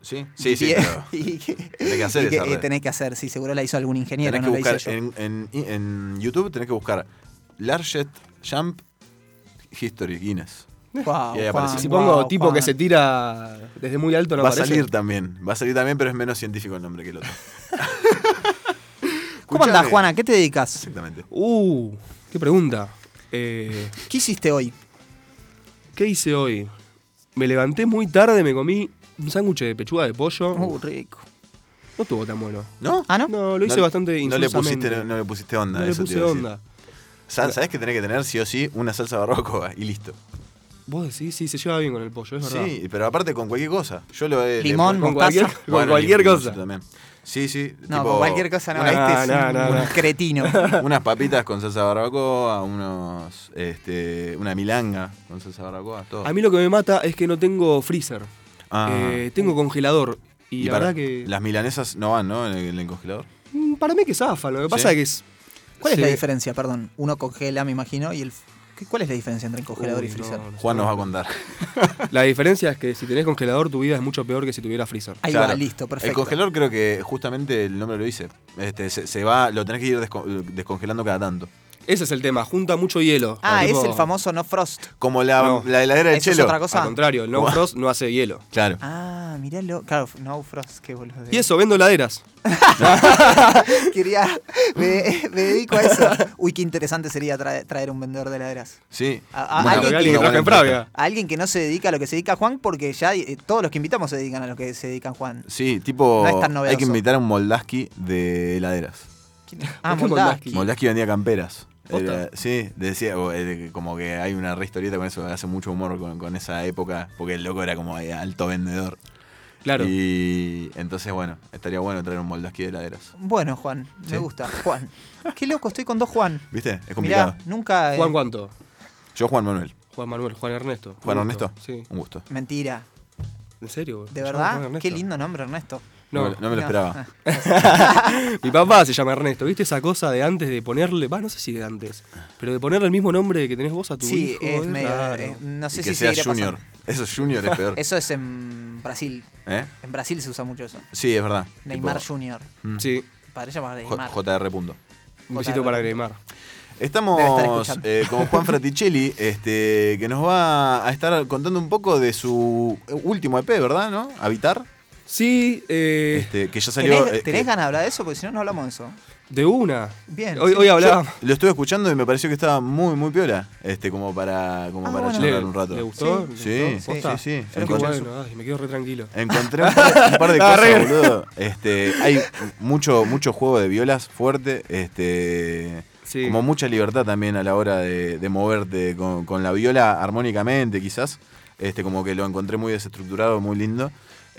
S1: Sí, sí, sí,
S2: y-
S1: pero
S2: *laughs* y que-
S1: tenés que hacer
S2: y que,
S1: esa
S2: eh,
S1: red.
S2: tenés que hacer, sí, seguro la hizo algún ingeniero,
S1: Tenés
S2: no
S1: que
S2: la hice
S1: buscar
S2: yo.
S1: en, en- en YouTube tenés que buscar Largest Jump History Guinness.
S2: Guau,
S1: y ahí
S2: Juan,
S1: aparece.
S17: Si pongo
S2: guau,
S17: tipo que
S2: Juan.
S17: se tira desde muy alto, no
S1: va
S17: aparece.
S1: a salir también, va a salir también, pero es menos científico el nombre que el otro.
S2: ¿Cómo
S1: Escuchame.
S2: andás, Juana? ¿Qué te dedicas?
S1: Exactamente.
S17: Uh, qué pregunta. Eh,
S2: ¿Qué hiciste hoy?
S17: ¿Qué hice hoy? Me levanté muy tarde, me comí un sándwich de pechuga de pollo.
S2: Uh, rico.
S17: No estuvo tan bueno.
S1: ¿No?
S2: Ah, no.
S17: No, lo hice
S1: No-
S17: bastante
S1: no le,
S17: insulsamente.
S1: pusiste, no le pusiste onda,
S17: No le
S1: eso te
S17: puse
S1: iba a decir.
S17: onda.
S1: Sa- Sabés que tenés que tener sí o sí una salsa barrocoa *laughs* y listo.
S17: Vos decís, sí, se lleva bien con el pollo, es verdad.
S1: Sí, pero aparte con cualquier cosa. Yo lo he.
S17: Limón,
S1: le- con
S17: mostaza.
S1: cualquier,
S17: Con cualquier
S1: limón,
S17: cosa.
S1: También. Sí, sí.
S2: No,
S1: tipo-
S2: con cualquier cosa no,
S1: Una-
S2: este es un, un cretino.
S1: *laughs* Unas papitas con salsa barbacoa, unos, este, una milanga con salsa barbacoa, todo.
S17: A mí lo que me mata es que no tengo freezer.
S1: Ah.
S17: Eh, tengo congelador. Y,
S1: Y
S17: la
S1: para-
S17: verdad que.
S1: Las milanesas no van, ¿no? En el, en el congelador.
S17: Mm, Para mí que zafa, lo que
S1: ¿Sí?
S17: pasa es que es.
S2: ¿Cuál es
S17: se-
S2: la diferencia? Perdón, uno congela, me imagino, y el. ¿Qué- ¿Cuál es la diferencia entre el congelador y
S17: Uy, no,
S2: freezer?
S17: no sé.
S1: Juan nos va a contar.
S17: *laughs* La diferencia es que si tenés congelador, tu vida es mucho peor que si tuviera freezer.
S2: Ahí
S1: Claro.
S2: va, listo,
S1: El
S2: perfecto.
S1: congelador creo que justamente el nombre lo dice. Este, se, se va, lo tenés que ir desco- descongelando cada tanto.
S17: Ese es el tema, junta mucho hielo.
S2: Ah,
S17: Tipo-
S2: es el famoso no frost.
S1: Como la,
S17: No.
S1: la heladera de
S2: ¿Eso es
S1: Chelo.
S2: otra cosa?
S17: Al contrario, el no
S1: Como-
S17: frost no hace hielo.
S1: Claro.
S2: Ah, miralo. Claro, no frost, qué boludo.
S17: Y eso,
S1: *laughs*
S17: vendo laderas.
S2: *laughs* Quería. Me, me dedico a eso. Uy, qué interesante sería trae- traer un vendedor de heladeras.
S1: Sí.
S2: A, a
S1: Bueno,
S2: alguien, que,
S17: alguien que trabaja en Pravia.
S2: a alguien que no se dedica a lo que se dedica Juan, porque ya eh, todos los que invitamos se dedican a lo que se dedican Juan.
S1: Sí, tipo.
S2: No es
S1: hay
S2: tan
S1: que
S2: novedoso.
S1: invitar a un Moldaski de heladeras.
S2: Ah, Moldaski.
S17: ¿Por qué Moldaski?
S1: Moldaski vendía camperas.
S17: ¿Posta?
S1: Era- sí, decía, o, eh, como que hay una re historieta con eso, hace mucho humor con, con esa época, porque el loco era como eh, alto vendedor.
S17: Claro.
S1: Y entonces, bueno, estaría bueno traer un Moldaski de heladeras.
S2: Bueno, Juan,
S1: Sí.
S2: me gusta. Juan. Qué loco, estoy con dos Juan.
S1: ¿Viste? Es complicado.
S2: Mirá, nunca. eh,
S17: ¿Juan cuánto?
S1: Yo, Juan Manuel.
S17: Juan Manuel, Juan Ernesto.
S1: Juan
S17: Un
S1: Ernesto.
S17: gusto. Sí.
S1: Un gusto.
S2: mentira.
S17: ¿En serio?
S2: ¿De
S17: ¿Se llama Juan
S2: verdad?
S17: Ernesto?
S2: Qué lindo nombre, Ernesto.
S1: No,
S17: No.
S1: me- no me lo
S2: No.
S1: esperaba.
S17: *laughs*
S2: *laughs*
S17: Mi papá se llama Ernesto. ¿Viste esa cosa de antes de ponerle, va, no sé si de antes, pero de ponerle el mismo nombre que tenés vos a tu
S2: Sí,
S17: hijo?
S2: es medio.
S17: raro.
S2: eh, no sé
S1: Y que
S2: si
S1: sea
S2: seguirá
S1: Junior.
S2: pasando.
S1: Eso es Junior,
S2: *laughs*
S1: es peor.
S2: Eso es en Brasil.
S1: ¿Eh?
S2: En Brasil se usa mucho eso.
S1: Sí, es verdad.
S2: Neymar
S1: Tipo,
S2: Junior.
S1: Mm.
S17: Sí,
S2: Padre llamado
S1: J-
S2: Neymar.
S1: JR. Punto.
S17: un besito para Neymar.
S2: Debe estar
S1: Estamos
S2: escuchando.
S1: eh, con Juan
S2: *laughs*
S1: Fraticelli, este, que nos va a estar contando un poco de su último EP, ¿verdad? ¿No? Habitar,
S17: Sí, eh,
S1: este, que ya salió. eh,
S2: ¿Tenés, tenés
S1: que-
S2: ganas de hablar de eso? Porque si no, no hablamos de eso.
S17: de una.
S2: Bien.
S17: Hoy, hoy hablaba.
S1: Lo estuve escuchando y me pareció que estaba muy, muy piola, este, como para, como
S2: Ah,
S1: para
S2: bueno.
S1: charlar
S17: ¿Le-
S1: un rato.
S17: le gustó?
S1: Sí,
S17: ¿Le
S1: sí, sí.
S17: gustó? Posta.
S1: sí.
S17: Qué
S1: Encontré,
S17: bueno, ay, me quedo re tranquilo. *laughs*
S1: encontré un, par, un par de
S17: Estaba re
S1: cosas,
S17: bien.
S1: boludo. Este, hay mucho, mucho juego de violas fuerte, este.
S17: Sí.
S1: Como mucha libertad también a la hora de, de moverte con, con la viola armónicamente, quizás. Este, como que lo encontré muy desestructurado, muy lindo.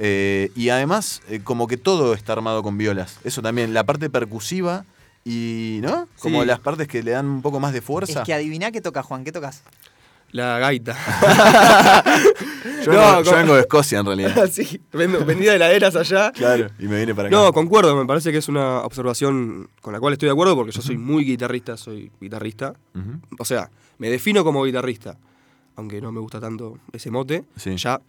S1: Eh, y además, eh, como que todo está armado con violas. Eso también, la parte percusiva y, ¿no? Como
S2: Sí.
S1: las partes que le dan un poco más de
S2: Es
S1: fuerza.
S2: que adiviná qué toca, Juan, ¿qué tocas?
S17: La gaita.
S1: *laughs* Yo, vengo, yo vengo de Escocia, en
S17: *laughs*
S1: realidad.
S17: Ah,
S2: *laughs*
S17: sí, vengo- venía de laderas allá.
S1: Claro, y me vine para acá.
S17: No, concuerdo, me parece que es una observación con la cual estoy de acuerdo porque yo soy muy guitarrista, soy guitarrista.
S1: Ujú.
S17: O sea, me defino como guitarrista, aunque no me gusta tanto ese mote,
S1: Sí.
S17: ya.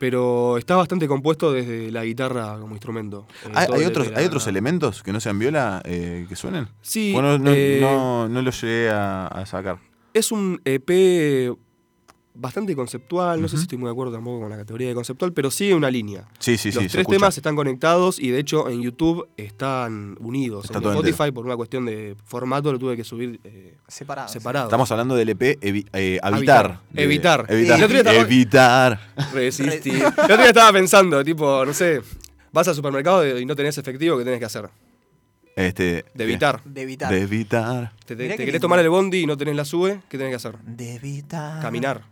S17: Pero está bastante compuesto desde la guitarra como instrumento.
S1: ¿Hay,
S17: Eh, todo
S1: hay
S17: desde
S1: otros,
S17: la-
S1: ¿Hay otros elementos que no sean viola eh, que suenen?
S17: Sí,
S1: Bueno, no,
S17: eh,
S1: no, no lo llegué a, a sacar.
S17: Es un EP bastante conceptual, no sé si estoy muy de acuerdo tampoco con la categoría de conceptual, pero sigue una línea.
S1: Sí, sí, sí,
S17: Los
S1: se
S17: tres
S1: escucha.
S17: temas están conectados y de hecho en YouTube están unidos.
S1: Está
S17: en
S1: todo
S17: Spotify por una cuestión de formato lo tuve que subir eh, separado.
S1: Estamos hablando del EP Evi- eh, Habitar.
S17: Habitar.
S1: de-
S17: Evitar.
S1: Evitar.
S17: El otro día estaba- *laughs*
S1: Evitar. este-
S17: Resistir. El otro día estaba pensando, tipo, no sé, vas al supermercado y no tenés efectivo, ¿qué tenés que hacer?
S1: Este,
S17: De evitar.
S1: De evitar. De evitar.
S17: Te, te-
S2: Mirá
S17: te
S2: qué
S17: querés
S2: lindo.
S17: tomar el bondi y no tenés la sube, ¿qué tenés que hacer?
S2: Debita.
S17: Caminar.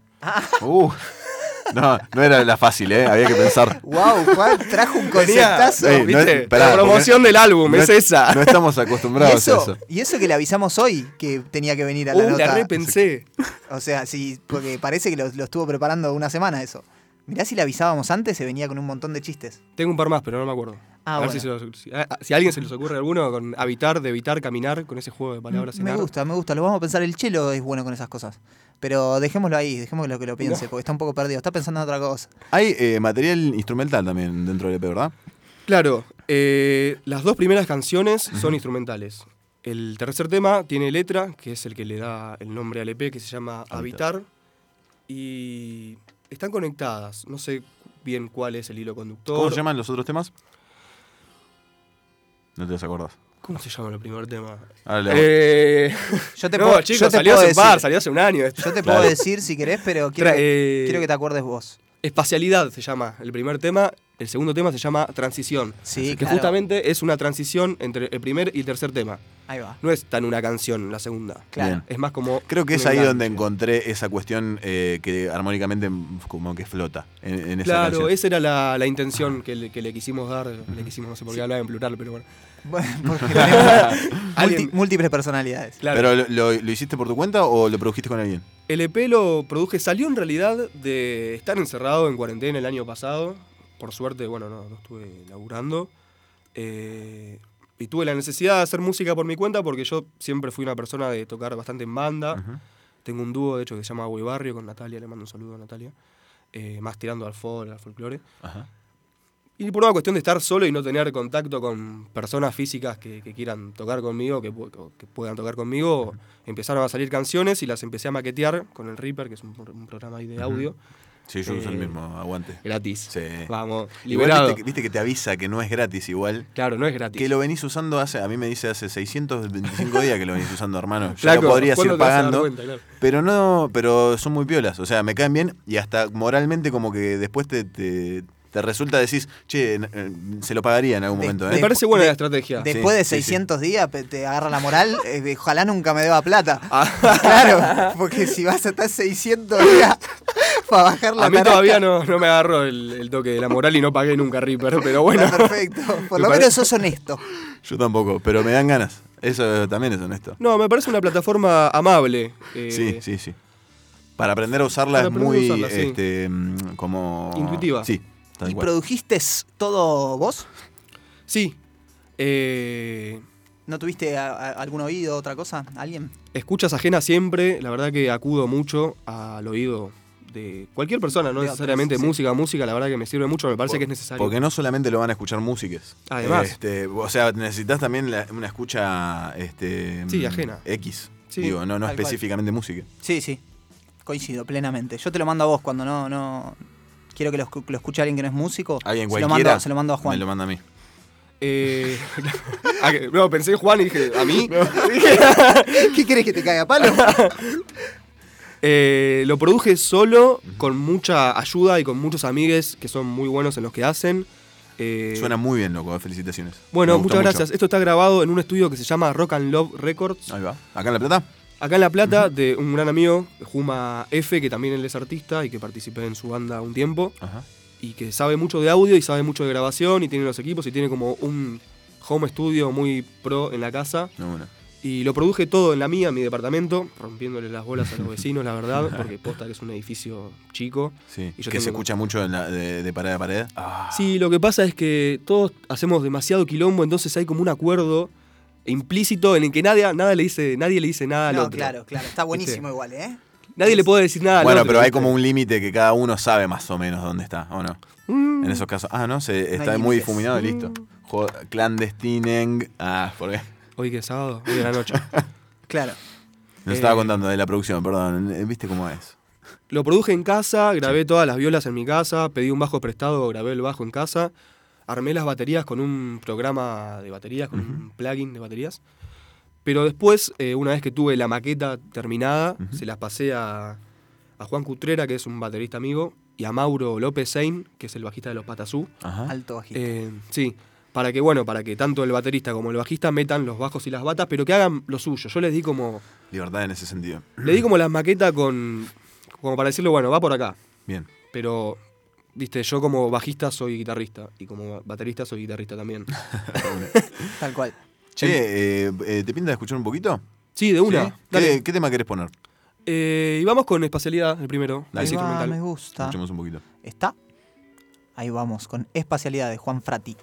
S1: Uh. No, no era la fácil, ¿eh? Había que
S17: *laughs*
S1: pensar.
S2: Wow, Juan
S1: *laughs*
S2: trajo un
S17: Venía-
S2: conceptazo.
S1: Ey, no es-
S17: ¿viste?
S1: pará,
S17: La
S1: porque
S17: promoción del álbum,
S1: no
S17: es esa.
S1: No estamos
S2: Y
S1: acostumbrados
S17: *laughs*
S2: eso,
S1: a eso.
S2: y eso que le avisamos hoy que tenía que venir a la
S17: Uh, la
S2: nota.
S17: repensé.
S2: O sea, sí, porque parece que lo, lo estuvo preparando una semana eso. Mirá si le avisábamos antes, se venía con un montón de chistes.
S17: Tengo un par más, pero no me acuerdo.
S2: Ah,
S17: a ver
S2: bueno.
S17: si, se los- si- a- si a alguien se les ocurre alguno con habitar, de evitar, caminar, con ese juego de palabras.
S2: Mm, me
S17: cenar.
S2: gusta, me gusta. Lo vamos a pensar. El chelo es bueno con esas cosas. Pero dejémoslo ahí, dejémoslo que lo piense, porque está un poco perdido. Está pensando en otra cosa.
S17: Ah,
S1: Hay eh, material instrumental también dentro del EP, ¿verdad?
S17: Claro, eh, las dos primeras canciones son instrumentales. El tercer tema tiene letra, que es el que le da el nombre al EP, que se llama Habitar. Y están conectadas. No sé bien cuál es el hilo conductor.
S1: ¿Cómo se llaman los otros temas? No te los acordás.
S17: ¿Cómo se llama el primer tema?
S1: Ahora le hago.
S17: *laughs* Eh,
S2: Yo te
S17: no,
S2: puedo-
S17: chicos,
S2: yo te
S17: salió
S2: puedo
S17: hace un par,
S2: decir.
S17: salió hace un año. eh,
S2: Yo te puedo decir si querés, pero quiero, que- quiero que te acuerdes vos.
S17: Espacialidad se llama el primer tema. El segundo tema se llama Transición.
S2: Sí,
S17: que
S2: claro.
S17: justamente es una transición entre el primer y el tercer tema.
S2: Ahí va.
S17: No es tan una canción la segunda.
S1: Claro. Bien.
S17: Es más como.
S1: Creo que es
S17: un
S1: ahí
S17: enganche.
S1: donde encontré esa cuestión eh, que armónicamente mm, como que flota en, en esa
S17: Claro,
S1: canción.
S17: esa era la, la intención que le, que le quisimos dar. Le quisimos, no sé por qué hablaba en plural, pero bueno.
S2: Bueno,
S17: *laughs*
S2: porque tenemos multi- múltiples personalidades.
S17: Claro.
S1: ¿Pero lo, lo- lo hiciste por tu cuenta o lo produjiste con alguien?
S17: El EP lo produje, salió en realidad de estar encerrado en cuarentena el año pasado. Por suerte, bueno, no, no estuve laburando. Eh, y tuve la necesidad de hacer música por mi cuenta porque yo siempre fui una persona de tocar bastante en banda. Tengo un dúo, de hecho, que se llama Wey Barrio con Natalia, le mando un saludo a Natalia. Eh, más tirando al folk, al folclore. Y por una cuestión de estar solo y no tener contacto con personas físicas que, que quieran tocar conmigo, que, pu- o que puedan tocar conmigo, empezaron a salir canciones y las empecé a maquetear con el Reaper, que es un, pro- un programa ahí de audio.
S1: Sí, yo uso el
S17: Eh,
S1: mismo, aguante.
S17: Gratis.
S1: Sí.
S17: Vamos,
S1: Igual
S17: liberado.
S1: viste, que- viste que te avisa que no es gratis igual.
S17: Claro, no es gratis.
S1: Que lo venís usando hace, a mí me dice hace 625 días que lo venís usando, hermano. Yo
S17: Flaco,
S1: lo podrías
S17: ¿cuándo
S1: ir
S17: te vas a dar
S1: pagando.
S17: cuenta? Claro.
S1: Pero no, pero son muy piolas. O sea, me caen bien y hasta moralmente como que después te, te, te resulta decís, che, n- eh, se lo pagaría en algún momento.
S17: Me
S1: ¿eh?".
S17: parece buena la estrategia.
S2: Después de
S1: sí, sí.
S2: 600 días pe- te agarra la
S17: *laughs*
S2: moral, eh, ojalá nunca me deba plata. *laughs*
S17: Ah,
S2: claro, porque si vas a estar 600 días *laughs* para bajar la
S17: A mí
S2: taraca,
S17: todavía no, no me agarró el, el toque de la moral y no pagué nunca Reaper, pero bueno.
S2: está perfecto. Por
S17: Me
S2: lo
S17: pare-
S2: menos sos honesto.
S1: Yo tampoco, pero me dan ganas. Eso también es honesto.
S17: No, me parece una plataforma amable. eh,
S1: Sí, sí, sí. Para aprender a usarla
S17: Para
S1: es
S17: aprender a
S1: muy
S17: usarla, sí.
S1: este, mm, como...
S17: Intuitiva.
S1: Sí, tal
S2: ¿Y
S1: cual.
S2: produjiste s- todo vos?
S17: Sí. Eh,
S2: ¿No tuviste a- a- algún oído, otra cosa? ¿Alguien?
S17: escuchas ajenas siempre, la verdad que acudo mucho al oído de cualquier persona, no
S2: De
S17: necesariamente
S2: otros, sí.
S17: música, música, la verdad que me sirve mucho, me parece que es necesario.
S1: Porque no solamente lo van a escuchar músicas.
S17: Además.
S1: Este, o sea, necesitas también la- una escucha este,
S17: Sí,
S1: mm,
S17: ajena.
S1: X.
S17: Sí,
S1: Digo, no, no
S2: tal cual.
S1: específicamente música.
S2: Sí, sí. Coincido plenamente. Yo te lo mando a vos cuando no, no quiero que lo, escu- lo escuche alguien que no es músico.
S1: Alguien
S2: se lo,
S1: cualquiera
S2: mando, se lo mando a Juan. *laughs*
S1: Me lo manda a mí.
S17: Eh, *laughs* ah, que- no, pensé en Juan y dije,
S1: *laughs*
S17: ¿a mí?
S2: ¿Qué querés que te caiga palo?
S17: Eh, lo produje solo, con mucha ayuda y con muchos amigues que son muy buenos en los que hacen. Eh,
S1: Suena muy bien, loco. Felicitaciones.
S17: Bueno,
S1: Me gustó
S17: muchas gracias.
S1: mucho.
S17: Esto está grabado en un estudio que se llama Rock and Love Records.
S1: Ahí va. ¿Acá en La Plata?
S17: acá en La Plata, de un gran amigo, Juma F, que también él es artista y que participé en su banda un tiempo, y que sabe mucho de audio y sabe mucho de grabación y tiene los equipos y tiene como un home studio muy pro en la casa.
S1: No, bueno.
S17: Y lo produje todo en la mía, en mi departamento, rompiéndole las bolas a los vecinos, la verdad, porque posta que es un edificio chico.
S1: Sí.
S17: Y yo
S1: que se
S17: tengo-
S1: escucha mucho en la- de, de pared a pared.
S17: Sí, lo que pasa es que todos hacemos demasiado quilombo, entonces hay como un acuerdo implícito en el que nadie, nada le dice, nadie le dice nada al
S2: No,
S17: otro.
S2: claro, claro. Está buenísimo
S17: Viste.
S2: igual, ¿eh?
S17: Nadie le puede decir nada al
S1: bueno,
S17: otro,
S1: pero hay
S17: ¿viste?
S1: como un límite que cada uno sabe más o menos dónde está, ¿o no?
S17: Mm.
S1: En esos casos. Ah, no, se,
S17: No
S1: está
S17: hay
S1: muy
S17: límites. Mm.
S1: difuminado y listo. Jo- Clandestineng. Ah, ¿por qué?
S17: Hoy que es sábado, hoy de la noche.
S2: *laughs* claro.
S1: Nos
S17: Eh,
S1: estaba contando de la producción, perdón. eh, ¿Viste cómo es?
S17: Lo produje en casa, grabé todas las violas en mi casa, pedí un bajo prestado, grabé el bajo en casa, armé las baterías con un programa de baterías, con un plugin de baterías. Pero después, eh, una vez que tuve la maqueta terminada, se las pasé a, a Juan Cutrera, que es un baterista amigo, y a Mauro López Sein, que es el bajista de los Patazú.
S2: Alto bajista.
S17: Eh, sí, para que, bueno, para que tanto el baterista como el bajista metan los bajos y las batas, pero que hagan lo suyo. Yo les di como
S1: Libertad en ese sentido.
S17: le di como la maqueta con. como para decirle, bueno, va por acá.
S1: Bien.
S17: Pero, viste, yo como bajista soy guitarrista. Y como baterista soy guitarrista también. *laughs*
S2: Tal cual.
S1: Che, eh, eh, ¿te pinta de escuchar un poquito?
S17: Sí, de una.
S1: ¿Qué,
S17: Dale.
S1: qué tema querés poner?
S17: Eh, y vamos con espacialidad, el
S2: Ahí
S17: primero. el
S2: va,
S17: instrumental.
S2: me gusta.
S1: Escuchemos un poquito.
S2: ¿Está? Ahí vamos, con Espacialidad de Juan Frati.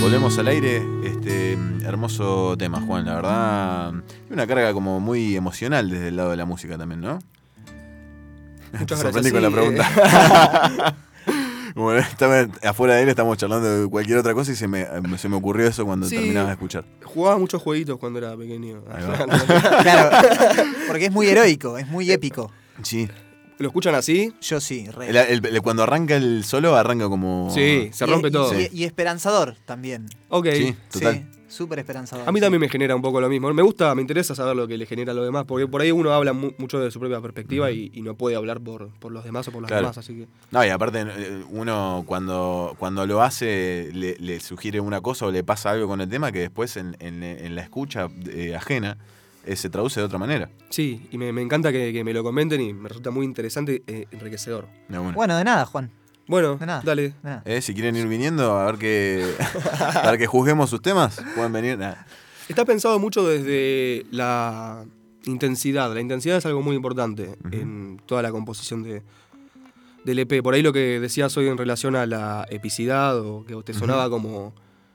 S1: Volvemos al aire, este mm, hermoso tema, Juan, la verdad. Tiene una carga como muy emocional desde el lado de la música también, ¿no? Te
S17: Muchas
S1: sorprendí
S17: gracias,
S1: con la
S17: sí, *laughs*
S1: pregunta. bueno, estaba- afuera de él estamos charlando de cualquier otra cosa y se me, se me ocurrió eso cuando
S17: Sí.
S1: terminabas de escuchar.
S17: Jugaba muchos jueguitos cuando era pequeño. *laughs*
S1: Ahí va.
S2: Claro, porque es muy heroico, es muy épico.
S1: Sí.
S17: Eh, ¿Lo escuchan así?
S2: Yo sí, re.
S1: El- el- el- cuando arranca el solo, arranca como.
S17: Sí, se rompe
S2: y,
S1: todo.
S2: Y, y esperanzador también.
S17: Ok.
S1: Sí, total.
S2: Sí, Súper esperanzador.
S17: A mí también me genera un poco lo mismo. Me gusta, me interesa saber lo que le genera a los demás, porque por ahí uno habla mu- mucho de su propia perspectiva y, y no puede hablar por, por los demás o por las
S1: Claro.
S17: demás, así que...
S1: No, y aparte eh, uno cuando, cuando lo hace le, le sugiere una cosa o le pasa algo con el tema que después en, en- en la escucha eh, ajena eh, se traduce de otra manera.
S17: Sí, y me, me encanta que, que me lo comenten y me resulta muy interesante, eh, enriquecedor.
S1: De una.
S2: Bueno, de nada, Juan.
S17: Bueno,
S2: de nada.
S17: dale.
S1: Eh, si quieren ir viniendo a ver que para que juzguemos sus temas, pueden venir. Nah.
S17: Está pensado mucho desde la intensidad. La intensidad es algo muy importante en toda la composición de, del EP. Por ahí lo que decías hoy en relación a la epicidad o que te sonaba como...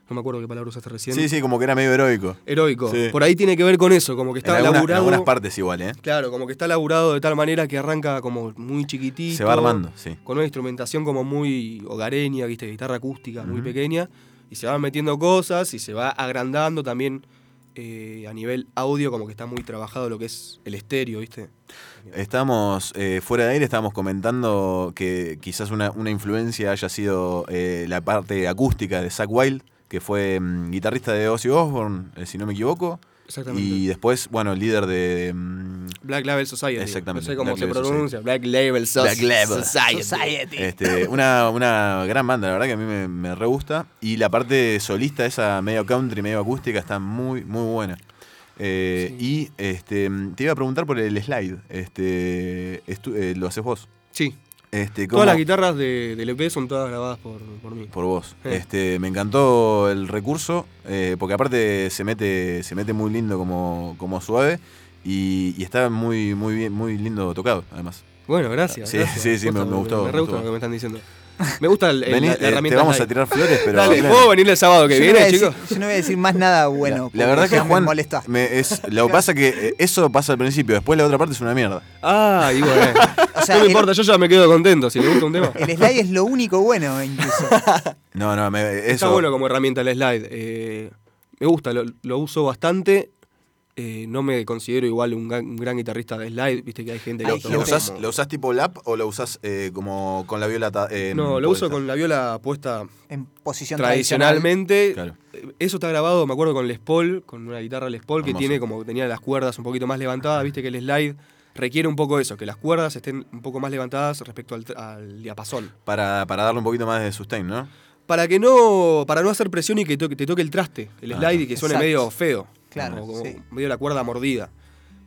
S17: No me acuerdo qué palabra usaste recién.
S1: Sí, sí, como que era medio heroico.
S17: Heroico.
S1: Sí.
S17: Por ahí tiene que ver con eso, como que
S1: En,
S17: está
S1: alguna- en
S17: laburado.
S1: algunas partes igual, ¿eh?
S17: Claro, como que está laburado de tal manera que arranca como muy chiquitito.
S1: Se va armando, sí.
S17: Con una instrumentación como muy hogareña, viste, guitarra acústica, muy pequeña. Y se van metiendo cosas y se va agrandando también eh, a nivel audio, como que está muy trabajado lo que es el estéreo, viste.
S1: Estamos eh, fuera de aire, estábamos comentando que quizás una, una influencia haya sido eh, la parte acústica de Zach Wild, que fue mm, guitarrista de Ozzy Osbourne, eh, si no me equivoco.
S17: Exactamente.
S1: Y después, bueno, el líder de. mm,
S17: Black Label Society.
S1: Exactamente,
S17: No sé cómo
S1: Black
S17: se
S1: Label
S17: pronuncia. Black Label, Soc-
S1: Black Label.
S17: Society.
S1: este, una, una gran banda, la verdad que a mí me, me re gusta. Y la parte solista, esa medio country, medio acústica, está muy, muy buena. Eh, Y este, te iba a preguntar por el slide. Este, estu- eh, ¿Lo haces vos?
S17: Sí.
S1: Este, ¿cómo-
S17: Todas las guitarras de- del EP son todas grabadas por, por mí.
S1: por vos.
S17: Eh.
S1: Este, me encantó el recurso, eh, porque aparte se mete, se mete muy lindo como, como suave y, y está muy, muy bien, muy lindo tocado, además.
S17: Bueno, gracias.
S1: Sí,
S17: gracias.
S1: sí, sí, me, me gustó.
S17: Me
S1: me
S17: re gusta
S1: gustó.
S17: lo que me están diciendo. Me gusta el, el-
S1: Vení,
S17: la,
S1: eh,
S17: la herramienta.
S1: te vamos
S17: Slide.
S1: a tirar flores, pero-
S17: Dale,
S1: claro.
S17: ¿puedo venir el sábado que
S2: Yo no voy
S17: viene,
S2: a decir-
S17: chicos?
S2: yo no voy a decir más nada bueno.
S1: La
S2: porque
S1: verdad que
S2: ya me
S1: Juan
S2: molesta.
S1: me es, lo que pasa que eh, eso pasa al principio, después la otra parte es una mierda.
S17: Ah,
S2: *laughs*
S17: y bueno.
S2: sea,
S17: no me
S2: el-
S17: importa, yo ya me quedo contento. Si me gusta un tema.
S2: El slide es lo único
S1: *laughs*
S2: bueno, incluso.
S1: No, no, me- eso.
S17: Está bueno como herramienta el slide. eh, me gusta, lo, lo uso bastante. eh, no me considero igual un gran, un gran guitarrista de slide. Viste que hay gente que
S1: ¿Lo,
S17: usa
S1: lo usás,
S17: como-
S1: ¿Lo usás tipo lap o lo usás eh, como con la viola? ta- eh,
S17: No, lo uso
S1: puesta?
S17: con la viola puesta
S2: En posición
S17: tradicionalmente. Eh, Eso está grabado, me acuerdo, con Les Paul, con una guitarra Les Paul
S1: Hermoso.
S17: que tiene como tenía las cuerdas un poquito más levantadas. Viste que el slide requiere un poco eso, que las cuerdas estén un poco más levantadas respecto al, al diapasón.
S1: Para, para darle un poquito más de sustain, ¿no?
S17: Para que no, para no hacer presión y que toque- te toque el traste, el
S1: Ah.
S17: slide y que suene
S1: Exacto.
S17: medio feo.
S1: Claro,
S17: Como, como
S1: sí.
S17: medio la cuerda mordida.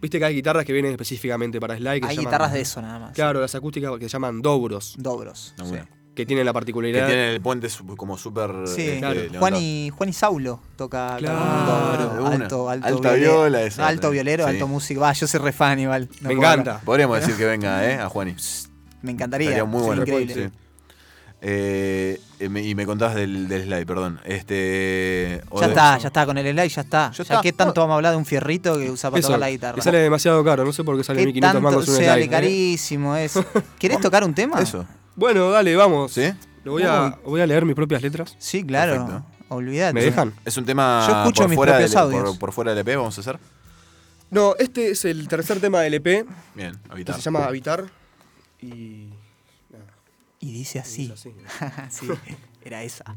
S17: Viste que hay guitarras que vienen específicamente para slide. que
S2: Hay
S17: se llaman-
S2: guitarras de eso nada más.
S17: Claro, las acústicas que se llaman dobros.
S2: Dobros.
S1: Ah, bueno.
S17: Que tienen la
S1: Que
S17: particularidad.
S1: tiene el puente su- como súper.
S2: Sí,
S1: este,
S2: Juan,
S1: levantado.
S2: y, Juan y Saulo toca
S17: Claro,
S2: toca un
S1: de
S2: dobro,
S1: una.
S2: alto, alto
S1: Alta
S2: violero,
S1: viola esa,
S2: alto
S1: sí.
S2: violero,
S1: Sí.
S2: alto músico. Va, yo soy re fan igual. no
S1: Me
S2: puedo
S1: encanta.
S2: hablar.
S1: Podríamos decir que venga, ¿eh? A Juani.
S2: *laughs* Me encantaría.
S1: Estaría muy
S2: sería
S1: bueno.
S2: increíble.
S1: Sí. Eh, y me- y me contabas del, del slide, perdón. Este, o
S2: Ya
S1: de-
S2: está, ya está, con el slide ya está. Ya,
S1: está.
S2: qué tanto vamos a hablar de un fierrito que usa para
S17: Eso,
S2: tocar la guitarra.
S17: Que sale demasiado caro, no sé por qué sale
S2: ¿Qué
S17: 1500
S2: tanto
S17: mangos un
S2: se
S17: slide. ¿eh?
S1: *laughs*
S2: sale carísimo eso? ¿Querés tocar un tema?
S1: ¿eh? Eso.
S17: Bueno, dale, vamos. Lo voy a,
S2: Uy.
S17: voy a leer mis propias letras.
S2: Sí, claro. Olvídate.
S17: ¿Me dejan?
S1: Es un tema
S2: Yo escucho
S1: por,
S2: mis
S1: fuera
S2: propios
S1: del,
S2: audios.
S1: Por, por fuera del EP, vamos a hacer.
S17: No, este es el tercer tema del EP.
S1: Bien,
S17: que
S1: habitar.
S17: se llama Habitar. Y.
S2: Y dice así. *laughs* sí,
S17: Eh,
S2: era esa.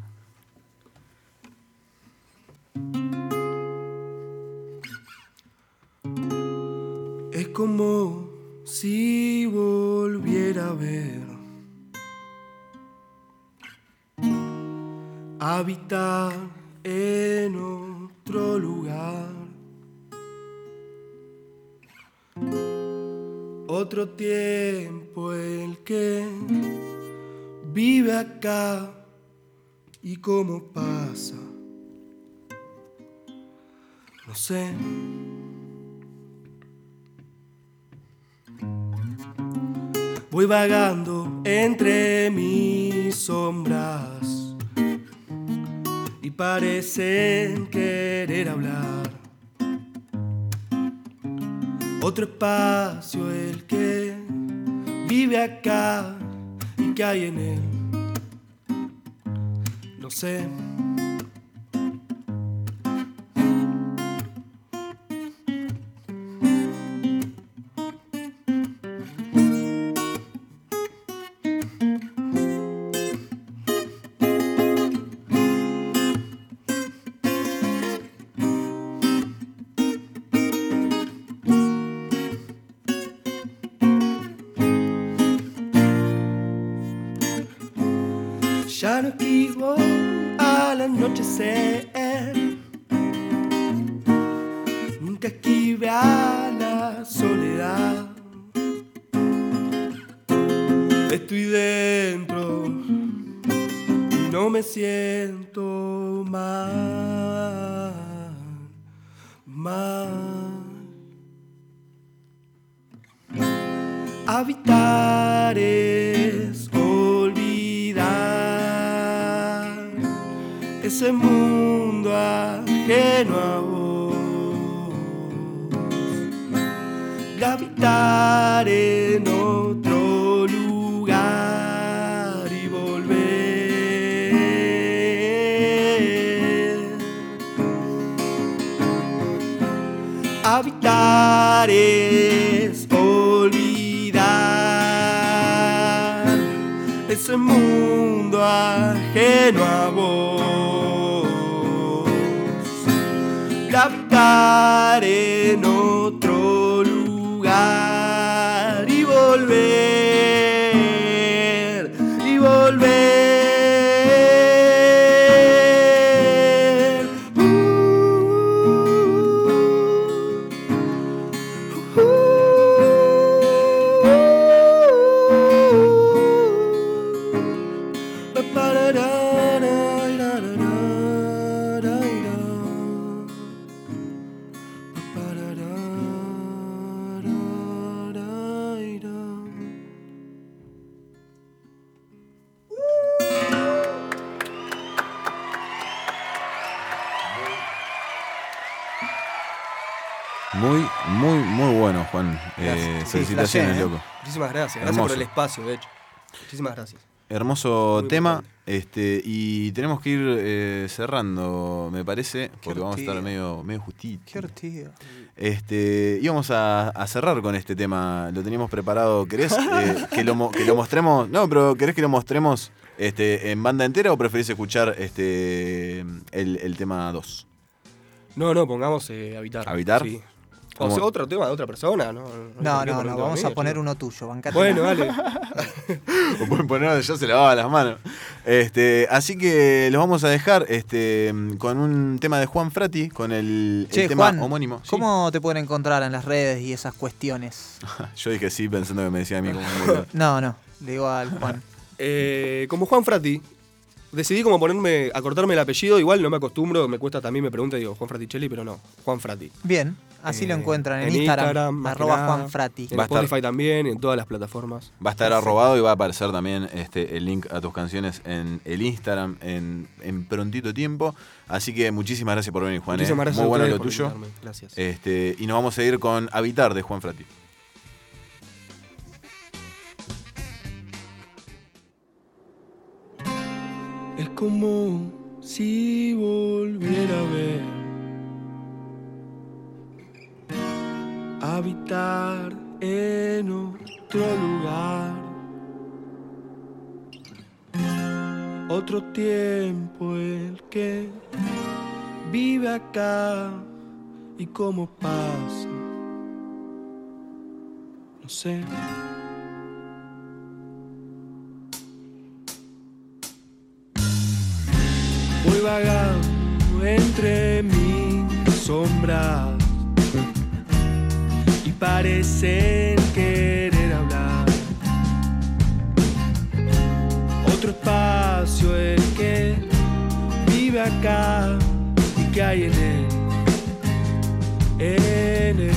S5: Es como si volviera a ver habitar en otro lugar, otro tiempo el que vive acá y cómo pasa. No sé. Voy vagando entre mis sombras y parecen querer hablar. Otro espacio el que vive acá y que hay en él. No sé.
S14: Inarquivo al anochecer. Nunca esquive a la soledad. Estoy dentro y no me siento mal. Mal. Habitar es olvidar ese mundo ajeno a vos. Gravitar en otro lugar y volver. Habitar es olvidar ese mundo ajeno a vos. Gravitar en otro lugar y volver, y volver.
S1: Muy, muy, muy bueno, Juan. Eh,
S17: Gracias. Sí,
S1: felicitaciones,
S17: flashé, ¿eh?
S1: loco.
S17: Muchísimas gracias. Gracias
S1: Hermoso.
S17: por el espacio, de hecho. Muchísimas gracias.
S1: Hermoso tema. Este, y tenemos que ir eh, cerrando, me parece, porque vamos a estar
S2: hortiva.
S1: medio, medio justitos.
S2: Qué ortido.
S1: Este, íbamos a, a cerrar con este tema. Lo teníamos preparado. ¿Querés *laughs* eh, que, lo, mo- que lo mostremos? No, pero ¿querés que lo mostremos este, en banda entera o preferís escuchar este, el, el tema 2?
S17: No, no, pongamos eh, habitar.
S1: ¿Habitar?
S17: Sí. O
S1: ¿Cómo?
S17: sea, otro tema de otra persona, ¿no?
S2: No, no,
S17: hay por qué
S2: no,
S17: ponerlo
S2: vamos
S17: mío,
S2: a poner
S17: chico.
S2: uno tuyo, bancate.
S17: Bueno, dale.
S1: O pueden ponerlo de yo se lavaba las manos. Este, así que los vamos a dejar este, con un tema de Juan Frati, con el, el
S2: Che,
S1: tema
S2: Juan,
S1: homónimo. Sí.
S2: ¿cómo te pueden encontrar en las redes y esas cuestiones?
S1: *laughs* Yo dije sí pensando que me decía a mí como un
S17: *laughs*
S1: boludo.
S2: No, no, *laughs* le digo al Juan.
S17: Eh, como Juan Frati, decidí como ponerme, acortarme el apellido, igual no me acostumbro, me cuesta también, me pregunta, digo, Juan Fraticelli, pero no, Juan Frati.
S2: Bien, así lo
S17: Eh,
S2: encuentran en, Instagram,
S17: más que
S2: arroba
S17: nada,
S2: Juan Frati.
S17: En
S1: Va a estar-
S17: Spotify también, en todas las plataformas.
S1: Va a estar arrobado y va a aparecer también este, el link a tus canciones en el Instagram en, en prontito tiempo. Así que muchísimas gracias por venir, Juan. eh.
S17: Muchísimas gracias
S1: Muy
S17: a
S1: bueno lo
S17: ustedes por
S1: tuyo.
S17: invitarme. Gracias.
S1: Este, y nos vamos a ir con Habitar de Juan Frati.
S14: Es como si volviera a ver habitar en otro lugar, otro tiempo el que vive acá y cómo pasa, no sé. Voy vagando entre mis sombras y parecen querer hablar. Otro espacio el que vive acá y que hay en él. En él.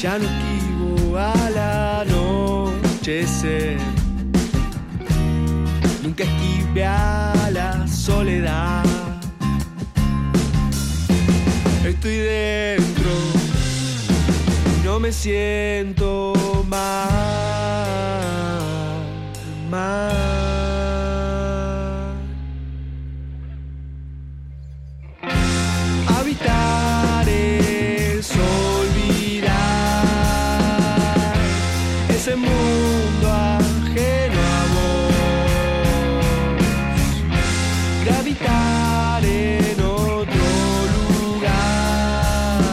S14: Ya no esquivo al anochecer. Nunca esquive a la soledad. Estoy dentro y no me siento mal. Mal. ir a habitar en otro lugar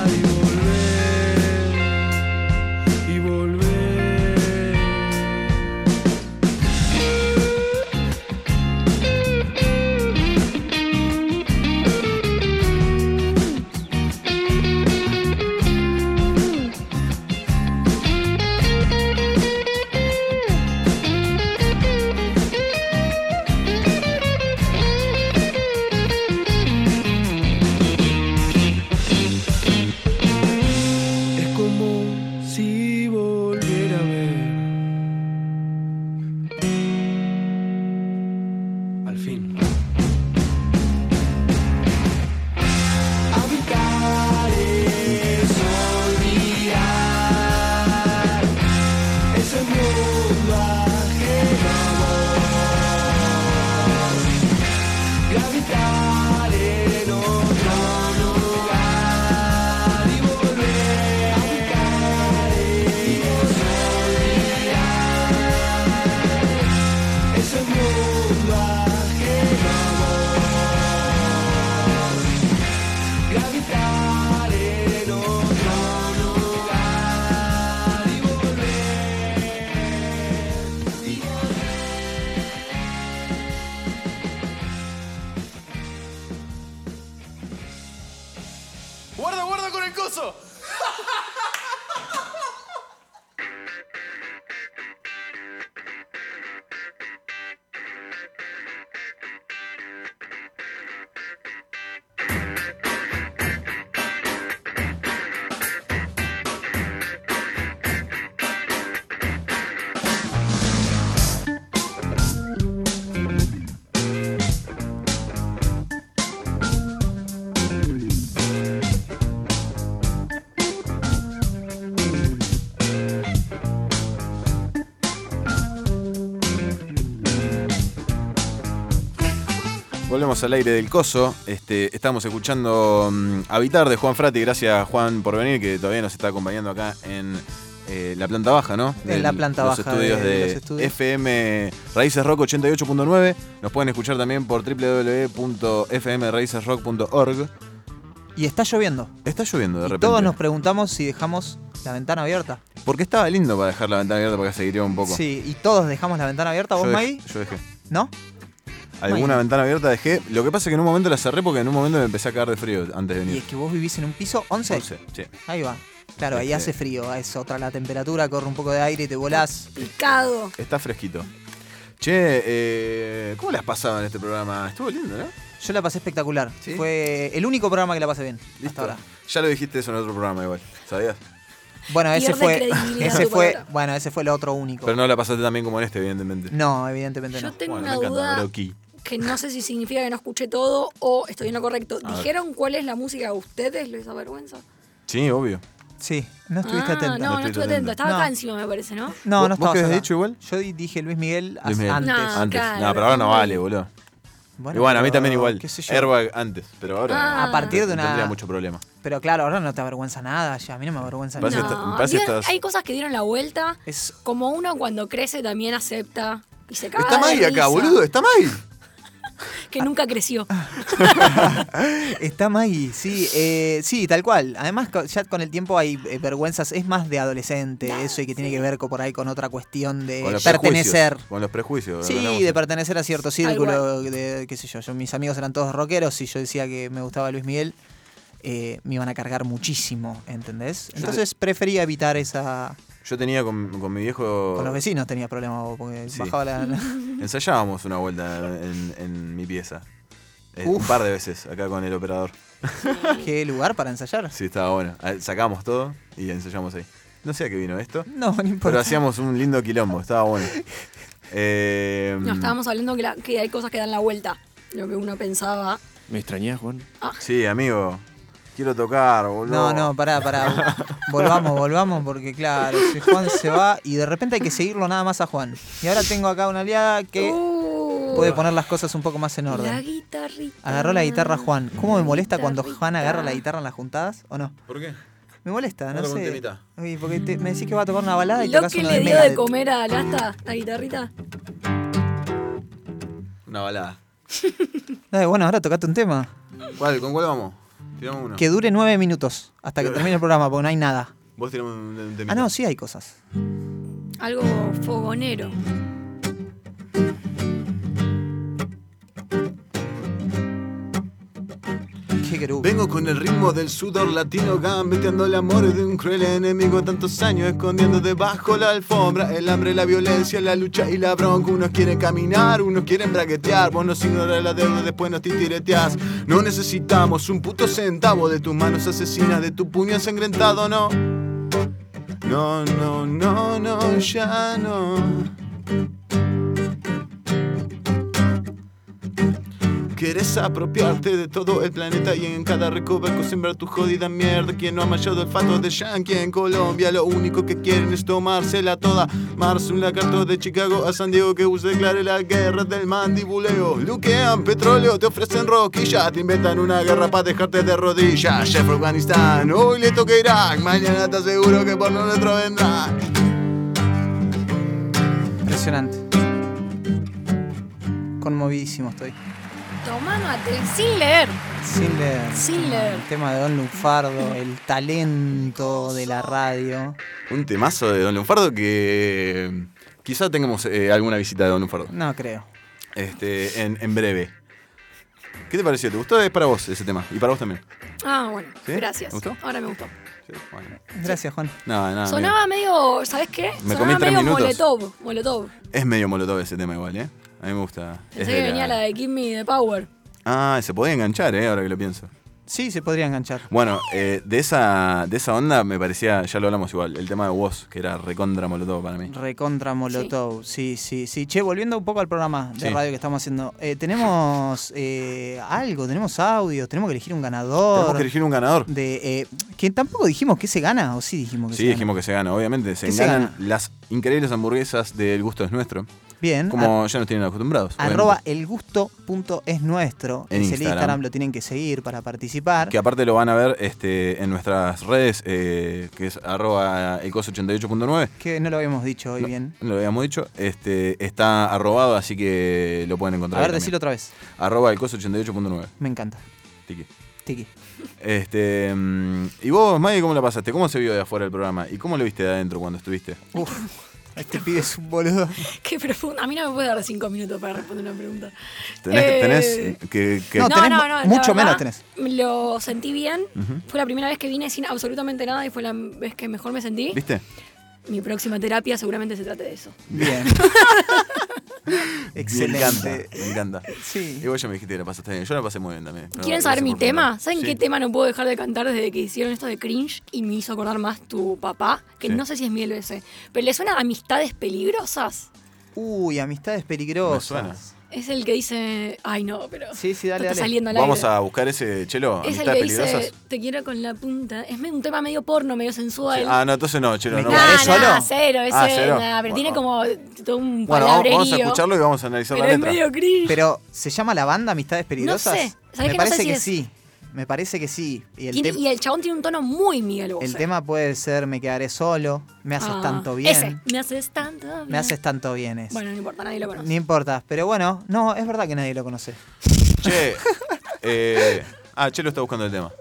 S14: y volver, y volver. Es como si volviera a ver. Al fin.
S10: Habitar es olvidar ese mundo ajeno a vos. Gravitar en otro lugar y volver. Habitar es olvidar ese mundo ajeno a vos. Gravitar en otro lugar y volver, y
S4: ¡Guarda, guarda con el coso!
S1: Volvemos al aire del coso. Este, estamos escuchando mm, Habitar de Juan Frati. Gracias, Juan, por venir, que todavía nos está acompañando acá en eh, la planta baja, ¿no?
S2: En la planta
S1: los
S2: baja
S1: Estudios
S2: de-
S1: de,
S2: los estudios.
S1: FM Raíces Rock 88.9. Nos pueden escuchar también por www.fmraicesrock.org.
S2: Y está lloviendo.
S1: Está lloviendo de
S2: Y
S1: repente.
S2: todos nos preguntamos si dejamos la ventana abierta.
S1: Porque estaba lindo para dejar la ventana abierta para que se guiría un poco.
S2: Sí, y todos dejamos la ventana abierta. ¿Vos,
S1: Yo dej-
S2: May?
S1: Yo dejé.
S2: ¿No?
S1: Alguna
S2: May.
S1: ventana abierta dejé. Lo que pasa es que en un momento la cerré porque en un momento me empecé a caer de frío antes de
S2: Y
S1: venir.
S2: es que vos vivís en un piso 11.
S1: 11, sí.
S2: Ahí va. Claro, ahí
S1: Este-
S2: hace frío, es otra la temperatura, corre un poco de aire y te volás.
S3: Picado.
S1: Está fresquito. Che, eh, ¿cómo las pasaban en este programa? Estuvo lindo, ¿no?
S2: Yo la pasé espectacular. Fue el único programa que la pasé bien hasta ahora.
S1: Ya lo dijiste eso en otro programa igual, ¿sabías?
S2: Bueno, ese
S3: Pierde
S2: fue.
S3: credibilidad
S2: Ese
S3: tu
S2: fue.
S3: palabra.
S2: Bueno, ese fue el otro único.
S1: Pero no la pasaste tan bien como en este, evidentemente.
S2: No, evidentemente no.
S3: Yo tengo
S1: Bueno, me
S3: una
S1: encanta,
S3: duda
S1: Broki.
S3: que no sé si significa que no escuché todo o estoy en lo correcto.
S1: A ver.
S3: ¿Dijeron cuál es la música a ustedes? ¿Les avergüenza?
S1: Sí, obvio.
S2: Sí, no
S3: ah, No, no, estuve atento. Estaba acá encima, me parece, ¿no?
S2: No,
S1: ¿Vos-
S2: no
S1: vos
S2: estaba.
S1: qué habías dicho igual?
S2: Yo di- dije Luis Miguel, hace-
S1: Luis Miguel.
S2: antes.
S3: No,
S1: antes.
S3: claro.
S1: no, pero ahora no vale, boludo. y
S2: Bueno,
S1: bueno, a mí
S2: pero-
S1: también igual.
S2: qué sé yo.
S1: Airbag antes, pero ahora no
S2: Ah. A partir de
S1: tendría
S2: una-
S1: mucho problema.
S2: Pero claro, ahora no te avergüenza nada, ya. A mí no me avergüenza
S1: Parece
S2: nada.
S1: esta-
S3: No,
S1: parece
S3: digo,
S1: estás-
S3: Ah, hay cosas que dieron la vuelta.
S2: Es-
S3: Como uno cuando crece también acepta y se caga.
S1: Está
S3: de
S1: May acá,
S3: risa,
S1: boludo, está May.
S3: Que nunca creció.
S2: *laughs* Está Maggie, sí, eh, sí, tal cual. Además, co- ya con el tiempo hay eh, vergüenzas, es más de adolescente eso y que tiene que ver co- por ahí con otra cuestión de
S1: Con los
S2: eh, pertenecer.
S1: prejuicios. Con los prejuicios.
S2: Sí,
S1: hablamos.
S2: de pertenecer a cierto círculo, de, qué sé yo, yo, mis amigos eran todos rockeros y yo decía que me gustaba Luis Miguel, eh, me iban a cargar muchísimo, ¿entendés?
S1: te-
S2: Entonces prefería evitar esa...
S1: Yo tenía con, con mi viejo.
S2: Con los vecinos tenía problemas porque
S1: Sí.
S2: bajaba la...
S3: *laughs*
S1: Ensayábamos una vuelta en, en mi pieza. Eh,
S2: Uf.
S1: un par de veces acá con el operador.
S2: *laughs* ¿Qué lugar para ensayar?
S1: Sí, estaba bueno. Ah, Sacamos todo y ensayamos ahí. No sé a qué vino esto.
S2: No, no importa.
S1: Pero hacíamos un lindo quilombo, estaba
S2: *laughs*
S1: bueno. Eh,
S3: No, estábamos hablando que, la- que hay cosas que dan la vuelta. Lo que uno pensaba.
S1: ¿Me extrañás, Juan? Sí, amigo. Quiero tocar, boludo.
S2: No, no, pará, pará. Volvamos, volvamos, porque claro, si Juan se va y de repente hay que seguirlo nada más a Juan. Y ahora tengo acá una aliada que puede poner las cosas un poco más en
S3: La
S2: orden.
S3: guitarrita.
S2: Agarró la guitarra Juan. ¿Cómo me molesta cuando Juan agarra la guitarra en las juntadas o no?
S1: ¿Por qué?
S2: Me molesta, no
S1: Ahora con
S2: sé.
S1: temita.
S2: Oye, porque te- me decís que va a tocar una balada y
S3: Lo
S2: tocas
S3: que
S2: una
S3: le
S2: de
S3: dio de
S2: Megadeth.
S3: comer a Lasta, la guitarrita.
S1: Una balada.
S2: *laughs* Dale, bueno, ahora tocate un tema.
S1: ¿Cuál? ¿Con cuál vamos? Tiramos uno.
S2: Que dure nueve minutos hasta que termine el programa, porque no hay nada.
S1: Vos tiramos un, un temita.
S2: Ah, no, sí hay cosas.
S3: Algo fogonero.
S1: Vengo con el ritmo del sudor latino gambeteando el amor de un cruel enemigo tantos años escondiendo debajo la alfombra el hambre, la violencia, la lucha y la bronca unos quieren caminar, unos quieren braguetear vos nos ignorás la deuda, después nos titireteás no necesitamos un puto centavo de tus manos asesinas, de tu puño ensangrentado, no no, no, no, no, ya no Querés apropiarte de todo el planeta y en cada recoveco sembrar tu jodida mierda. Quien no ha mallado el fato de Yankee en Colombia, lo único que quieren es tomársela toda. Mars, un lagarto de Chicago a San Diego que usa declare la guerra del mandibuleo. Luquean petróleo, te ofrecen roquilla, te inventan una guerra para dejarte de rodillas. Chef Afganistán, hoy le toca Irak, mañana te aseguro que por nosotros vendrá.
S2: Impresionante. Conmovidísimo estoy.
S3: Tomando sin leer.
S2: Sin leer.
S3: Sin leer.
S2: El tema de Don Lunfardo, el talento de la radio.
S1: Un temazo de Don Lunfardo que eh, quizá tengamos eh, alguna visita de Don Lunfardo.
S2: No creo.
S1: Este, en, en breve. ¿Qué te pareció? ¿Te gustó? Es para vos ese tema. Y para vos también.
S3: Ah, bueno,
S1: ¿Sí?
S3: gracias.
S1: ¿Te gustó?
S3: Ahora me gustó.
S2: Gracias, Juan.
S1: No, no.
S3: Sonaba medio, ¿sabes qué?
S1: Me comí
S3: Sonaba
S1: tres
S3: medio
S1: minutos.
S3: Molotov. Molotov.
S1: mira. Es medio molotov ese tema igual, ¿eh? A mí me gusta. Es
S3: Pensé
S1: de
S3: que
S1: la-
S3: venía la de Give Me the Power. *laughs*
S1: Ah, se podía enganchar, ¿eh? Ahora que lo pienso.
S2: Sí, se podría enganchar.
S1: Bueno, eh, de, esa, de esa onda me parecía, ya lo hablamos igual, el tema de vos, que era recontra molotov para mí.
S2: Recontra Molotov. Sí. sí, sí, Che, volviendo un poco al programa de
S1: Sí.
S2: radio que estamos haciendo. eh, tenemos eh, algo, tenemos audio, tenemos que elegir un ganador.
S1: Tenemos que elegir un ganador.
S2: De, eh, que tampoco dijimos que se gana, o sí dijimos que se
S1: Sí, dijimos que se gana, obviamente. Se
S2: ¿Qué se
S1: ganan las increíbles hamburguesas del gusto es nuestro.
S2: Bien.
S1: Como ya nos tienen acostumbrados.
S2: gana. Mm, ah. Arroba el gusto punto es nuestro.
S1: En
S2: es el
S1: Instagram.
S2: Instagram, lo tienen que seguir para participar.
S1: obviamente. Que aparte lo van a ver este, en nuestras redes, eh, que es arroba elcos88.9.
S2: Que no lo habíamos dicho hoy bien.
S1: Lo habíamos dicho. Este, está arrobado, así que lo pueden encontrar.
S2: A ver,
S1: ahí
S2: decilo
S1: también.
S2: otra vez.
S1: Arroba elcos88.9.
S2: Me encanta.
S1: Tiki.
S2: Tiki.
S1: Este, mm, ¿Y vos, Maggie, cómo la pasaste? ¿Cómo se vio de afuera el programa? ¿Y cómo lo viste de adentro cuando estuviste?
S2: Uf, este pibe es un boludo.
S3: Qué profundo. A mí no me puede dar cinco minutos para responder una pregunta.
S1: ¿Tenés,
S3: Eh,
S1: tenés que, que-
S3: No, no, no, la
S2: mucho
S3: verdad,
S2: menos tenés.
S3: Lo sentí bien.
S1: Ujú.
S3: Fue la primera vez que vine sin absolutamente nada y fue la vez que mejor me sentí.
S1: ¿Viste?
S3: Mi próxima terapia seguramente se trate de eso. *laughs*
S1: *laughs*
S2: Bien. *laughs*
S1: Me encanta, me encanta.
S2: Sí.
S1: Y vos ya me dijiste que la pasaste bien. Yo la pasé muy bien también. Pero
S3: ¿Quieren
S1: gracias
S3: saber mi
S1: por
S3: tema?
S1: preguntar.
S3: ¿Saben
S1: Sí.
S3: qué tema no puedo dejar de cantar desde que hicieron esto de cringe y me hizo acordar más tu papá? Que
S2: Sí.
S3: no sé si es mi LBC. ¿Pero le suena Amistades Peligrosas?
S2: Uy, amistades peligrosas.
S3: Es el que dice. Ay, no, pero.
S2: Sí, sí, dale,
S3: no
S2: dale.
S3: Está saliendo al
S1: Vamos
S3: aire.
S1: a buscar ese Eh, chelo.
S3: Es el
S1: ¿Amistades
S3: que
S1: peligrosas?
S3: dice. Te quiero con la punta. Es me- un tema medio porno, medio sensual.
S1: Sí. Ah, no, entonces no, chelo. No,
S3: Nah,
S1: ¿Es solo?
S3: nah, cero, ese,
S1: Ah, cero.
S3: nah, pero tiene
S1: Bueno,
S3: como todo un
S1: Bueno, vamos-
S3: palabrerío.
S1: vamos a escucharlo y vamos a analizar la
S3: Pero es
S1: letra.
S3: medio cringe.
S2: Pero, ¿se llama la banda Amistades Peligrosas?
S3: sé. ¿Sabés que
S2: Me
S3: no
S2: parece
S3: sé si
S2: que
S3: es?
S2: sí. Me parece que sí. Y el,
S3: Tiene-
S2: tem-
S3: y el chabón tiene un tono muy Miguel Bosé.
S2: el tema puede ser Me quedaré solo, Me haces
S3: Ah,
S2: tanto bien.
S3: Ese, me haces tanto bien.
S2: Me haces tanto bien es.
S3: Bueno, no importa, nadie lo conoce.
S2: Ni importa, pero bueno, no, es verdad que nadie lo conoce.
S1: Che. eh, ah, chelo está buscando el tema.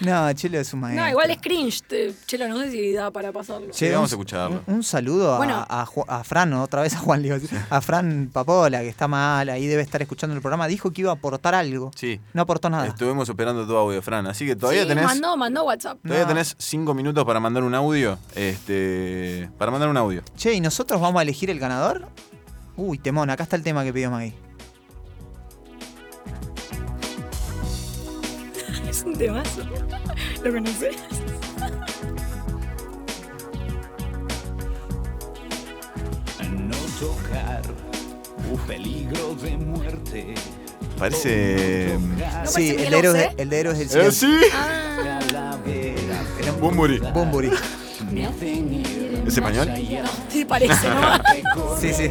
S2: No, Chelo es un maestro.
S1: Este.
S3: No, igual es cringe. te- Chelo, no sé si da para pasarlo.
S2: Che,
S1: vamos
S2: un-
S1: a escucharlo.
S2: Un, un saludo a-
S3: Bueno.
S2: a, Ju- a Fran, otra vez a Juan, le iba a decir, a Fran Papola, que está mal, ahí debe estar escuchando el programa. Dijo que iba a aportar algo.
S1: Sí.
S2: No aportó nada.
S1: Estuvimos esperando tu audio, Fran. Así que todavía
S3: Sí,
S1: tenés.
S3: Mandó, mandó WhatsApp.
S1: Todavía tenés cinco minutos para mandar un audio. Este. Para mandar un audio.
S2: Che, ¿y nosotros vamos a elegir el ganador? Uy, temón, acá está el tema que pidió Maggie.
S3: *laughs* Es un temazo. *laughs* ¿Lo conoces?
S18: no tocar un peligro de muerte.
S1: Parece.
S2: sí, el de, héroes, el de héroes del
S1: ¿Eh,
S2: silencio.
S3: Ah,
S1: Bumburi.
S2: Bumburi.
S1: ¿Es español?
S3: *laughs* Sí,
S1: *laughs*
S3: parece, ¿no?
S2: Sí, sí.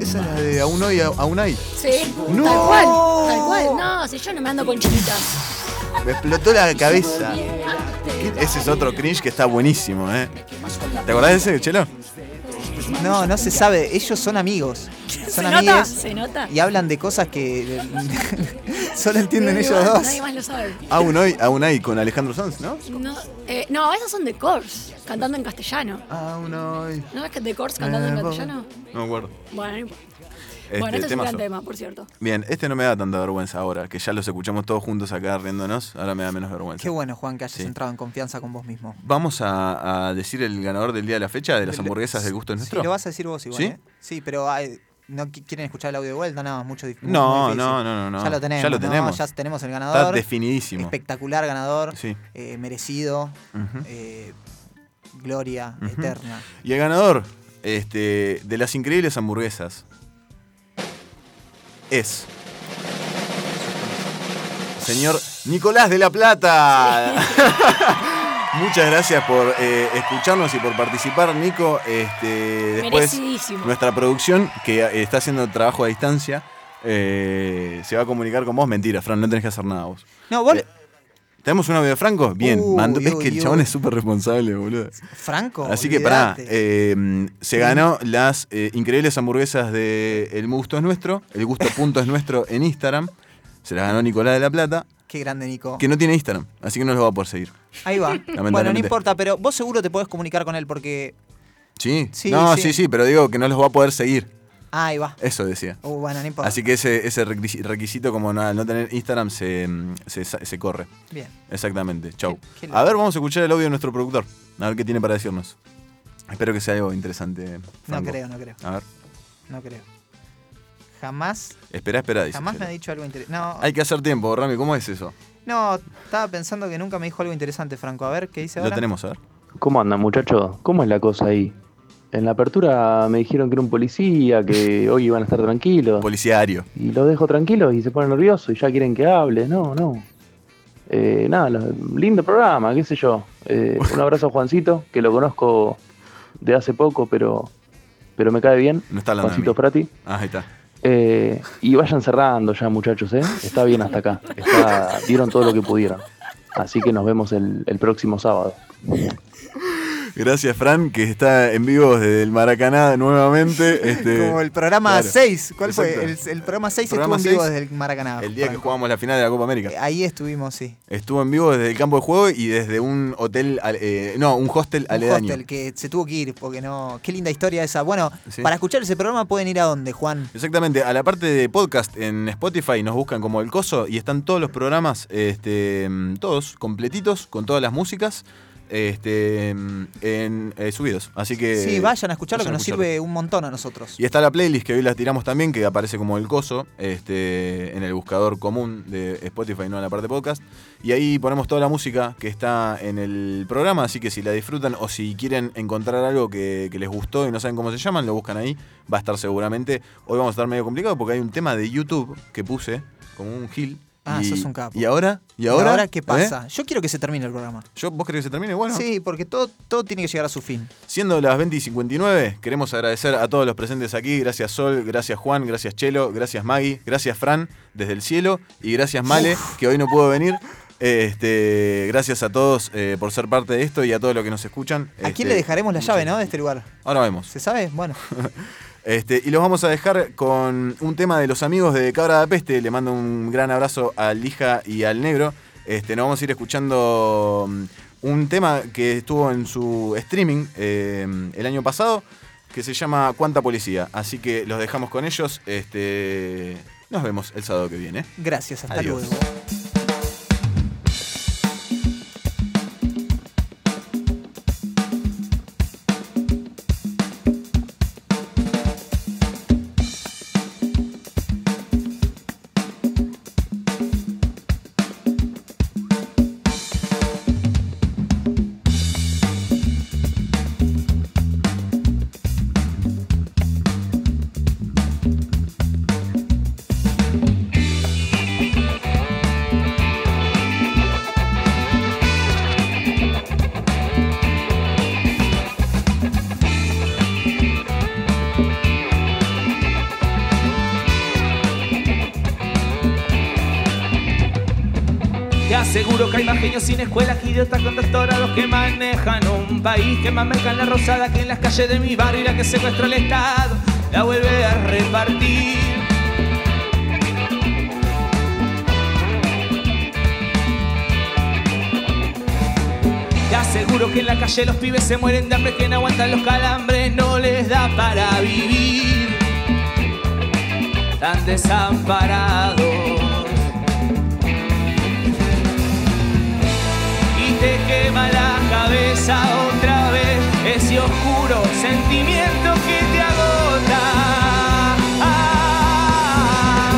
S1: Esa es la de Aún hoy, Aún hay.
S3: Sí,
S1: No.
S3: tal cual, tal cual. No, si yo no me ando con chiquitas.
S1: Me explotó la cabeza. Ese es otro cringe que está buenísimo, ¿eh? ¿Te acordás de ese, Chelo?
S2: No, no se sabe, ellos son amigos. son
S3: ¿Se nota?
S2: amigues
S3: ¿Se nota?
S2: y hablan de
S3: *laughs*
S2: cosas que solo entienden
S3: Nadie
S2: ellos
S3: más-
S2: dos.
S3: Nadie más lo sabe.
S1: Aún hoy, aún hay con Alejandro Sanz, ¿no?
S3: No, eh, no, esas son de Cors, cantando en castellano.
S1: Aún hoy.
S3: ¿No es que de Cors cantando en
S1: Me voy.
S3: castellano?
S1: No me acuerdo.
S3: Bueno, no importa.
S1: Eh, Este,
S3: bueno, este es un
S1: temazo.
S3: gran tema, por cierto.
S1: Bien, este no me da tanta vergüenza ahora, que ya los escuchamos todos juntos acá riéndonos, ahora me da menos vergüenza.
S2: Qué bueno, Juan, que hayas
S1: Sí.
S2: entrado en confianza con vos mismo.
S1: Vamos a, a decir el ganador del día de la fecha de las
S2: Del-
S1: hamburguesas del gusto es
S2: Sí,
S1: nuestro.
S2: lo vas a decir vos igual,
S1: ¿Sí?
S2: ¿eh? Sí, pero ay, no qui- quieren escuchar el audio de vuelta, nada, mucho dif- muy-
S1: No,
S2: muy difícil.
S1: no, no, no, no.
S2: Ya lo tenemos.
S1: Ya lo
S2: ¿no?
S1: tenemos.
S2: Ya tenemos el ganador.
S1: Está definidísimo.
S2: Espectacular ganador.
S1: Sí.
S2: eh, merecido.
S1: Ujú.
S2: eh, gloria
S1: Ujú.
S2: eterna.
S1: Y el ganador este, de las increíbles hamburguesas es. Señor Nicolás de la Plata. *laughs* Muchas gracias por eh, escucharnos y por participar, Nico. Este, después,
S3: Merecidísimo.
S1: nuestra producción, que eh, está haciendo trabajo a distancia, eh, se va a comunicar con vos. Mentira, Fran, no tenés que hacer nada vos.
S2: No,
S1: Eh,
S2: vos.
S1: ¿Tenemos un audio de Franco? Bien,
S2: Uh, Uy,
S1: mandó- ves
S2: uy,
S1: que el
S2: uy.
S1: chabón es súper responsable, boludo.
S2: Franco.
S1: Así que pará,
S2: olvidate.
S1: eh, se ganó las eh, increíbles hamburguesas de El Gusto es Nuestro, El Gusto Punto es Nuestro en Instagram. Se las ganó Nicolás de la Plata,
S2: Qué grande, Nico.
S1: que no tiene Instagram, así que no los va a poder seguir.
S2: Ahí va. bueno, no
S1: Lamentablemente.
S2: importa, pero vos seguro te podés comunicar con él porque.
S1: ¿Sí?
S2: Sí,
S1: no,
S2: sí.
S1: sí, sí, pero digo que no los va a poder seguir.
S2: Ah, ahí va.
S1: Eso decía.
S2: Uh, bueno, no importa.
S1: Así que ese, ese requisi- requisito, como no, al no tener Instagram, se, mm, se, sa- se corre.
S2: Bien.
S1: Exactamente. Chau.
S2: Qué- qué
S1: A ver, vamos a escuchar el audio de nuestro productor. A ver qué tiene para decirnos. Espero que sea algo interesante. Franco.
S2: creo, no creo.
S1: A ver.
S2: No creo. Jamás.
S1: Espera, espera, dice.
S2: Jamás me ha
S1: Chela.
S2: dicho algo interesante. No,
S1: Hay que hacer tiempo, Rami, ¿cómo es eso?
S2: no, estaba pensando que nunca me dijo algo interesante, Franco. A ver, ¿qué dice
S1: Lo
S2: ahora?
S1: tenemos, a ver.
S19: ¿Cómo andan, muchachos? ¿Cómo es la cosa ahí? En la apertura me dijeron que era un policía, que hoy iban a estar tranquilos.
S1: Policiario.
S19: Y los dejo tranquilos y se ponen nerviosos y ya quieren que hable. No, no. Eh, nada, lo- lindo programa, qué sé yo. Eh, un abrazo a Juancito, que lo conozco de hace poco, pero, pero me cae bien.
S1: No está hablando de
S19: Juancito
S1: mí.
S19: Frati.
S1: Ah, ahí está.
S19: Eh, y vayan cerrando ya, muchachos, ¿eh? Está bien hasta acá. Está- dieron todo lo que pudieron. Así que nos vemos el- el próximo sábado.
S1: Gracias, Fran, que está en vivo desde el Maracaná nuevamente. *laughs* Este,
S2: *laughs* Como el programa
S1: claro.
S2: 6. ¿Cuál fue?
S1: Exacto.
S2: El, el programa 6
S1: Programa
S2: estuvo en vivo
S1: seis,
S2: desde el Maracaná.
S1: El día que
S2: Franco.
S1: jugamos la final de la Copa América.
S2: Ahí estuvimos, sí.
S1: Estuvo en vivo desde el campo de juego y desde un hotel, al- eh, no, un hostel
S2: Un
S1: aledaño.
S2: hostel que se tuvo que ir porque no. Qué linda historia esa. Bueno,
S1: Sí.
S2: para escuchar ese programa pueden ir a dónde, Juan.
S1: Exactamente, a la parte de podcast en Spotify nos buscan como El Coso y están todos los programas, este, mm, todos completitos, con todas las músicas, este, mm, en, eh, subidos. Así que.
S2: sí, vayan a escucharlo que
S1: vayan a
S2: nos sirve un montón a nosotros.
S1: Y está la playlist que hoy la tiramos también, que aparece como el coso, este, en el buscador común de Spotify, no en la parte podcast. Y ahí ponemos toda la música que está en el programa, así que si la disfrutan o si quieren encontrar algo que, que les gustó y no saben cómo se llaman, lo buscan ahí, va a estar seguramente. Hoy vamos a estar medio complicado porque hay un tema de YouTube que puse, como un gil.
S2: Ah,
S1: y,
S2: sos un capo.
S1: ¿Y ahora? ¿Y ahora?
S2: qué
S1: ¿Eh?
S2: pasa? Yo quiero que se termine el programa.
S1: Yo, ¿Vos querés que se termine? Bueno.
S2: Sí, porque todo, todo tiene que llegar a su fin.
S1: Siendo las 20 y 59, queremos agradecer a todos los presentes aquí. Gracias Sol, gracias Juan, gracias Chelo, gracias Maggie, gracias Fran desde el cielo y gracias Male, que hoy no pudo venir. Este, gracias a todos eh, por ser parte de esto y a todos los que nos escuchan. Este,
S2: ¿A quién le dejaremos la llave, no? De este lugar.
S1: Ahora vemos.
S2: ¿Se sabe? Bueno.
S1: *laughs* Este, y los vamos a dejar con un tema de los amigos de Cabra de Peste. Le mando un gran abrazo al Lija y al Negro. Este, nos vamos a ir escuchando mm, un tema que estuvo en su streaming eh, el año pasado, que se llama Cuánta Policía. Así que los dejamos con ellos. Este, nos vemos el sábado que viene.
S2: Gracias, hasta
S1: Adiós.
S2: luego.
S20: Te aseguro que hay más genios sin escuelas que idiotas con doctorados que manejan un país que más merca en la rosada que en las calles de mi barrio y la que secuestra el Estado. la vuelve a repartir. Te aseguro que en la calle los pibes se mueren de hambre, que no aguantan los calambres, no les da para vivir. Tan desamparados. y te quema la cabeza otra vez ese oscuro sentimiento que te agota. Ah,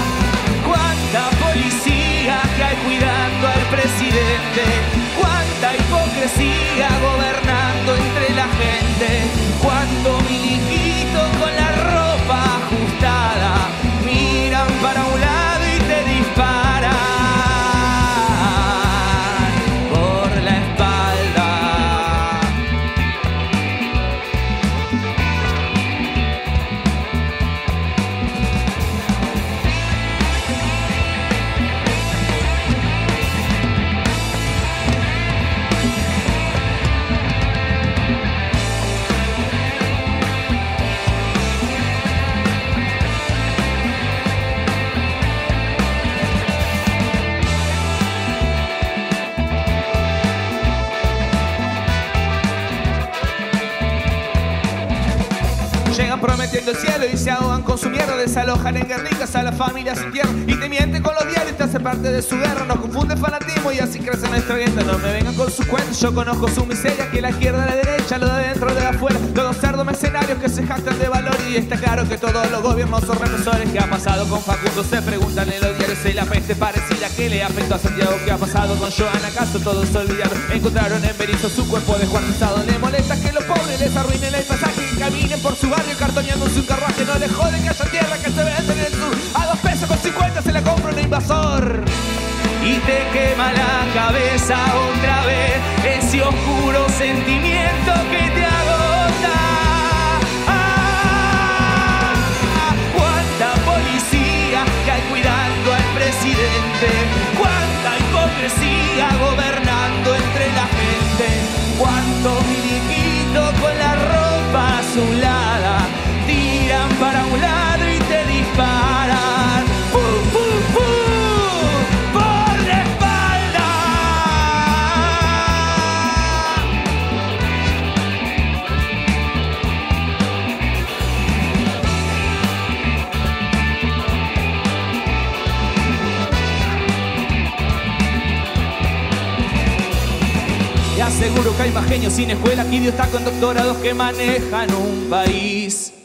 S20: cuánta policía que hay cuidando al presidente, cuánta hipocresía gobernando entre la gente, cuánto miliquito con la ropa ajustada miran para un lado y te disparan por la espalda. Llegan prometiendo el cielo y se ahogan con su mierda. Desalojan en guerrillas a la familia sin tierra. Y te mienten con los diarios, te hace parte de su guerra. Nos confunde fanatismo y así crece nuestra gueta. No me vengan con sus cuentos, yo conozco su miseria. Que la izquierda, la derecha, lo de dentro, lo de afuera. Todos cerdos mercenarios que se jactan de valor. Y está claro que todos los gobiernos son represores. ¿Qué ha pasado con Facundo? Se preguntan en los diarios. Y la peste parecida que le afectó a Santiago. ¿Qué ha pasado con Joan? ¿Acaso todos olvidaron? Encontraron en Berizo su cuerpo descuartizado. Le molesta que los pobres les arruinen el pasaje. Que caminen por su barrio cartoneándose un carruaje. No le joden que haya tierra que se vende en el sur. A dos pesos con 50 se la compra un invasor. Y te quema la cabeza otra vez ese oscuro sentimiento que te agota. Ah, cuánta policía que hay cuidando al presidente, cuánta hipocresía gobernando entre la gente, cuánto miliquito con la ropa azulada, tiran para un lado y te disparan. ¡Pum, pum, pum! ¡Por la espalda! Te aseguro que hay más genios sin escuela que idiotas con doctorados que manejan un país.